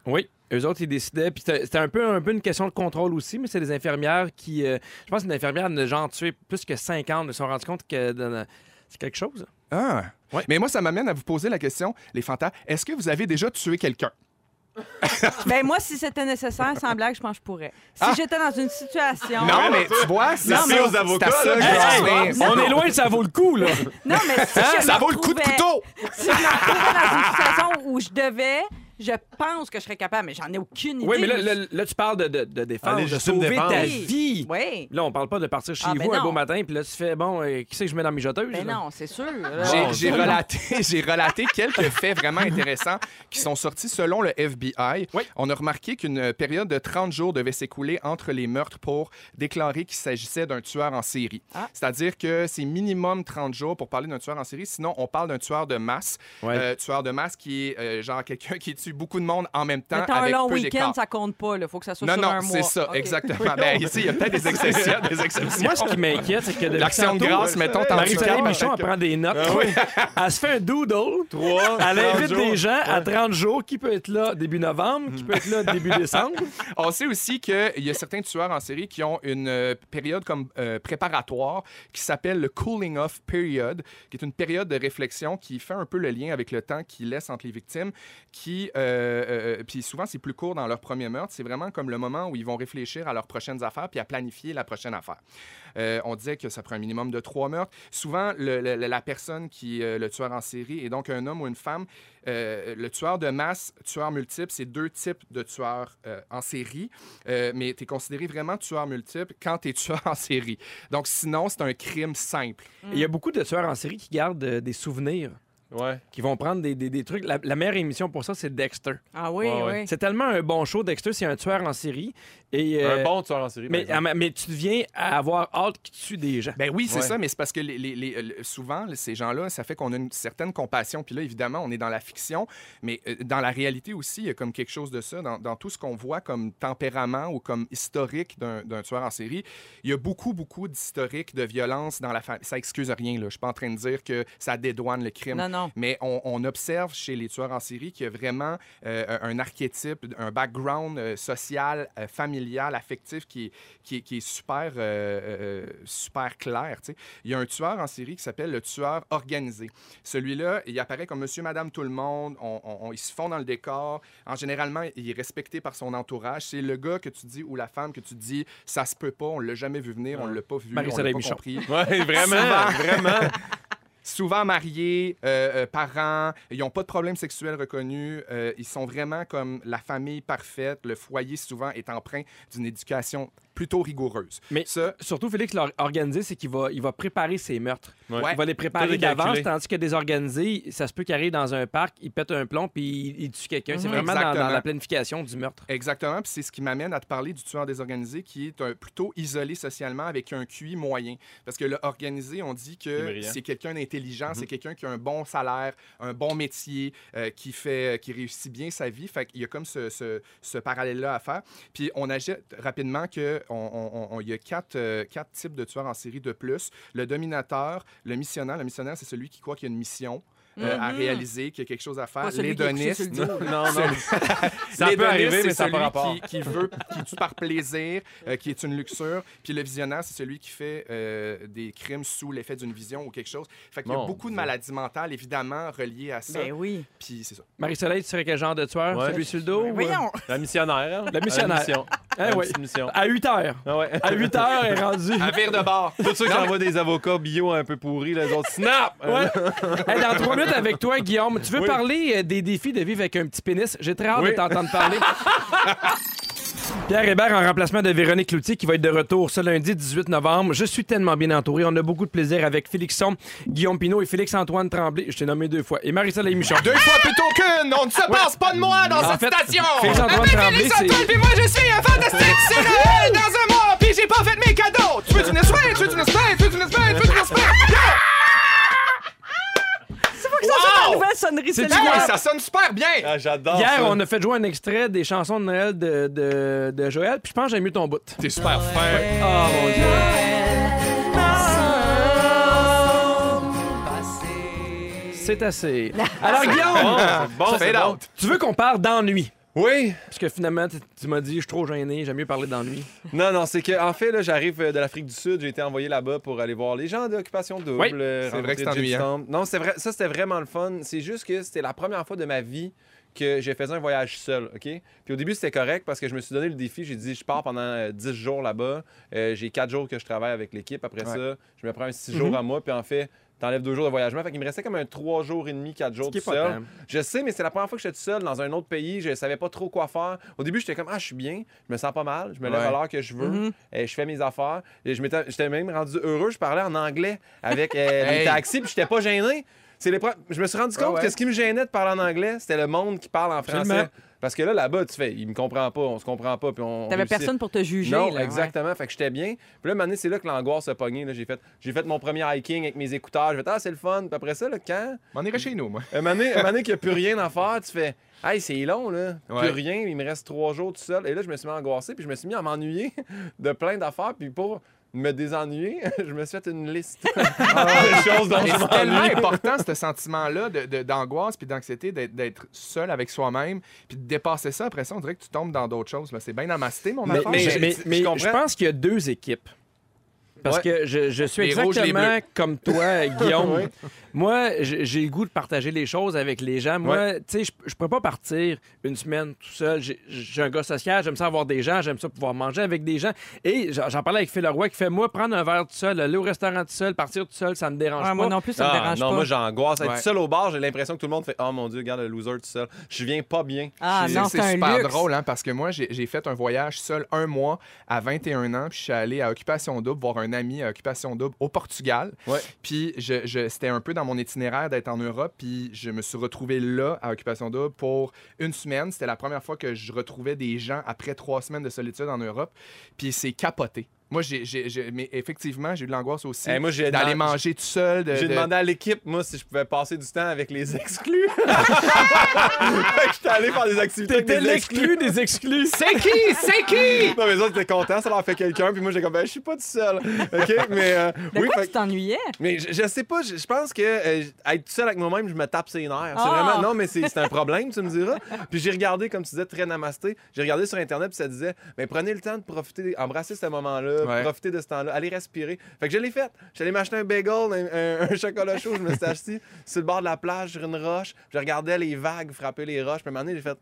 Speaker 1: Oui. Eux autres, ils décidaient. Puis c'était c'était un peu, un peu une question de contrôle aussi, mais c'est des infirmières qui. euh, je pense qu'une infirmière, de genre tué plus que 50, ils se sont rendus compte que. dans- dans- C'est quelque chose.
Speaker 2: Ah.
Speaker 1: Ouais.
Speaker 2: Mais moi, ça m'amène à vous poser la question, les fantas, est-ce que vous avez déjà tué quelqu'un?
Speaker 3: <laughs> Ben moi, si c'était nécessaire, sans blague, je pense que je pourrais. Si j'étais dans une situation...
Speaker 2: Ah! Non, mais tu vois, c'est
Speaker 4: Non, mais-
Speaker 2: ça,
Speaker 4: aux avocats,
Speaker 2: c'est à ça
Speaker 4: là,
Speaker 2: que
Speaker 1: Hey,
Speaker 2: je
Speaker 1: hey,
Speaker 2: pense.
Speaker 1: on est loin, de ça vaut le coup, là.
Speaker 3: <laughs> Non, mais si je
Speaker 2: Ça
Speaker 3: me
Speaker 2: vaut le coup de
Speaker 3: retrouvais-
Speaker 2: couteau!
Speaker 3: Si je me retrouvais dans une situation où je devais, je pense que je serais capable, mais j'en ai aucune idée.
Speaker 1: Oui, mais là, là, là, tu parles de, de, de défense,
Speaker 4: Allez,
Speaker 1: de
Speaker 4: juste une
Speaker 1: sauver
Speaker 4: défense.
Speaker 1: ta
Speaker 3: Oui.
Speaker 1: vie.
Speaker 3: Oui.
Speaker 1: Là, on parle pas de partir chez
Speaker 3: Ah, ben
Speaker 1: vous un
Speaker 3: non.
Speaker 1: beau matin, puis là, tu fais, bon, euh, qui c'est que je mets dans mes jeteuses?
Speaker 3: Mais
Speaker 1: là?
Speaker 3: Ben non, c'est sûr.
Speaker 2: J'ai- J'ai relaté, <laughs> j'ai relaté quelques faits vraiment intéressants qui sont sortis selon le FBI.
Speaker 1: Oui.
Speaker 2: On a remarqué qu'une euh, période de 30 jours devait s'écouler entre les meurtres pour déclarer qu'il s'agissait d'un tueur en série.
Speaker 3: Ah.
Speaker 2: C'est-à-dire que c'est minimum 30 jours pour parler d'un tueur en série, sinon on parle d'un tueur de masse.
Speaker 1: Ouais.
Speaker 2: Euh, tueur de masse qui est euh, genre quelqu'un qui tue beaucoup de monde en même temps
Speaker 3: Mettons, un
Speaker 2: avec
Speaker 3: long
Speaker 2: peu
Speaker 3: week-end,
Speaker 2: d'écart.
Speaker 3: ça compte pas. Il faut que ça soit
Speaker 2: Non,
Speaker 3: sur un
Speaker 2: non,
Speaker 3: mois.
Speaker 2: c'est ça,
Speaker 3: OK.
Speaker 2: exactement. Ben, ici, il y
Speaker 1: <laughs>
Speaker 2: a peut-être des exceptions. Des exceptions.
Speaker 1: Moi, ce qui m'inquiète, c'est que de
Speaker 2: L'action de
Speaker 1: euh,
Speaker 2: grâce, mettons, t'en tues
Speaker 1: Marie-Soleil
Speaker 2: quatre.
Speaker 1: Michon, elle prend des notes. <laughs> Elle se fait un doodle.
Speaker 4: Trois,
Speaker 1: Elle
Speaker 4: 30
Speaker 1: invite
Speaker 4: jours. Mm.
Speaker 1: des gens à 30 jours. Qui peut être là début novembre? Qui peut être là
Speaker 4: <laughs>
Speaker 1: début décembre?
Speaker 2: On sait aussi qu'il y a certains tueurs en série qui ont une euh, période comme euh, préparatoire qui s'appelle le cooling off period, qui est une période de réflexion qui fait un peu le lien avec le temps qu'ils laissent entre les victimes. Qui, euh, euh, puis souvent, c'est plus court dans leur premier meurtre. C'est vraiment comme le moment où ils vont réfléchir à leurs prochaines affaires puis à planifier la prochaine affaire. Euh, on disait que ça prend un minimum de trois meurtres. Souvent, le- le- la personne qui est le tueur en série est donc un homme ou une femme. Euh, le tueur de masse, tueur multiple, c'est deux types de tueurs euh, en série, Euh, mais tu es considéré vraiment tueur multiple quand tu es <laughs> tueur en série. Donc sinon, c'est un crime simple.
Speaker 1: Il y a beaucoup de tueurs en série qui gardent euh, des souvenirs,
Speaker 4: Ouais.
Speaker 1: qui vont prendre des, des- des trucs. La, la meilleure émission pour ça, c'est Dexter.
Speaker 3: Ah oui,
Speaker 4: Ouais, ouais.
Speaker 3: oui.
Speaker 1: C'est tellement un bon show. Dexter, c'est un tueur en série. Et, euh,
Speaker 4: Un bon tueur en série. par
Speaker 1: mais,
Speaker 4: exemple.
Speaker 1: ah, mais tu deviens à avoir hâte qu'il tue des gens.
Speaker 2: Ben oui, c'est
Speaker 4: Ouais.
Speaker 2: ça, mais c'est parce que les, les- les- euh, le- souvent, les- ces gens-là, ça fait qu'on a une certaine compassion. Puis là, évidemment, on est dans la fiction, mais euh, dans la réalité aussi, il y a comme quelque chose de ça, dans, dans tout ce qu'on voit comme tempérament ou comme historique d'un d'un tueur en série. Il y a beaucoup, beaucoup d'historique de violence dans la famille. Ça excuse rien, là. Je suis pas en train de dire que ça dédouane le crime.
Speaker 3: Non, non.
Speaker 2: Mais on, on observe chez les tueurs en série qu'il y a vraiment euh, un archétype, un background euh, social, euh, familial, affectif qui est, qui est, qui est super, euh, euh, super clair. tu sais. Il y a un tueur en série qui s'appelle le tueur organisé. Celui-là, il apparaît comme monsieur, madame, tout le monde. On, on- on- ils se fond dans le décor. En généralement, il est respecté par son entourage. C'est le gars que tu dis ou la femme que tu dis, ça se peut pas, on l'a jamais vu venir, on l'a pas vu, on l'a
Speaker 1: Marie-Soleil
Speaker 2: pas
Speaker 1: Michon.
Speaker 2: compris
Speaker 4: Ouais,
Speaker 1: Ah,
Speaker 4: vraiment, vraiment.
Speaker 2: souvent mariés, euh, euh, parents, ils n'ont pas de problème sexuel reconnu, euh, ils sont vraiment comme la famille parfaite, le foyer souvent est empreint d'une éducation plutôt rigoureuse.
Speaker 1: Mais-
Speaker 2: ça,
Speaker 1: Surtout, Félix, l'or- organisé, c'est qu'il va, il va préparer ses meurtres.
Speaker 4: Ouais.
Speaker 1: Il va les préparer
Speaker 4: Tout est calculé.
Speaker 1: d'avance, tandis que désorganisé, ça se peut qu'il arrive dans un parc, il pète un plomb, puis il, il tue quelqu'un. C'est
Speaker 2: Mhm.
Speaker 1: vraiment dans- dans,
Speaker 2: Exactement.
Speaker 1: la planification du meurtre.
Speaker 2: Exactement, puis c'est ce qui m'amène à te parler du tueur désorganisé qui est un- plutôt isolé socialement avec un QI moyen. Parce que le organisé, on dit
Speaker 4: C'est
Speaker 2: que
Speaker 4: brillant. Mm-hmm.
Speaker 2: c'est quelqu'un d'intelligent, c'est quelqu'un qui a un bon salaire, un bon métier, euh, qui fait, qui réussit bien sa vie. Fait qu'il y a comme ce, ce- ce parallèle-là à faire. Puis on ajoute rapidement qu'il on, on- on- il y a quatre, euh, quatre types de tueurs en série de plus. Le dominateur, le missionnaire. Le missionnaire, c'est celui qui croit qu'il y a une mission. euh, à
Speaker 3: Mhm.
Speaker 2: réaliser, qu'il y a quelque chose à faire.
Speaker 3: Pas celui qui est couché sur
Speaker 2: L'hédoniste,
Speaker 3: le dos, là.
Speaker 4: <laughs> Non, non. Ça
Speaker 2: les
Speaker 4: peut
Speaker 2: données,
Speaker 4: arriver,
Speaker 2: c'est
Speaker 4: mais ça n'a pas
Speaker 2: celui
Speaker 4: rapport.
Speaker 2: Qui, qui veut, qui tue par plaisir, euh, qui est une luxure. Puis le visionnaire, c'est celui qui fait euh, des crimes sous l'effet d'une vision ou quelque chose. Fait qu'il y a
Speaker 4: Mon
Speaker 2: beaucoup de
Speaker 4: Dieu.
Speaker 2: maladies mentales, évidemment, reliées à ça.
Speaker 3: Ben oui.
Speaker 2: Puis c'est ça.
Speaker 1: Marie-Soleil, tu serais quel genre de tueur?
Speaker 4: Ouais.
Speaker 1: Celui sur le dos? ou-
Speaker 3: Ben
Speaker 1: euh,
Speaker 3: Voyons.
Speaker 4: La missionnaire. hein?
Speaker 1: La missionnaire.
Speaker 4: La mission.
Speaker 1: Eh
Speaker 4: La
Speaker 1: oui.
Speaker 4: petite mission.
Speaker 1: À 8 heures.
Speaker 4: Ah ouais.
Speaker 1: À 8 heures, elle est rendue.
Speaker 2: À vire de bord.
Speaker 4: <laughs> Tous ceux qui envoient des avocats bio un peu pourris, les autres, snap!
Speaker 1: Ouais. Hey, dans trois minutes avec toi, Guillaume, tu veux
Speaker 4: Euh. Oui.
Speaker 1: parler euh, des défis de vivre avec un petit pénis? J'ai très hâte
Speaker 4: Oui.
Speaker 1: de t'entendre
Speaker 4: <laughs>
Speaker 1: parler. Pierre Hébert en remplacement de Véronique Loutier qui va être de retour ce lundi 18 novembre. Je suis tellement bien entouré. On a beaucoup de plaisir avec Félixon, Guillaume Pinot et Félix-Antoine Tremblay. Je t'ai nommé deux fois. Et Marie-Soleil
Speaker 4: Ah,
Speaker 1: Michon.
Speaker 2: <laughs> Deux fois plutôt qu'une! On ne se passe pas de moi dans
Speaker 1: En
Speaker 2: cette
Speaker 1: fait,
Speaker 2: station!
Speaker 1: Félix-Antoine Tremblay, c'est...
Speaker 2: puis moi je suis un fantastique! C'est Noël dans un mois, puis j'ai pas fait mes cadeaux! Tu veux du Nesquik? Tu veux du Nesquik? Tu veux du Nesquik? Tu veux du Nesquik?
Speaker 3: Ça, c'est
Speaker 2: Wow! Euh,
Speaker 3: la nouvelle sonnerie
Speaker 1: C'est du
Speaker 3: cellulaire.
Speaker 2: Hey, ça sonne super bien!
Speaker 4: Ah, j'adore
Speaker 1: Hier,
Speaker 4: ça.
Speaker 1: on a fait jouer un extrait des chansons de Noël de, de, de Joël, puis je pense que j'aime mieux ton bout.
Speaker 2: T'es super fin!
Speaker 1: Oh mon Dieu. C'est assez. Alors, Guillaume,
Speaker 4: Bon, c'est bon.
Speaker 2: Fade out.
Speaker 1: Ah,
Speaker 4: Ah.
Speaker 1: tu veux qu'on parle d'ennui?
Speaker 4: Oui,
Speaker 1: Parce que finalement, tu- tu m'as dit, je suis trop gêné, j'aime mieux parler d'ennui.
Speaker 4: Non, non, c'est que en fait, là, j'arrive euh, de l'Afrique du Sud, j'ai été envoyé là-bas pour aller voir les gens d'occupation double.
Speaker 1: Oui,
Speaker 4: euh,
Speaker 2: c'est vrai
Speaker 4: rencontrer
Speaker 2: que c'est
Speaker 4: Jim
Speaker 2: ennuyant.
Speaker 4: Stump. Non, c'est vrai, ça c'était vraiment le fun. C'est juste que c'était la première fois de ma vie que j'ai fait un voyage seul, OK? Puis au début, c'était correct parce que je me suis donné le défi. J'ai dit, je pars pendant euh, 10 jours là-bas. Euh, j'ai 4 jours que je travaille avec l'équipe. Après ça, je me prends 6
Speaker 3: Mhm.
Speaker 4: jours à moi. Puis en fait, t'enlèves 2 jours de voyagement. Fait qu'il me restait comme un 3 jours et demi, 4 jours
Speaker 1: Ce qui
Speaker 4: tout
Speaker 1: est pas
Speaker 4: seul.
Speaker 1: tant.
Speaker 4: Je sais, mais c'est la première fois que j'étais tout seul dans un autre pays. Je savais pas trop quoi faire. Au début, j'étais comme, ah, je suis bien. Je me sens pas mal. Je me lève
Speaker 2: Ouais.
Speaker 4: à l'heure que je veux.
Speaker 3: Mhm.
Speaker 4: Euh, je fais mes affaires. Et je m'étais- J'étais même rendu heureux. Je parlais en anglais avec euh, les
Speaker 3: <laughs>
Speaker 2: Hey.
Speaker 4: taxis. Puis j'étais pas gêné. C'est les pro- Je me suis rendu compte
Speaker 2: ouais.
Speaker 4: que ce qui me gênait de parler en anglais, c'était le monde qui parle en français.
Speaker 1: Absolument.
Speaker 4: Parce que là, là-bas, tu fais, il me comprend pas, on se comprend pas. Puis on. on
Speaker 3: T'avais
Speaker 4: réussit.
Speaker 3: personne pour te juger.
Speaker 4: Non,
Speaker 3: là, ouais.
Speaker 4: exactement. Fait que j'étais bien. Puis là, maintenant, c'est là que l'angoisse a pogné. là. J'ai fait, j'ai fait mon premier hiking avec mes écouteurs. J'ai fait, ah, c'est le fun. Puis après ça, là, quand
Speaker 2: On irait chez nous, moi.
Speaker 4: un moment donné- un moment donné qu'il n'y a plus rien à faire, tu fais Hey, c'est long, là.
Speaker 2: Ouais.
Speaker 4: Plus rien, il me reste trois jours tout seul. Et là, je me suis mis à angoisser, puis je me suis mis à m'ennuyer <laughs> de plein d'affaires. Puis pour me désennuyer, <laughs> je me suis fait une liste de choses dont
Speaker 2: Ah, Mais
Speaker 4: je
Speaker 2: C'est tellement
Speaker 4: m'ennuie.
Speaker 2: important, ce sentiment-là de- de- d'angoisse puis d'anxiété, d'être- d'être seul avec soi-même, puis de dépasser ça. Après ça, on dirait que tu tombes dans d'autres choses. là. C'est bien namasté, mon
Speaker 4: Mais-
Speaker 2: affaire.
Speaker 4: mais-
Speaker 2: J'ai-
Speaker 1: mais
Speaker 4: je
Speaker 1: mais
Speaker 4: comprends.
Speaker 1: je pense qu'il y a deux équipes. Parce
Speaker 4: Ouais.
Speaker 1: que je, je suis
Speaker 2: Les rouges, les
Speaker 1: exactement
Speaker 2: bleus.
Speaker 1: comme
Speaker 2: <laughs>
Speaker 1: toi, Guillaume. Moi, j'ai j'ai le goût de partager les choses avec les gens. Moi, tu sais, je je peux pas partir une semaine tout seul. J'ai- J'ai un gars social, j'aime ça avoir des gens, j'aime ça pouvoir manger avec des gens. Et j'en j'en parlais avec Phil Leroy qui fait, moi, prendre un verre tout seul, aller au restaurant tout seul, partir tout seul, ça me dérange
Speaker 3: Ouais,
Speaker 1: pas.
Speaker 3: moi non plus, ça me
Speaker 4: Ah,
Speaker 3: dérange
Speaker 4: non,
Speaker 3: pas.
Speaker 4: moi j'angoisse. Être
Speaker 2: Ouais.
Speaker 4: tout seul au bar, j'ai l'impression que tout le monde fait Oh mon Dieu, regarde le loser tout seul. Je viens pas bien.
Speaker 3: Ah
Speaker 2: Je sais
Speaker 3: non,
Speaker 2: que
Speaker 3: c'est un
Speaker 2: c'est super
Speaker 3: luxe.
Speaker 2: drôle, hein, parce que moi, j'ai j'ai fait un voyage seul un mois à 21 ans, puis je suis allé à Occupation Double voir un ami à Occupation Double au Portugal.
Speaker 4: Ouais.
Speaker 2: Puis je, je- c'était un peu dans mon itinéraire d'être en Europe, puis je me suis retrouvé là, à Occupation Double, pour une semaine. C'était la première fois que je retrouvais des gens après trois semaines de solitude en Europe, puis c'est capoté. Moi, j'ai, j'ai- j'ai- mais effectivement, j'ai eu de l'angoisse aussi
Speaker 4: Eh, moi, j'ai
Speaker 2: d'aller
Speaker 4: demandé-
Speaker 2: manger tout seul. de-
Speaker 4: J'ai
Speaker 2: de-
Speaker 4: demandé à l'équipe, moi, si je pouvais passer du temps avec les exclus. <laughs> Fait que j'étais allé faire des activités avec
Speaker 1: T'es
Speaker 4: les exclus.
Speaker 1: l'exclu des exclus.
Speaker 2: C'est qui? C'est
Speaker 4: <laughs>
Speaker 2: qui?
Speaker 4: Non, mais les autres étaient contents, ça leur fait quelqu'un, puis moi, j'ai comme, ben, je suis pas tout seul. OK, mais. euh,
Speaker 3: De
Speaker 4: oui,
Speaker 3: quoi
Speaker 4: fait-
Speaker 3: tu t'ennuyais?
Speaker 4: Mais je, je sais pas, je, je pense que euh, être tout seul avec moi-même, je me tape ses nerfs. C'est
Speaker 3: Ah!
Speaker 4: vraiment. Non, mais c'est c'est un problème, tu me diras. Puis j'ai regardé, comme tu disais, très namasté. J'ai regardé sur Internet, puis ça disait, mais prenez le temps de profiter, embrasser ce moment-là,
Speaker 2: Ouais.
Speaker 4: profiter de ce temps-là, allez respirer. Fait que je l'ai fait. J'allais m'acheter un bagel, un, un- un chocolat chaud, je me suis assis sur le bord de la plage, sur une roche. Je regardais les vagues frapper les roches. Puis à un moment donné, j'ai fait.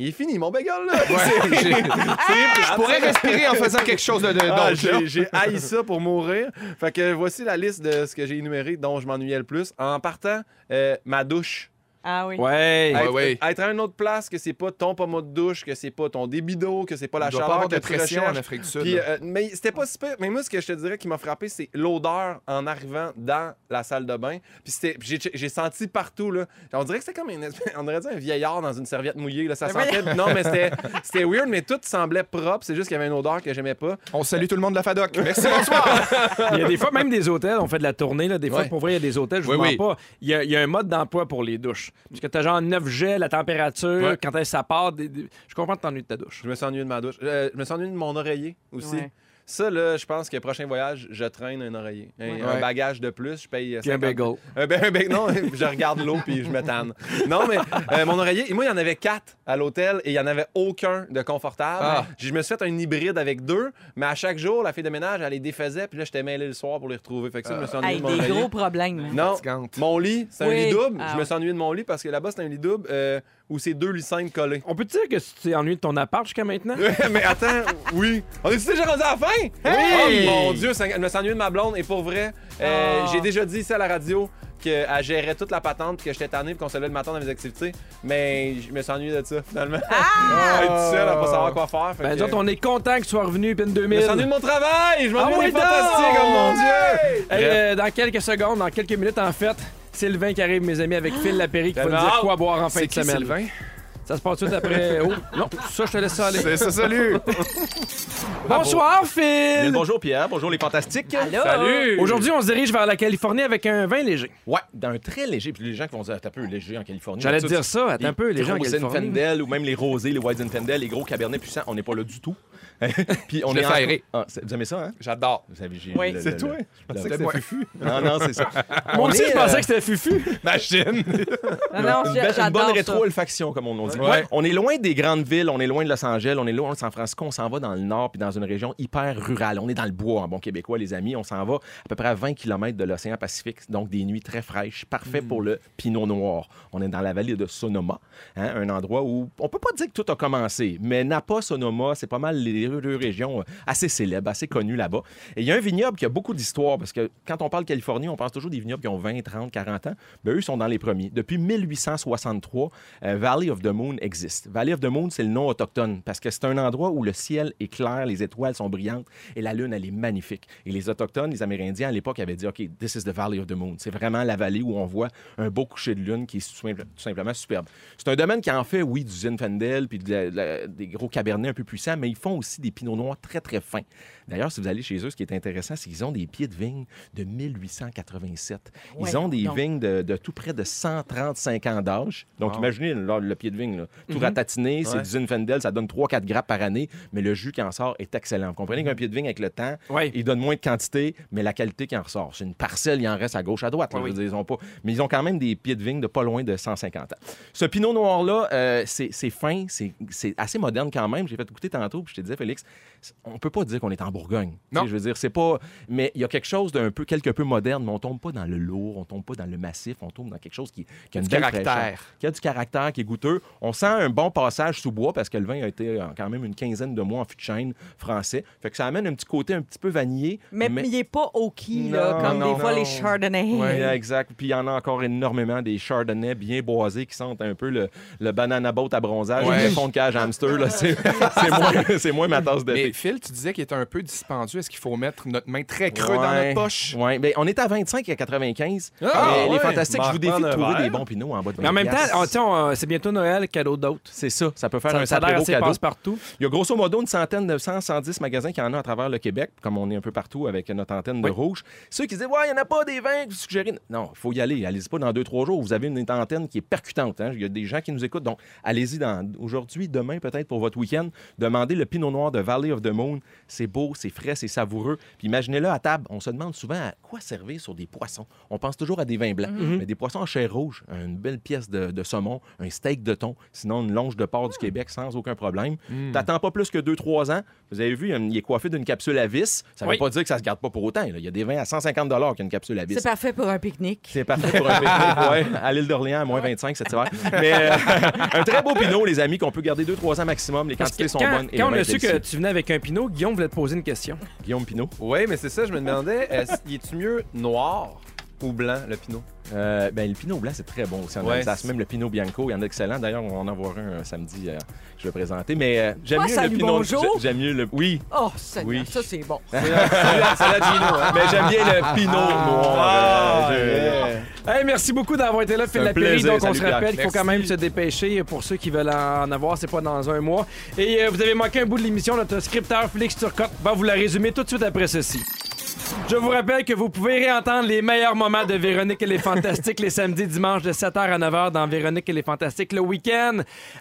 Speaker 4: Il est fini, mon bagel, là! <laughs>
Speaker 2: Ouais, j'ai-
Speaker 4: Je
Speaker 2: je pourrais respirer en faisant quelque chose de, de-
Speaker 4: ah,
Speaker 2: d'autre, là.
Speaker 4: j'ai- J'ai
Speaker 2: <laughs>
Speaker 4: haï ça pour mourir. Fait que voici la liste de ce que j'ai énuméré dont je m'ennuyais le plus. En partant, euh, ma douche.
Speaker 3: Ah oui.
Speaker 1: Ouais.
Speaker 2: Ah
Speaker 4: être,
Speaker 2: oui.
Speaker 4: être à une autre place que c'est pas ton pommeau de douche, que c'est pas ton débit d'eau, que c'est pas la
Speaker 2: Il doit
Speaker 4: chaleur
Speaker 2: pas avoir
Speaker 4: que
Speaker 2: de
Speaker 4: tu
Speaker 2: pression en
Speaker 4: recherches.
Speaker 2: Afrique du Sud.
Speaker 4: Puis,
Speaker 2: là.
Speaker 4: euh, mais c'était pas super. Mais moi, ce que je te dirais qui m'a frappé, c'est l'odeur en arrivant dans la salle de bain. Puis c'était- puis j'ai- j'ai senti partout. Là. On dirait que c'était comme une espèce- <laughs> on aurait dit un vieillard dans une serviette mouillée. Là. Ça sentait. Non, mais c'était c'était weird, mais tout semblait propre. C'est juste qu'il y avait une odeur que j'aimais pas.
Speaker 2: On salue tout le monde de la FADOC. Merci, <laughs> bonsoir.
Speaker 1: Il y a des fois, même des hôtels, on fait de la tournée. Là, des fois,
Speaker 2: Ouais.
Speaker 1: pour vrai, il y a des hôtels, je vous
Speaker 2: Oui,
Speaker 1: mens
Speaker 2: oui.
Speaker 1: pas. Il y, a, il y a un mode d'emploi pour les douches. Parce que t'as genre 9 jets, la température,
Speaker 2: Ouais.
Speaker 1: quand elle, ça part. des- des- Je comprends que t'ennuies de ta douche.
Speaker 4: Je me suis ennuyé de ma douche. Euh, je me suis ennuyé de mon oreiller aussi.
Speaker 3: Ouais.
Speaker 4: Ça, là, je pense que prochain voyage, je traîne un oreiller. Un,
Speaker 3: Ouais.
Speaker 4: un
Speaker 2: Ouais.
Speaker 4: bagage de plus, je paye. euh,
Speaker 1: Puis un
Speaker 4: 50
Speaker 1: bagel.
Speaker 4: Un, ba- un bagel, non, <laughs> je regarde l'eau puis je me tanne. Non, mais euh, mon oreiller, et moi, il y en avait quatre à l'hôtel et il n'y en avait aucun de confortable.
Speaker 2: Ah.
Speaker 4: Je me suis fait un hybride avec deux, mais à chaque jour, la fille de ménage, elle les défaisait puis là, j'étais mêlé le soir pour les retrouver. Fait que ça, je me suis ennuyé
Speaker 3: Avec
Speaker 4: de mon
Speaker 3: Ah. des
Speaker 4: oreiller.
Speaker 3: gros problèmes.
Speaker 4: Non,
Speaker 2: Fatigante.
Speaker 4: mon lit, c'est un
Speaker 3: Oui.
Speaker 4: lit double.
Speaker 3: Ah
Speaker 4: Je me
Speaker 3: ouais.
Speaker 4: suis ennuyé de mon lit parce que là-bas, c'est un lit double euh, où c'est deux lits simples collés.
Speaker 1: On peut te dire que tu t'es ennuyé de ton appart jusqu'à maintenant?
Speaker 4: Ouais, <laughs> mais attends, oui. On est déjà rendu à la fin?
Speaker 2: Hey!
Speaker 4: Oh mon Dieu, ça- je me suis ennuyé de ma blonde. Et pour vrai, euh,
Speaker 3: Ah.
Speaker 4: j'ai déjà dit ici à la radio qu'elle gérait toute la patente, que j'étais tanné et qu'on se levait le matin dans mes activités. Mais je me suis ennuyé de ça, finalement. <laughs> Ah! être seul à pas savoir quoi faire. fait
Speaker 1: Ben,
Speaker 4: que-
Speaker 1: nous autres, on est content que tu sois revenu, PIN
Speaker 4: Je
Speaker 1: 2000.
Speaker 4: me suis ennuyé de mon travail! Je
Speaker 1: Ah
Speaker 4: m'ennuie
Speaker 1: oui,
Speaker 4: des fantastiques,
Speaker 1: donc!
Speaker 4: oh mon Dieu!
Speaker 1: Hey,
Speaker 4: Bref.
Speaker 1: euh, dans quelques secondes, dans quelques minutes, en fait, Sylvain qui arrive, mes amis, avec Phil Lapéry qui va nous
Speaker 4: Tellement
Speaker 1: dire
Speaker 4: hâte.
Speaker 1: quoi boire en fin
Speaker 2: C'est
Speaker 1: de
Speaker 2: qui,
Speaker 1: semaine.
Speaker 2: Sylvain?
Speaker 1: Ça se passe tout de suite après. Oh, non, ça, je te laisse ça aller.
Speaker 2: C'est ça, salut.
Speaker 1: Bonsoir,
Speaker 4: Bien,
Speaker 1: Phil!
Speaker 4: Bonjour Pierre, bonjour les fantastiques.
Speaker 3: Allô?
Speaker 1: Aujourd'hui, on se dirige vers la Californie avec un vin léger.
Speaker 9: Ouais, d'un très léger. Puis les gens qui vont dire, attends un peu, léger en Californie.
Speaker 1: J'allais
Speaker 9: Tout
Speaker 1: te dire ça, attends
Speaker 9: les
Speaker 1: un peu, les gens en
Speaker 9: gros
Speaker 1: Californie.
Speaker 9: Zinfandel ou même les rosés, les White Zinfandel, les gros Cabernet Puissants, on n'est pas là du tout. Puis on
Speaker 2: Je l'ai
Speaker 9: est
Speaker 2: fait
Speaker 9: en-
Speaker 2: aérer.
Speaker 9: Ah, c'est- vous aimez ça, hein?
Speaker 4: J'adore.
Speaker 9: Vous avez, j'ai-
Speaker 3: Oui.
Speaker 9: le-
Speaker 2: C'est
Speaker 9: le-
Speaker 2: toi?
Speaker 9: le-
Speaker 2: Je pensais que c'était
Speaker 9: Ouais.
Speaker 2: Fufu.
Speaker 9: Non, non, c'est ça.
Speaker 1: Moi
Speaker 9: On
Speaker 1: aussi,
Speaker 9: est,
Speaker 1: je pensais
Speaker 9: euh,
Speaker 1: que c'était Fufu.
Speaker 2: Machine.
Speaker 3: Non, non,
Speaker 9: une,
Speaker 3: j'a-
Speaker 9: belle- une
Speaker 3: j'adore
Speaker 9: bonne
Speaker 3: ça.
Speaker 9: rétro-olfaction, comme on on dit.
Speaker 2: Ouais.
Speaker 9: On est loin des grandes villes, on est loin de Los Angeles, on est loin de San Francisco, on s'en va dans le nord, puis dans une région hyper rurale. On est dans le bois, en bon québécois, les amis. On s'en va à peu près à 20 km de l'océan Pacifique, donc des nuits très fraîches, parfait pour le pinot noir. On est dans la vallée de Sonoma, hein, un endroit où on peut pas dire que tout a commencé, mais Napa, Sonoma, c'est pas mal les deux régions euh, assez célèbres, assez connues là-bas. Et il y a un vignoble qui a beaucoup d'histoire, parce que quand on parle Californie, on pense toujours des vignobles qui ont 20, 30, 40 ans. Ben, eux sont dans les premiers. Depuis 1863, euh, Valley of the Moon existe. Valley of the Moon, c'est le nom autochtone parce que c'est un endroit où le ciel est clair, les étoiles sont brillantes et la lune, elle est magnifique. Et les autochtones, les Amérindiens à l'époque avaient dit, OK, this is the Valley of the Moon. C'est vraiment la vallée où on voit un beau coucher de lune qui est tout simple- tout simplement superbe. C'est un domaine qui en fait, oui, du Zinfandel puis de la- de la- des gros cabernets un peu puissants, mais ils font aussi des pinots noirs très, très fins. D'ailleurs, si vous allez chez eux, ce qui est intéressant, c'est qu'ils ont des pieds de vigne de 1887. Ils
Speaker 3: Ouais,
Speaker 9: ont des
Speaker 3: donc.
Speaker 9: vignes de, de tout près de 135 ans d'âge. Donc,
Speaker 4: Wow. Mhm.
Speaker 9: imaginez le, le pied de vigne, là. tout ratatiné, c'est
Speaker 4: Ouais.
Speaker 9: du Zinfandel, ça donne 3-4 grappes par année, mais le jus qui en sort est excellent. Vous comprenez
Speaker 4: Mhm.
Speaker 9: qu'un pied de vigne, avec le temps,
Speaker 1: Oui.
Speaker 9: il donne moins de quantité, mais la qualité qui en ressort. C'est une parcelle, il en reste à gauche, à droite. là. Je veux dire, ils ont pas... Mais ils ont quand même des pieds de vigne de pas loin de 150 ans. Ce pinot noir-là, euh, c'est c'est fin, c'est c'est assez moderne quand même. J'ai fait goûter tantôt, puis je te disais, Félix, c'est- on peut pas dire qu'on est en Bourgogne. Tu
Speaker 2: Non.
Speaker 9: sais, Je veux dire, c'est pas. Mais il y a quelque chose d'un peu, quelque peu moderne, mais on tombe pas dans le lourd, on tombe pas dans le massif, on tombe dans quelque chose qui, qui a une
Speaker 2: Du
Speaker 9: belle
Speaker 2: caractère.
Speaker 9: fraîcheur, qui a du caractère, qui est goûteux. On sent un bon passage sous bois parce que le vin a été euh, quand même une quinzaine de mois en fût de chêne français. Fait que ça amène un petit côté un petit peu vanillé.
Speaker 3: Mais mais il n'est pas oaky, là,
Speaker 9: Non,
Speaker 3: comme
Speaker 9: non,
Speaker 3: des fois
Speaker 9: non.
Speaker 3: les Chardonnay.
Speaker 9: Oui, exact. Puis il y en a encore énormément des chardonnays bien boisés qui sentent un peu le, le banana boat à bronzage,
Speaker 2: Ouais.
Speaker 9: le fond de cage hamster. là. C'est <laughs> c'est moins, c'est moins ma tasse de
Speaker 2: Mais
Speaker 9: thé.
Speaker 2: Phil, tu disais qu'il était un peu dispendieux. Est-ce qu'il faut mettre notre main très creux dans
Speaker 9: Ouais.
Speaker 2: notre poche?
Speaker 9: Ouais, ben, on est à 25 et à 95.
Speaker 1: Ah,
Speaker 9: Mais
Speaker 4: ouais.
Speaker 9: Les fantastiques, je vous défie de
Speaker 4: Marc-Anne
Speaker 9: trouver
Speaker 4: Vert.
Speaker 9: des bons pinots en bas de
Speaker 1: Mais en
Speaker 9: 20
Speaker 1: même temps,
Speaker 9: piastres.
Speaker 1: oh, tiens, on- c'est bientôt Noël, cadeau d'autres.
Speaker 9: c'est ça, ça peut faire
Speaker 1: Ça,
Speaker 9: un
Speaker 1: ça a
Speaker 9: sacré
Speaker 1: l'air
Speaker 9: beau
Speaker 1: assez
Speaker 9: cadeau.
Speaker 1: passe-partout.
Speaker 9: Il y a grosso modo une centaine, 900, 110 magasins qu'il y en a à travers le Québec, comme on est un peu partout avec notre antenne de rouge. Ceux qui disent, ouais, il n'y en a pas des vins que vous suggérez. Non, il faut y aller. Allez-y pas dans deux, trois jours. Vous avez une antenne qui est percutante. hein. Il y a des gens qui nous écoutent. Donc, allez-y dans aujourd'hui, demain, peut-être pour votre week-end. Demandez le Pinot Noir de Valley of the Moon. C'est beau, c'est frais, c'est savoureux. Puis imaginez-le à table. On se demande souvent à quoi servir sur des poissons. On pense toujours à des vins blancs.
Speaker 1: Mhm.
Speaker 9: Mais des poissons en chair rouge, une belle pièce de, de saumon, un steak de thon, sinon une longe de porc
Speaker 1: Ah.
Speaker 9: du Québec sans aucun problème.
Speaker 1: Hmm.
Speaker 9: T'attends pas plus que 2-3 ans. Vous avez vu, il est coiffé d'une capsule à vis. Ça veut
Speaker 1: Oui.
Speaker 9: pas dire que ça se garde pas pour autant. là. Il y a des vins à 150 qui ont une capsule à vis.
Speaker 3: C'est parfait pour un pique-nique.
Speaker 9: C'est parfait pour un
Speaker 1: <laughs>
Speaker 9: pique-nique, ouais, à l'île d'Orléans, à moins 25 cet hiver. Mais euh, <laughs> un très beau pinot, les amis, qu'on peut garder 2-3 ans maximum. Les
Speaker 1: Parce que
Speaker 9: quantités sont
Speaker 1: quand,
Speaker 9: bonnes. et
Speaker 1: quand
Speaker 9: le
Speaker 1: on
Speaker 9: vin
Speaker 1: a
Speaker 9: est
Speaker 1: su que
Speaker 9: délicieux.
Speaker 1: tu venais avec un pinot, Guillaume voulait te poser une question.
Speaker 9: Guillaume Pinot,
Speaker 4: Oui, mais c'est ça, je me demandais, est-ce- y est-tu mieux noir ou blanc, le pinot?
Speaker 9: euh, ben, le pinot blanc, c'est très bon aussi en
Speaker 4: Ouais.
Speaker 9: Alsace. Même le pinot bianco, il y en a d'excellents. D'ailleurs, on va en avoir un euh, samedi euh, que je vais présenter. Mais euh, j'aime
Speaker 3: Ah,
Speaker 9: mieux
Speaker 3: salut,
Speaker 9: le pinot.
Speaker 3: bonjour.
Speaker 9: J'aime mieux le. Oui,
Speaker 3: Oh, Seigneur,
Speaker 9: Oui.
Speaker 3: ça, c'est bon.
Speaker 9: mais j'aime bien le pinot noir. euh, je-
Speaker 1: Hey, merci beaucoup d'avoir été là, Phil
Speaker 9: un
Speaker 1: Lapéry.
Speaker 9: plaisir.
Speaker 1: Donc, on
Speaker 9: Salut,
Speaker 1: se rappelle
Speaker 9: Pierre.
Speaker 1: qu'il faut quand même se dépêcher pour ceux qui veulent en avoir. C'est pas dans un mois. Et euh, vous avez manqué un bout de l'émission. Notre scripteur Félix Turcotte va vous la résumer tout de suite après ceci. Je vous rappelle que vous pouvez réentendre les meilleurs moments de Véronique et les Fantastiques les samedis, dimanches de 7h à 9h dans Véronique et les Fantastiques le week-end.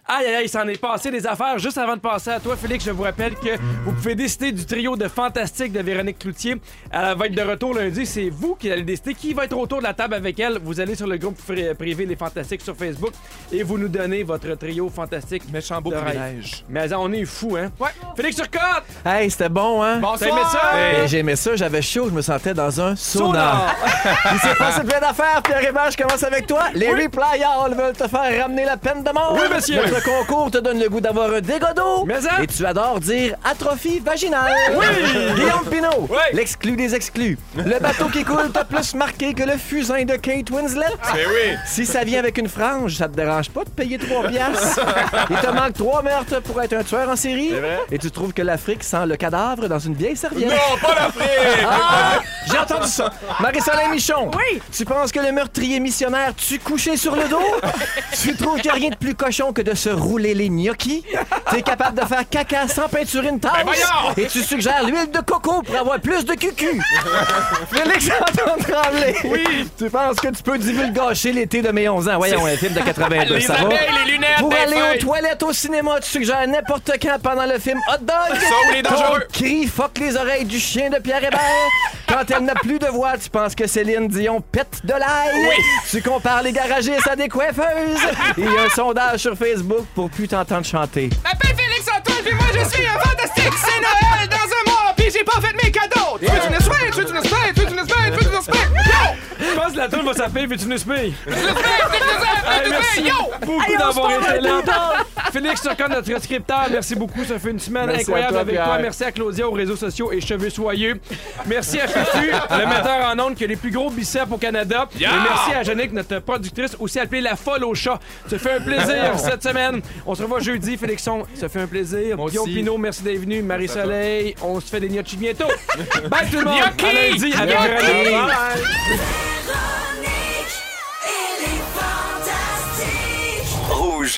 Speaker 1: Aïe, aïe, aïe, il s'en est passé des affaires. Juste avant de passer à toi, Félix, je vous rappelle que vous pouvez décider du trio de Fantastiques de Véronique Cloutier. Elle va être de retour lundi. C'est vous qui allez décider qui va être autour de la table avec elle. Vous allez sur le groupe fri- privé Les Fantastiques sur Facebook et vous nous donnez votre trio fantastique.
Speaker 2: Méchant beau
Speaker 1: De rêve.
Speaker 2: privilège.
Speaker 1: Mais on est fou, hein? Ouais. Félix Turcotte!
Speaker 10: Hey, c'était bon, hein?
Speaker 1: T'as aimé ça?
Speaker 10: Ben, J'aimais ça, j'avais chaud, je me sentais dans un sauna.
Speaker 1: Sauna!
Speaker 10: Il s'est passé plein d'affaires, Pierre Hébert, je commence avec toi. Les replayers veulent te faire ramener la peine de mort.
Speaker 1: Oui, monsieur.
Speaker 10: Notre concours te donne le goût d'avoir un dégât d'eau.
Speaker 1: Mais hein? ça.
Speaker 10: Et tu adores dire atrophie vaginale. Oui! <laughs> Guillaume Pinot,
Speaker 1: Oui.
Speaker 10: l'exclu des exclus. Le bateau qui coule t'a plus marqué que le fusain de Kate Winslet.
Speaker 1: Ben
Speaker 10: Si ça vient avec une frange, ça te dérange pas de payer 3
Speaker 1: <laughs>
Speaker 10: piastres. Il te manque 3 meurtres pour être un tueur en série. Et tu trouves que l'Afrique sent le cadavre dans une vieille serviette.
Speaker 9: Non, pas l'Afrique!
Speaker 10: Ah, J'ai entendu ça. Marie-Soleil Michon. Oui. Tu penses que le meurtrier missionnaire tue couché sur le dos? tu trouves qu'il n'y a rien de plus cochon que de se rouler les gnocchis? T'es capable de faire caca sans peinturer une tasse? et tu suggères l'huile de coco pour avoir plus de cucu. Félix-Antoine Tremblay. Oui. Tu penses que tu peux divulgacher l'été de mes 11 ans? Voyons, un film de 82,
Speaker 11: Les
Speaker 10: ça va?
Speaker 11: abeilles, les lunettes,
Speaker 10: Pour
Speaker 11: les
Speaker 10: aller
Speaker 11: feuilles.
Speaker 10: aux toilettes au cinéma, tu suggères n'importe quand pendant le film Hot Dog.
Speaker 11: Ça, ou les dangereux.
Speaker 10: Ton cri fuck les oreilles du chien de Pierre Hébert. Quand elle n'a plus de voix, tu penses que Céline Dion pète de l'ail.
Speaker 11: Oui.
Speaker 10: Tu compares les garagistes à des coiffeuses. Il y a un sondage sur Facebook pour plus t'entendre chanter.
Speaker 11: M'appelle Félix Antoine, puis moi je suis un fantastique. C'est Noël dans un mois, puis j'ai pas fait mes cadeaux. Tu veux une espèce, tu veux une espèce, tu veux une espèce, tu veux une espèce. Yo!
Speaker 1: Je pense que la toune va s'appeler Veux-tu nous spire?
Speaker 11: Hey,
Speaker 1: Merci beaucoup
Speaker 11: Hey, on
Speaker 1: d'avoir
Speaker 11: se parle
Speaker 1: été là.
Speaker 11: plus tard.
Speaker 1: Félix Turcotte, notre scripteur, merci beaucoup. Ça fait une semaine
Speaker 11: Merci
Speaker 1: incroyable
Speaker 11: à toi,
Speaker 1: avec
Speaker 11: Pierre.
Speaker 1: toi. Merci à Claudia aux réseaux sociaux et Cheveux Soyeux. Merci à Futu, le metteur en ondes qui a les plus gros biceps au Canada.
Speaker 11: Yeah!
Speaker 1: Et merci à Yannick, notre productrice, aussi appelée La Folle au Chat. Ça fait
Speaker 11: <laughs>
Speaker 1: un plaisir cette semaine. On se revoit jeudi, Félixon. Ça fait un plaisir. Guillaume
Speaker 11: aussi.
Speaker 1: Pinot, merci d'être venu. Marie-Soleil, on se fait des gnocchis bientôt. Bye tout le monde.
Speaker 11: Gnocchi!
Speaker 1: À lundi avec
Speaker 11: Gnocchi!
Speaker 1: Véronique.
Speaker 11: Bye.
Speaker 6: Rouge.